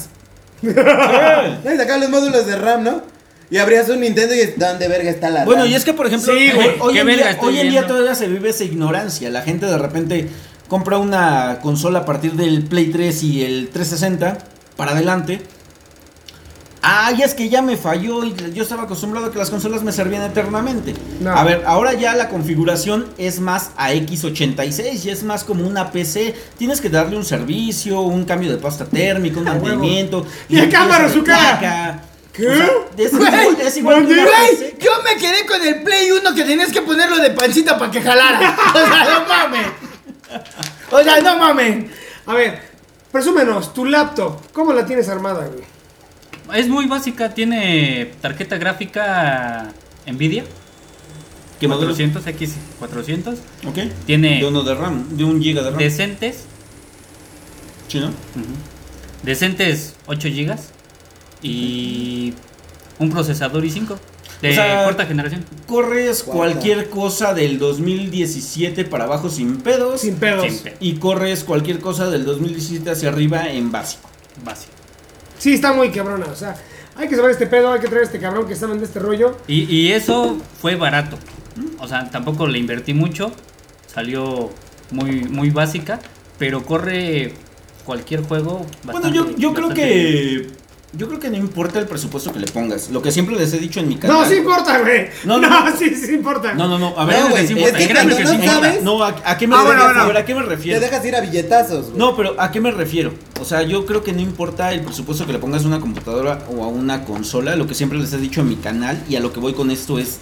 Speaker 4: Sí.
Speaker 3: Nadie sacaba los módulos de RAM, ¿no? Y abrías un Nintendo y ¿dónde verga está la
Speaker 4: Bueno,
Speaker 3: RAM?
Speaker 4: y es que por ejemplo,
Speaker 1: Sí,
Speaker 4: hoy-
Speaker 1: güey,
Speaker 4: hoy,
Speaker 5: qué
Speaker 4: en
Speaker 5: verga
Speaker 4: día,
Speaker 5: estoy
Speaker 4: hoy en día
Speaker 5: viendo.
Speaker 4: todavía se vive esa ignorancia. La gente de repente compra una consola a partir del Play 3 y el 360 para adelante. Ah, ya es que ya me falló y yo estaba acostumbrado a que las consolas me servían eternamente.
Speaker 1: No.
Speaker 4: A ver, ahora ya la configuración es más a X86 y es más como una PC. Tienes que darle un servicio, un cambio de pasta térmica, un mantenimiento.
Speaker 1: Y a cámara,
Speaker 4: limpieza de
Speaker 1: su cara.
Speaker 4: placa.
Speaker 1: ¿Qué?
Speaker 4: O sea, es, igual- es igual que una
Speaker 2: Güey,
Speaker 4: PC.
Speaker 2: yo me quedé con el Play 1 que tenías que ponerlo de pancita para que jalara. O sea, no mames. O sea, no mames.
Speaker 1: A ver, presúmenos, tu laptop, ¿cómo la tienes armada, güey?
Speaker 5: Es muy básica, tiene tarjeta gráfica Nvidia
Speaker 4: ¿Qué modelo?
Speaker 5: 400 X 400,
Speaker 4: Ok.
Speaker 5: Tiene-
Speaker 4: de uno de RAM, de un giga de RAM.
Speaker 5: decentes,
Speaker 4: Chino.
Speaker 5: decentes 8 GB y un procesador i5 de
Speaker 4: O sea,
Speaker 5: cuarta generación.
Speaker 4: Corres
Speaker 3: Cuarta.
Speaker 4: cualquier cosa del 2017 para abajo sin pedos.
Speaker 1: Sin pedos.
Speaker 5: Sin pedos.
Speaker 4: Y corres cualquier cosa del 2017 hacia arriba en básico.
Speaker 5: Básico.
Speaker 1: Sí, está muy cabrona, o sea, hay que saber este pedo, hay que traer a este cabrón que saben de este rollo.
Speaker 5: Y, y eso fue barato. O sea, tampoco le invertí mucho. Salió muy, muy básica. Pero corre cualquier juego.
Speaker 4: Bueno,
Speaker 5: Bastante,
Speaker 4: yo, yo creo
Speaker 5: bastante bien.
Speaker 4: que. Yo creo que no importa el presupuesto que le pongas. Lo que siempre les he dicho en mi canal.
Speaker 1: No, sí importa, güey. No,
Speaker 4: No, no,
Speaker 1: sí, sí importa.
Speaker 4: No, no, no. A ver,
Speaker 3: No, güey,
Speaker 4: les
Speaker 3: es
Speaker 4: importa.
Speaker 3: que
Speaker 5: créanme
Speaker 3: cuando
Speaker 5: que
Speaker 3: no
Speaker 5: sí importa.
Speaker 3: sabes,
Speaker 4: No, ¿a, a qué me
Speaker 2: Ah,
Speaker 4: refiero?
Speaker 2: bueno, bueno.
Speaker 4: A ver, ¿a qué me
Speaker 3: te
Speaker 4: refiero?
Speaker 3: dejas ir a billetazos, güey.
Speaker 4: No, pero ¿a qué me refiero? O sea, yo creo que no importa el presupuesto que le pongas a una computadora o a una consola, lo que siempre les he dicho en mi canal y a lo que voy con esto es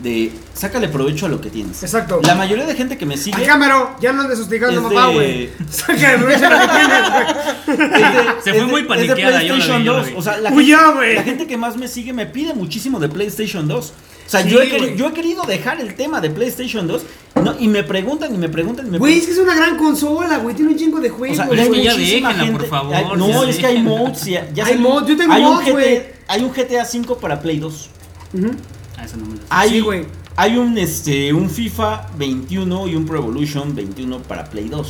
Speaker 4: de sácale provecho a lo que tienes.
Speaker 1: Exacto.
Speaker 4: La mayoría de gente que me sigue
Speaker 1: Al cámara, ya no andes hostigando a
Speaker 4: Es
Speaker 1: mamá,
Speaker 4: de-
Speaker 1: güey. Saca de provecho lo que tienes, güey.
Speaker 4: es de-
Speaker 5: Se
Speaker 4: es de-
Speaker 5: fue muy
Speaker 4: es de
Speaker 5: paniqueada, yo la vi,
Speaker 4: PlayStation
Speaker 5: yo la
Speaker 4: 2,
Speaker 5: vi.
Speaker 4: o sea, la
Speaker 1: Huyó,
Speaker 4: gente,
Speaker 1: güey.
Speaker 4: la gente que más me sigue me pide muchísimo de PlayStation 2. O sea,
Speaker 1: Sí,
Speaker 4: yo, he queri-
Speaker 1: güey.
Speaker 4: yo he querido dejar el tema de PlayStation 2 no, y me preguntan y me preguntan y me
Speaker 1: Güey, es que es una gran consola, güey. Tiene un chingo de juegos.
Speaker 4: O sea,
Speaker 1: güey.
Speaker 5: es
Speaker 4: hay
Speaker 5: que ya
Speaker 4: muchísima
Speaker 5: déjenla, por favor,
Speaker 4: Ay, no,
Speaker 5: ya
Speaker 4: es que hay
Speaker 5: déjenla.
Speaker 4: mods. Ya, ya
Speaker 1: Hay
Speaker 4: salió-
Speaker 1: mods, yo tengo
Speaker 4: hay
Speaker 1: mods,
Speaker 4: un GTA,
Speaker 1: güey.
Speaker 4: Hay un GTA 5 para Play 2.
Speaker 1: Ujú.
Speaker 5: Ah, eso no me lo sé.
Speaker 4: Hay,
Speaker 1: Sí, güey.
Speaker 4: Hay un, este, un FIFA 21 y un Pro Evolution 21 para Play 2.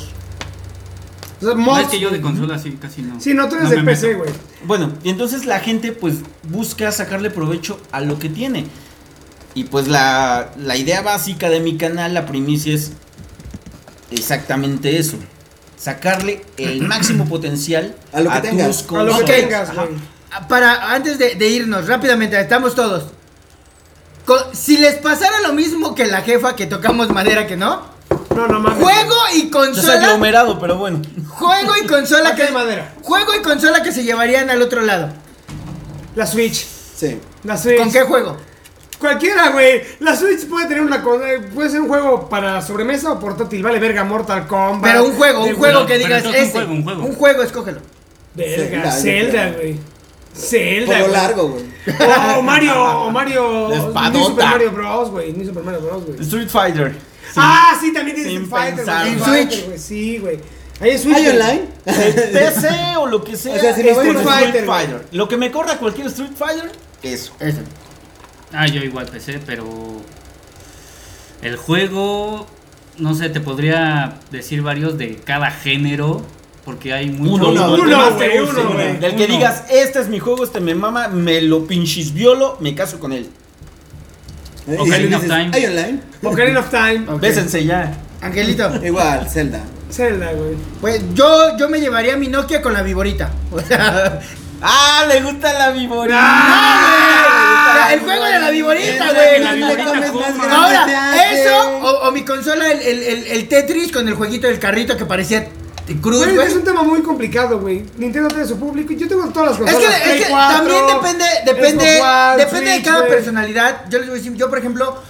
Speaker 1: O sea,
Speaker 5: No,
Speaker 1: mods,
Speaker 5: es que yo de
Speaker 1: güey.
Speaker 5: consola sí, casi no.
Speaker 1: Sí, no, tú eres
Speaker 5: no
Speaker 1: de
Speaker 5: me
Speaker 1: PC,
Speaker 5: meto.
Speaker 1: güey.
Speaker 4: Bueno, y entonces la gente pues busca sacarle provecho a lo que tiene. Y pues la, la idea básica de mi canal, la primicia es exactamente eso. Sacarle el máximo potencial
Speaker 3: A lo que tengas.
Speaker 4: tus
Speaker 1: A lo que
Speaker 4: consolas.
Speaker 1: tengas,
Speaker 4: Ajá.
Speaker 1: güey.
Speaker 2: Ah, Para, antes de, de irnos, rápidamente, estamos todos. Co- si les pasara lo mismo que la jefa que tocamos madera que no,
Speaker 1: No, no mames.
Speaker 2: juego y
Speaker 4: Yo soy
Speaker 2: consola.
Speaker 4: aglomerado, pero bueno.
Speaker 2: Juego y consola
Speaker 1: Ok,
Speaker 2: que.
Speaker 1: madera.
Speaker 2: Juego y consola que se llevarían al otro lado.
Speaker 1: La Switch.
Speaker 3: Sí.
Speaker 1: La Switch.
Speaker 2: ¿Con qué juego?
Speaker 1: Cualquiera, güey. La Switch puede tener una. con- eh, Puede ser un juego para sobremesa o portátil. Vale, verga, Mortal Kombat.
Speaker 2: Pero un juego, un
Speaker 1: de-
Speaker 2: juego
Speaker 5: no,
Speaker 2: que
Speaker 5: pero
Speaker 2: digas
Speaker 5: entonces un
Speaker 2: este.
Speaker 5: juego, un juego.
Speaker 2: escógelo.
Speaker 1: Verga,
Speaker 3: Zelda,
Speaker 1: Zelda,
Speaker 3: yo creo.
Speaker 1: güey. Zelda.
Speaker 3: Polo
Speaker 1: güey.
Speaker 3: largo, güey.
Speaker 1: O Mario. O Mario.
Speaker 4: La espadota.
Speaker 1: Ni Super Mario Bros, güey. Ni Super Mario Bros, güey.
Speaker 4: Street Fighter.
Speaker 1: ah, sí, también tiene
Speaker 4: sin
Speaker 1: Street Fighter. güey,
Speaker 4: pensarlo.
Speaker 1: Street
Speaker 2: ¿En
Speaker 1: Fighter,
Speaker 2: Switch?
Speaker 1: güey, Sí, güey. Ahí es Switch.
Speaker 3: ¿Hay
Speaker 1: güey.
Speaker 3: online?
Speaker 4: PC o lo que sea.
Speaker 3: O sea, si me voy
Speaker 4: Street,
Speaker 3: con
Speaker 4: Fighter,
Speaker 1: Street
Speaker 4: güey. Lo que me corra cualquier Street Fighter, eso.
Speaker 2: Eso.
Speaker 5: Ah, yo igual PC, pero. El juego. No sé, te podría decir varios de cada género. Porque hay mucho.
Speaker 4: Uno, uno,
Speaker 1: uno,
Speaker 4: el que más
Speaker 1: güey,
Speaker 4: te
Speaker 1: uno,
Speaker 4: guste,
Speaker 1: güey.
Speaker 4: Del que
Speaker 5: Uno.
Speaker 4: digas, este es mi juego, este me mama, me lo pinches violo, me caso con él.
Speaker 3: Eh,
Speaker 5: Ocarina
Speaker 3: y le
Speaker 5: of
Speaker 3: dices,
Speaker 5: Time.
Speaker 3: ¿Hay online?
Speaker 1: Ocarina of Time.
Speaker 2: Ok.
Speaker 4: Bésense ya.
Speaker 2: Angelito,
Speaker 3: Igual, Zelda.
Speaker 1: Zelda, güey.
Speaker 2: pues yo, yo me llevaría mi Nokia con la viborita. O sea,
Speaker 4: Ah, le gusta la viborita.
Speaker 2: ¡Ah!
Speaker 4: Le
Speaker 2: El
Speaker 4: gusta
Speaker 2: juego de la viborita,
Speaker 3: Entre
Speaker 2: güey.
Speaker 3: que la
Speaker 5: La
Speaker 3: viborita
Speaker 5: viborita
Speaker 3: comes más
Speaker 5: coma.
Speaker 3: grande te
Speaker 2: Ahora,
Speaker 3: hace.
Speaker 2: eso, o, o mi consola, el, el- el- el Tetris con el jueguito del carrito que parecía t- cruz,
Speaker 1: Güey,
Speaker 2: güey.
Speaker 1: es un tema muy complicado, güey. Nintendo tiene su público. Yo tengo todas las
Speaker 2: Es
Speaker 1: consolas.
Speaker 2: que, es
Speaker 1: Play
Speaker 2: que
Speaker 1: 4,
Speaker 2: también depende, depende,
Speaker 1: Xbox One,
Speaker 2: depende de
Speaker 1: Switch,
Speaker 2: cada
Speaker 1: güey.
Speaker 2: personalidad. Yo les voy a decir, yo por ejemplo,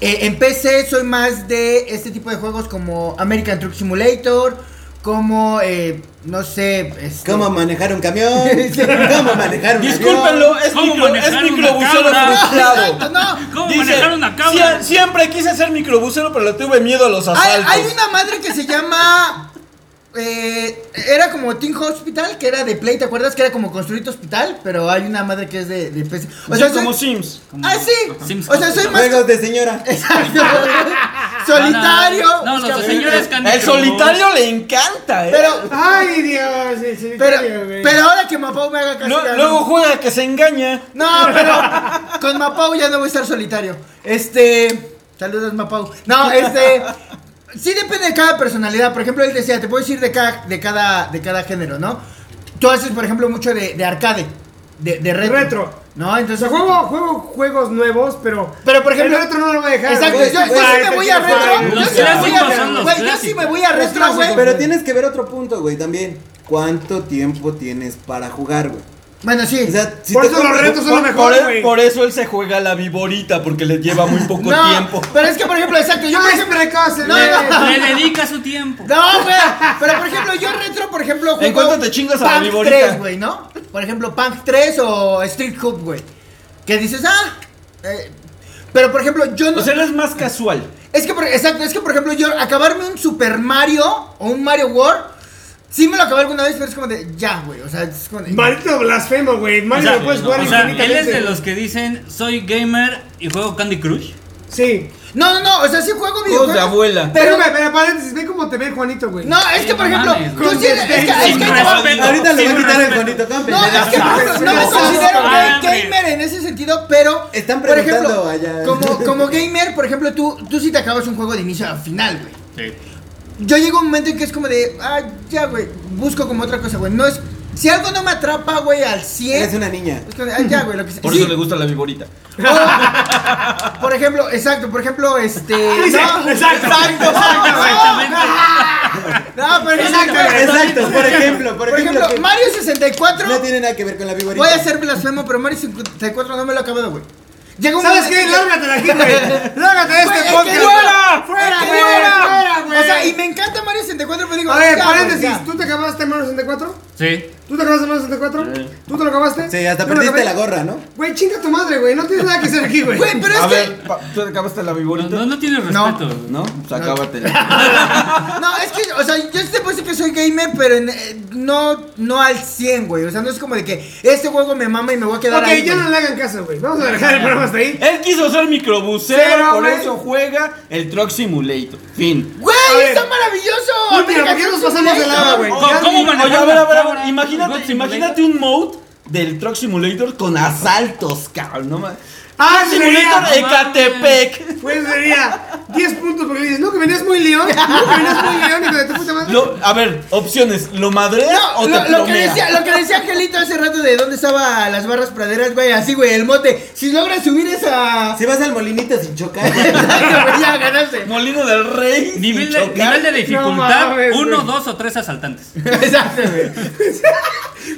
Speaker 2: eh, en PC soy más de este tipo de juegos como American Truck Simulator, como, eh, no sé, este-
Speaker 3: ¿Cómo manejar un camión? ¿Cómo manejar un
Speaker 4: Discúlpenlo, es
Speaker 5: ¿Cómo
Speaker 4: micro, es
Speaker 5: manejar una
Speaker 4: microbusero
Speaker 5: cabra?
Speaker 2: Exacto,
Speaker 4: frustrado.
Speaker 2: no.
Speaker 5: ¿Cómo
Speaker 4: Dice,
Speaker 5: manejar una
Speaker 4: "Sie-
Speaker 5: cámara?
Speaker 4: Siempre quise ser microbusero, pero le tuve miedo a los
Speaker 2: Hay,
Speaker 4: asaltos.
Speaker 2: hay una madre que se llama. eh, era como Team Hospital, que era de Play, ¿te acuerdas? Que era como construir tu hospital, pero hay una madre que es de, de PC. O sea,
Speaker 4: Sí,
Speaker 2: soy-
Speaker 4: como Sims.
Speaker 2: Ah, sí.
Speaker 5: Sims
Speaker 2: o sea, soy
Speaker 3: camión?
Speaker 5: Hospital.
Speaker 2: más.
Speaker 3: Juegos de señora.
Speaker 2: Eh, Exacto. Solitario.
Speaker 5: No, no, los
Speaker 2: buscador.
Speaker 5: señores Candy
Speaker 4: El
Speaker 5: Crush.
Speaker 4: solitario le encanta, eh.
Speaker 2: Pero,
Speaker 1: Ay, Dios. el solitario,
Speaker 2: pero,
Speaker 1: güey.
Speaker 2: pero ahora que Mapau me haga caso.
Speaker 4: Lu-
Speaker 2: ya
Speaker 4: luego
Speaker 2: no.
Speaker 4: juega que se engaña.
Speaker 2: No, pero con Mapau ya no voy a estar solitario. Este. Saludos, Mapau. No, este. Sí depende de cada personalidad. Por ejemplo, él decía, te puedes ir de cada, de cada, de cada género, ¿no? Tú haces, por ejemplo, mucho de, de arcade, de, de retro.
Speaker 1: Retro.
Speaker 2: ¿No?
Speaker 1: O sea,
Speaker 2: Entonces.
Speaker 1: juego, juego juegos nuevos, pero.
Speaker 2: Pero, por ejemplo-
Speaker 1: El retro no lo voy a dejar.
Speaker 2: Exacto,
Speaker 1: güey.
Speaker 2: yo, yo sí me voy a
Speaker 1: Street Fighter, Street
Speaker 2: retro. Yo
Speaker 5: Los
Speaker 2: sí me voy
Speaker 5: clásicos
Speaker 2: a
Speaker 5: son los
Speaker 2: retro. güey, yo sí
Speaker 5: clásicos.
Speaker 2: me voy a retro, güey.
Speaker 3: Pero tienes que ver otro punto, güey, también. ¿Cuánto tiempo tienes para jugar, güey?
Speaker 2: Bueno, sí.
Speaker 3: O sea,
Speaker 1: Por
Speaker 3: te
Speaker 1: eso los
Speaker 3: compras-
Speaker 1: retos son lo
Speaker 4: Por-
Speaker 1: mejor,
Speaker 4: por-
Speaker 1: güey.
Speaker 4: Por eso él se juega la viborita, porque le lleva muy poco
Speaker 2: no,
Speaker 4: tiempo.
Speaker 2: pero es que, por ejemplo, exacto, yo
Speaker 1: No
Speaker 2: por
Speaker 1: es
Speaker 2: ejemplo...
Speaker 1: precoz,
Speaker 2: No,
Speaker 1: güey.
Speaker 2: no.
Speaker 5: Le dedica su tiempo.
Speaker 2: No, güey. Pero por ejemplo, yo retro, por ejemplo, juego.
Speaker 4: ¿En cuánto te chingas a la
Speaker 2: Punk
Speaker 4: viborita?
Speaker 2: 3, güey, ¿no? Por ejemplo, Punk 3 o Street Hoop, güey. Que dices, ah. eh, pero por ejemplo, yo no.
Speaker 4: O sea, él es más casual.
Speaker 2: es que por, exacto, es que por ejemplo, yo acabarme un Super Mario o un Mario World. Sí me lo acabé alguna vez, pero es como de. Ya, güey. O sea, es como de.
Speaker 1: Maldito blasfemo, güey. Mario
Speaker 5: o sea,
Speaker 1: lo puedes
Speaker 5: no,
Speaker 1: jugar
Speaker 5: o sea, él es
Speaker 1: infinitamente.
Speaker 5: de los que dicen, soy gamer y juego Candy Crush.
Speaker 1: Sí.
Speaker 2: No, no, no. O sea, sí juego videojuegos.
Speaker 4: de abuela.
Speaker 1: Pero,
Speaker 2: Pero.
Speaker 1: güey, pero paréntesis, ve cómo te ve Juanito, güey.
Speaker 2: No, es que por
Speaker 5: Sí, no
Speaker 2: ejemplo.
Speaker 5: mames,
Speaker 2: yo
Speaker 1: güey.
Speaker 2: sí- es que, es que ahí
Speaker 5: Sin
Speaker 2: te va.
Speaker 5: respeto.
Speaker 3: Ahorita le
Speaker 5: Sin
Speaker 3: voy a quitar el
Speaker 5: respeto.
Speaker 3: Juanito Campe.
Speaker 2: No, es que por ejemplo, no me
Speaker 1: Eso.
Speaker 2: considero
Speaker 5: Ah,
Speaker 2: gay-
Speaker 5: hombre.
Speaker 2: gamer en ese sentido, pero.
Speaker 3: Están
Speaker 2: por ejemplo,
Speaker 3: preguntando allá.
Speaker 2: Como, como gamer, por ejemplo, tú, tú sí te acabas un juego de inicio a final, güey.
Speaker 5: Sí.
Speaker 2: Yo llego a un momento en que es como de. Ah, ya, güey. Busco como otra cosa, güey. No es. Si algo no me atrapa, güey, al 100.
Speaker 3: Eres una niña.
Speaker 2: es como de, ah, ya, güey, lo que sea.
Speaker 4: Por
Speaker 2: Sí,
Speaker 4: eso le gusta la viborita.
Speaker 2: o- por ejemplo, exacto, por ejemplo, este. no,
Speaker 1: exacto.
Speaker 2: exacto,
Speaker 5: Exactamente.
Speaker 2: No, no, pero exacto.
Speaker 3: Exacto, por ejemplo, por
Speaker 2: Por
Speaker 3: ejemplo.
Speaker 2: ejemplo,
Speaker 3: que
Speaker 2: Mario 64.
Speaker 3: No tiene nada que ver con la viborita.
Speaker 2: Voy a ser blasfemo, pero Mario 54 no me lo he acabado, güey. Llega un
Speaker 1: ¿Sabes
Speaker 2: momento
Speaker 1: qué?
Speaker 2: en que-
Speaker 1: Lárgate de aquí, güey. Lárgate de
Speaker 2: Güey, es
Speaker 1: este
Speaker 2: que
Speaker 1: podcast.
Speaker 2: no-
Speaker 1: ¡Fuera! ¡Fuera,
Speaker 2: es que
Speaker 1: güey!
Speaker 2: no era.
Speaker 1: ¡Fuera, güey!
Speaker 2: O sea, y me encanta Mario 64, pero digo...
Speaker 1: A ver,
Speaker 2: ya, güey,
Speaker 1: paréntesis.
Speaker 2: ya.
Speaker 1: ¿Tú te acabaste Mario 64?
Speaker 5: Sí.
Speaker 1: ¿Tú te acabaste Mario 64?
Speaker 4: Sí.
Speaker 1: ¿Tú te lo acabaste?
Speaker 3: Sí, hasta
Speaker 1: Yo me lo
Speaker 3: perdiste
Speaker 1: acabé.
Speaker 3: la gorra, ¿no?
Speaker 1: Güey, chinga tu madre, güey. No tienes nada que hacer aquí, güey.
Speaker 2: Güey, pero es
Speaker 4: a
Speaker 2: que...
Speaker 4: ver, pa- ¿tú acabaste la
Speaker 5: No,
Speaker 4: viborita?
Speaker 5: no, no tienes
Speaker 2: No.
Speaker 5: respeto.
Speaker 4: ¿No? Pues acábatela.
Speaker 2: No, es que, o sea, yo sí te puedo decir que soy gamer, pero en- eh, no, no al 100, güey. O sea, no es como de que este juego me mama y me voy a quedar
Speaker 1: Ok,
Speaker 2: ahí,
Speaker 1: ya
Speaker 2: güey.
Speaker 1: no le hagan caso, güey. Vamos a dejar el programa hasta
Speaker 2: Ah,
Speaker 1: ahí.
Speaker 4: Él quiso ser microbusero,
Speaker 1: Pero,
Speaker 4: por
Speaker 1: güey.
Speaker 4: eso juega el Truck Simulator. Fin.
Speaker 1: A
Speaker 2: ¡Güey,
Speaker 1: ver.
Speaker 2: está maravilloso!
Speaker 1: Uy, mira, ¿por qué
Speaker 2: Aplicación
Speaker 1: nos pasamos de lado, güey?
Speaker 5: ¿Cómo-
Speaker 1: Ya-
Speaker 5: cómo
Speaker 4: Oye, a ver, a ver, a ver,
Speaker 5: Ahora, God
Speaker 4: Imagínate,
Speaker 5: Simulator.
Speaker 4: imagínate un mode del Truck Simulator con asaltos, cabrón. No mames.
Speaker 1: Ah,
Speaker 4: Truck
Speaker 1: sería,
Speaker 4: Simulator
Speaker 5: no
Speaker 4: Ecatepec.
Speaker 1: pues sería 10 puntos porque dices, no, que venías muy león, no, que venías muy león, hijo de tu puta madre.
Speaker 4: Lo- a ver, opciones. ¿Lo madrea
Speaker 2: No,
Speaker 4: o te
Speaker 2: lo, lo que
Speaker 4: plomea?
Speaker 2: decía, lo que decía Angelito hace rato de dónde estaba las barras praderas, güey, así, güey, el mote. Si logras subir esa...
Speaker 3: Si vas al molinito sin chocar.
Speaker 2: güey, ya ganaste.
Speaker 4: Molino del Rey. sin
Speaker 5: Nivel de,
Speaker 4: chocar.
Speaker 5: nivel de dificultad,
Speaker 1: No mames,
Speaker 5: uno,
Speaker 1: güey.
Speaker 5: dos o tres asaltantes.
Speaker 2: Exacto, güey.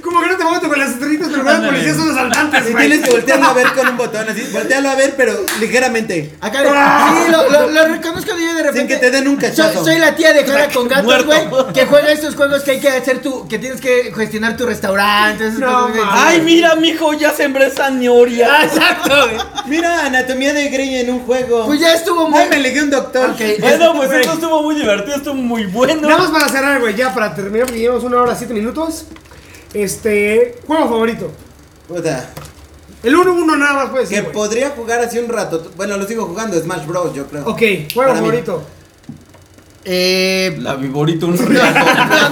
Speaker 1: Como que no te mato con las estrellitas, pero los
Speaker 5: Ándale.
Speaker 1: policías son asaltantes,
Speaker 3: Si
Speaker 1: güey.
Speaker 3: tienes que voltearlo a ver con un botón así. Voltearlo a ver, pero ligeramente.
Speaker 2: Acá, de- sí, lo, lo, lo reconozco yo de repente.
Speaker 3: Sin que te den un
Speaker 2: soy,
Speaker 3: cachazo.
Speaker 2: soy la tía de cara con gatos,
Speaker 4: Muerto.
Speaker 2: güey, que juega estos juegos que hay que hacer tu, que tienes que gestionar tu restaurante. esas
Speaker 1: No,
Speaker 2: cosas, güey.
Speaker 1: mames.
Speaker 4: Ay, mira, mijo, ya sembré zanahoria.
Speaker 2: Exacto, güey.
Speaker 3: Mira, anatomía de Grey en un juego.
Speaker 2: Pues ya estuvo muy.
Speaker 3: Ay, me ligué un doctor.
Speaker 2: Ok.
Speaker 4: Bueno, pues
Speaker 1: Güey.
Speaker 4: esto estuvo muy divertido, estuvo muy bueno.
Speaker 1: Nada más para cerrar, güey, ya para terminar, porque llevamos una hora, siete minutos. Este, juego favorito.
Speaker 3: Puta,
Speaker 1: El 1-1 nada más puede
Speaker 3: que
Speaker 1: ser. güey.
Speaker 3: podría jugar así un rato. Bueno, lo sigo jugando, Smash Bros, yo creo.
Speaker 1: Ok, juego
Speaker 3: Para mí.
Speaker 1: favorito.
Speaker 2: Eh.
Speaker 4: La viborita, un reato.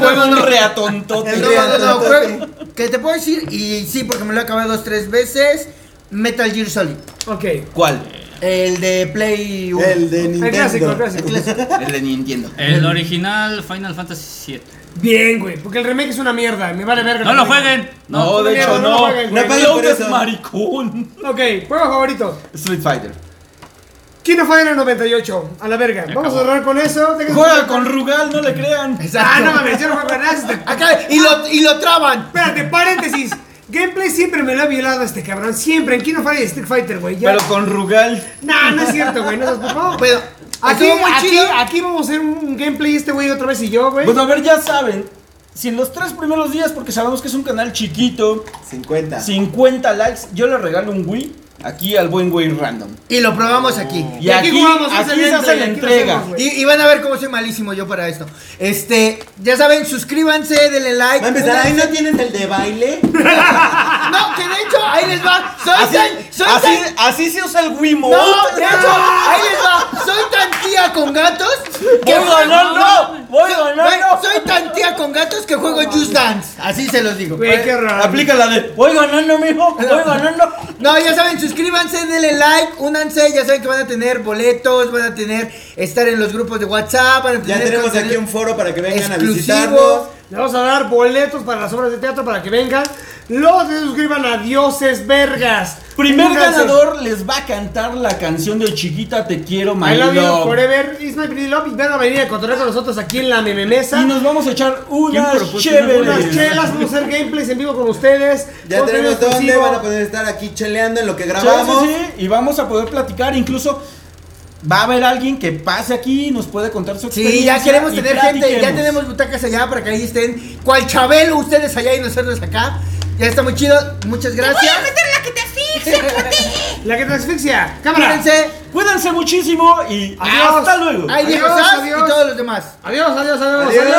Speaker 2: no, no, no.
Speaker 4: Un reatontote.
Speaker 3: El
Speaker 2: No,
Speaker 3: real,
Speaker 2: no, no,
Speaker 3: no,
Speaker 2: juego- Que te puedo decir, y sí, porque me lo he acabado dos, tres veces. Metal Gear Solid.
Speaker 1: Ok,
Speaker 4: ¿Cuál?
Speaker 2: El de Play 1.
Speaker 3: El de Nintendo.
Speaker 1: el clásico, el clásico.
Speaker 4: El de Nintendo.
Speaker 5: El original Final Fantasy VII.
Speaker 1: Bien, güey, porque el remake es una mierda, me vale verga.
Speaker 5: No
Speaker 1: el
Speaker 5: lo
Speaker 1: remake.
Speaker 5: jueguen.
Speaker 4: No,
Speaker 5: No,
Speaker 4: de
Speaker 1: mierda,
Speaker 4: hecho,
Speaker 1: no
Speaker 4: no.
Speaker 1: lo jueguen,
Speaker 3: güey.
Speaker 4: No
Speaker 3: Claude es
Speaker 4: es maricón.
Speaker 1: Ok, juego favorito.
Speaker 4: Street Fighter.
Speaker 1: King of Fire 98, a la verga. Vamos a cerrar con eso. Dejen-
Speaker 4: Juega con Rugal, no le crean.
Speaker 2: Exacto.
Speaker 1: Ah, no mames, yo no juego nada. este-
Speaker 2: Acá, y lo, y lo traban.
Speaker 1: Espérate, paréntesis. Gameplay siempre me lo ha violado este cabrón. Siempre en King of Fire y Street Fighter, güey. ya.
Speaker 4: Pero con Rugal.
Speaker 1: No, no es cierto, güey. No seas por favor.
Speaker 2: Pero,
Speaker 1: Aquí,
Speaker 2: estuvo muy
Speaker 1: aquí,
Speaker 2: chido.
Speaker 1: aquí vamos a hacer un gameplay este güey otra vez y yo, güey.
Speaker 4: Pues a ver, ya saben. Si en los tres primeros días, porque sabemos que es un canal chiquito,
Speaker 3: 50.
Speaker 4: 50 likes, yo le regalo un Wii aquí al buen güey random.
Speaker 2: Y lo probamos aquí.
Speaker 4: Y, aquí, aquí,
Speaker 1: jugamos, es el
Speaker 4: se hace la
Speaker 1: gameplay, aquí lo
Speaker 4: entrega.
Speaker 1: hacemos, güey.
Speaker 2: Y, y van a ver cómo soy malísimo yo para esto. Este, ya saben, suscríbanse, denle like.
Speaker 3: Va a empezar,
Speaker 2: Una-
Speaker 3: ahí no tienes el de baile.
Speaker 2: No, que de hecho, ahí les va. Soy
Speaker 4: Así,
Speaker 2: tan. Soy
Speaker 4: así,
Speaker 2: tan.
Speaker 4: así se usa el Wiimote.
Speaker 2: No, de hecho, ahí les va. Soy tan tía con gatos.
Speaker 4: voy ganando, voy
Speaker 2: Güey,
Speaker 4: ganando.
Speaker 2: soy tan tía con gatos que juego Just Dance. Así se los digo.
Speaker 4: Eh,
Speaker 1: Güey, qué raro.
Speaker 4: Aplica la de, voy ganando, mijo, voy ganando.
Speaker 2: No, ya saben, suscríbanse, denle like, únanse, ya saben que van a tener boletos, van a tener estar en los grupos de WhatsApp, van a tener
Speaker 3: Ya tenemos
Speaker 2: contenido
Speaker 3: aquí un foro para que vengan
Speaker 2: exclusivo.
Speaker 3: a visitarnos.
Speaker 1: Le vamos a dar boletos para las obras de teatro para que vengan. Los que se suscriban a Dioses Vergas.
Speaker 4: Primer
Speaker 1: Únanse.
Speaker 4: ganador les va a cantar la canción de Chiquita Te Quiero, My
Speaker 1: I love you
Speaker 4: Love.
Speaker 1: forever. It's my pretty love. Y van a venir a cotorrear con nosotros aquí en la meme mesa.
Speaker 4: Y nos vamos a echar unas
Speaker 5: propuso una
Speaker 1: Unas
Speaker 4: chéveres.
Speaker 5: buena
Speaker 1: chelas, vamos a hacer gameplays en vivo con ustedes.
Speaker 3: Ya
Speaker 1: Contenido
Speaker 3: tenemos dónde
Speaker 1: exclusivo.
Speaker 3: van a poder estar aquí cheleando en lo que
Speaker 4: Chance,
Speaker 3: grabamos.
Speaker 4: sí, y vamos a poder platicar, incluso va a haber alguien que pase aquí y nos puede contar su experiencia.
Speaker 2: Sí, ya queremos
Speaker 4: y
Speaker 2: tener gente, ya
Speaker 4: platiquemos.
Speaker 2: tenemos butacas allá para que ahí estén. Cual Chabelo, ustedes allá y nosotros acá. Ya está muy chido, muchas gracias.
Speaker 1: La que te asfixia. Cámara.
Speaker 2: Cuídense.
Speaker 4: Cuídense muchísimo y
Speaker 1: Adiós.
Speaker 4: hasta luego.
Speaker 2: Hay
Speaker 1: Adiós,
Speaker 2: Diego Sass
Speaker 1: adiós.
Speaker 2: y todos los demás.
Speaker 1: Adiós, adiós, adiós.
Speaker 3: Adiós.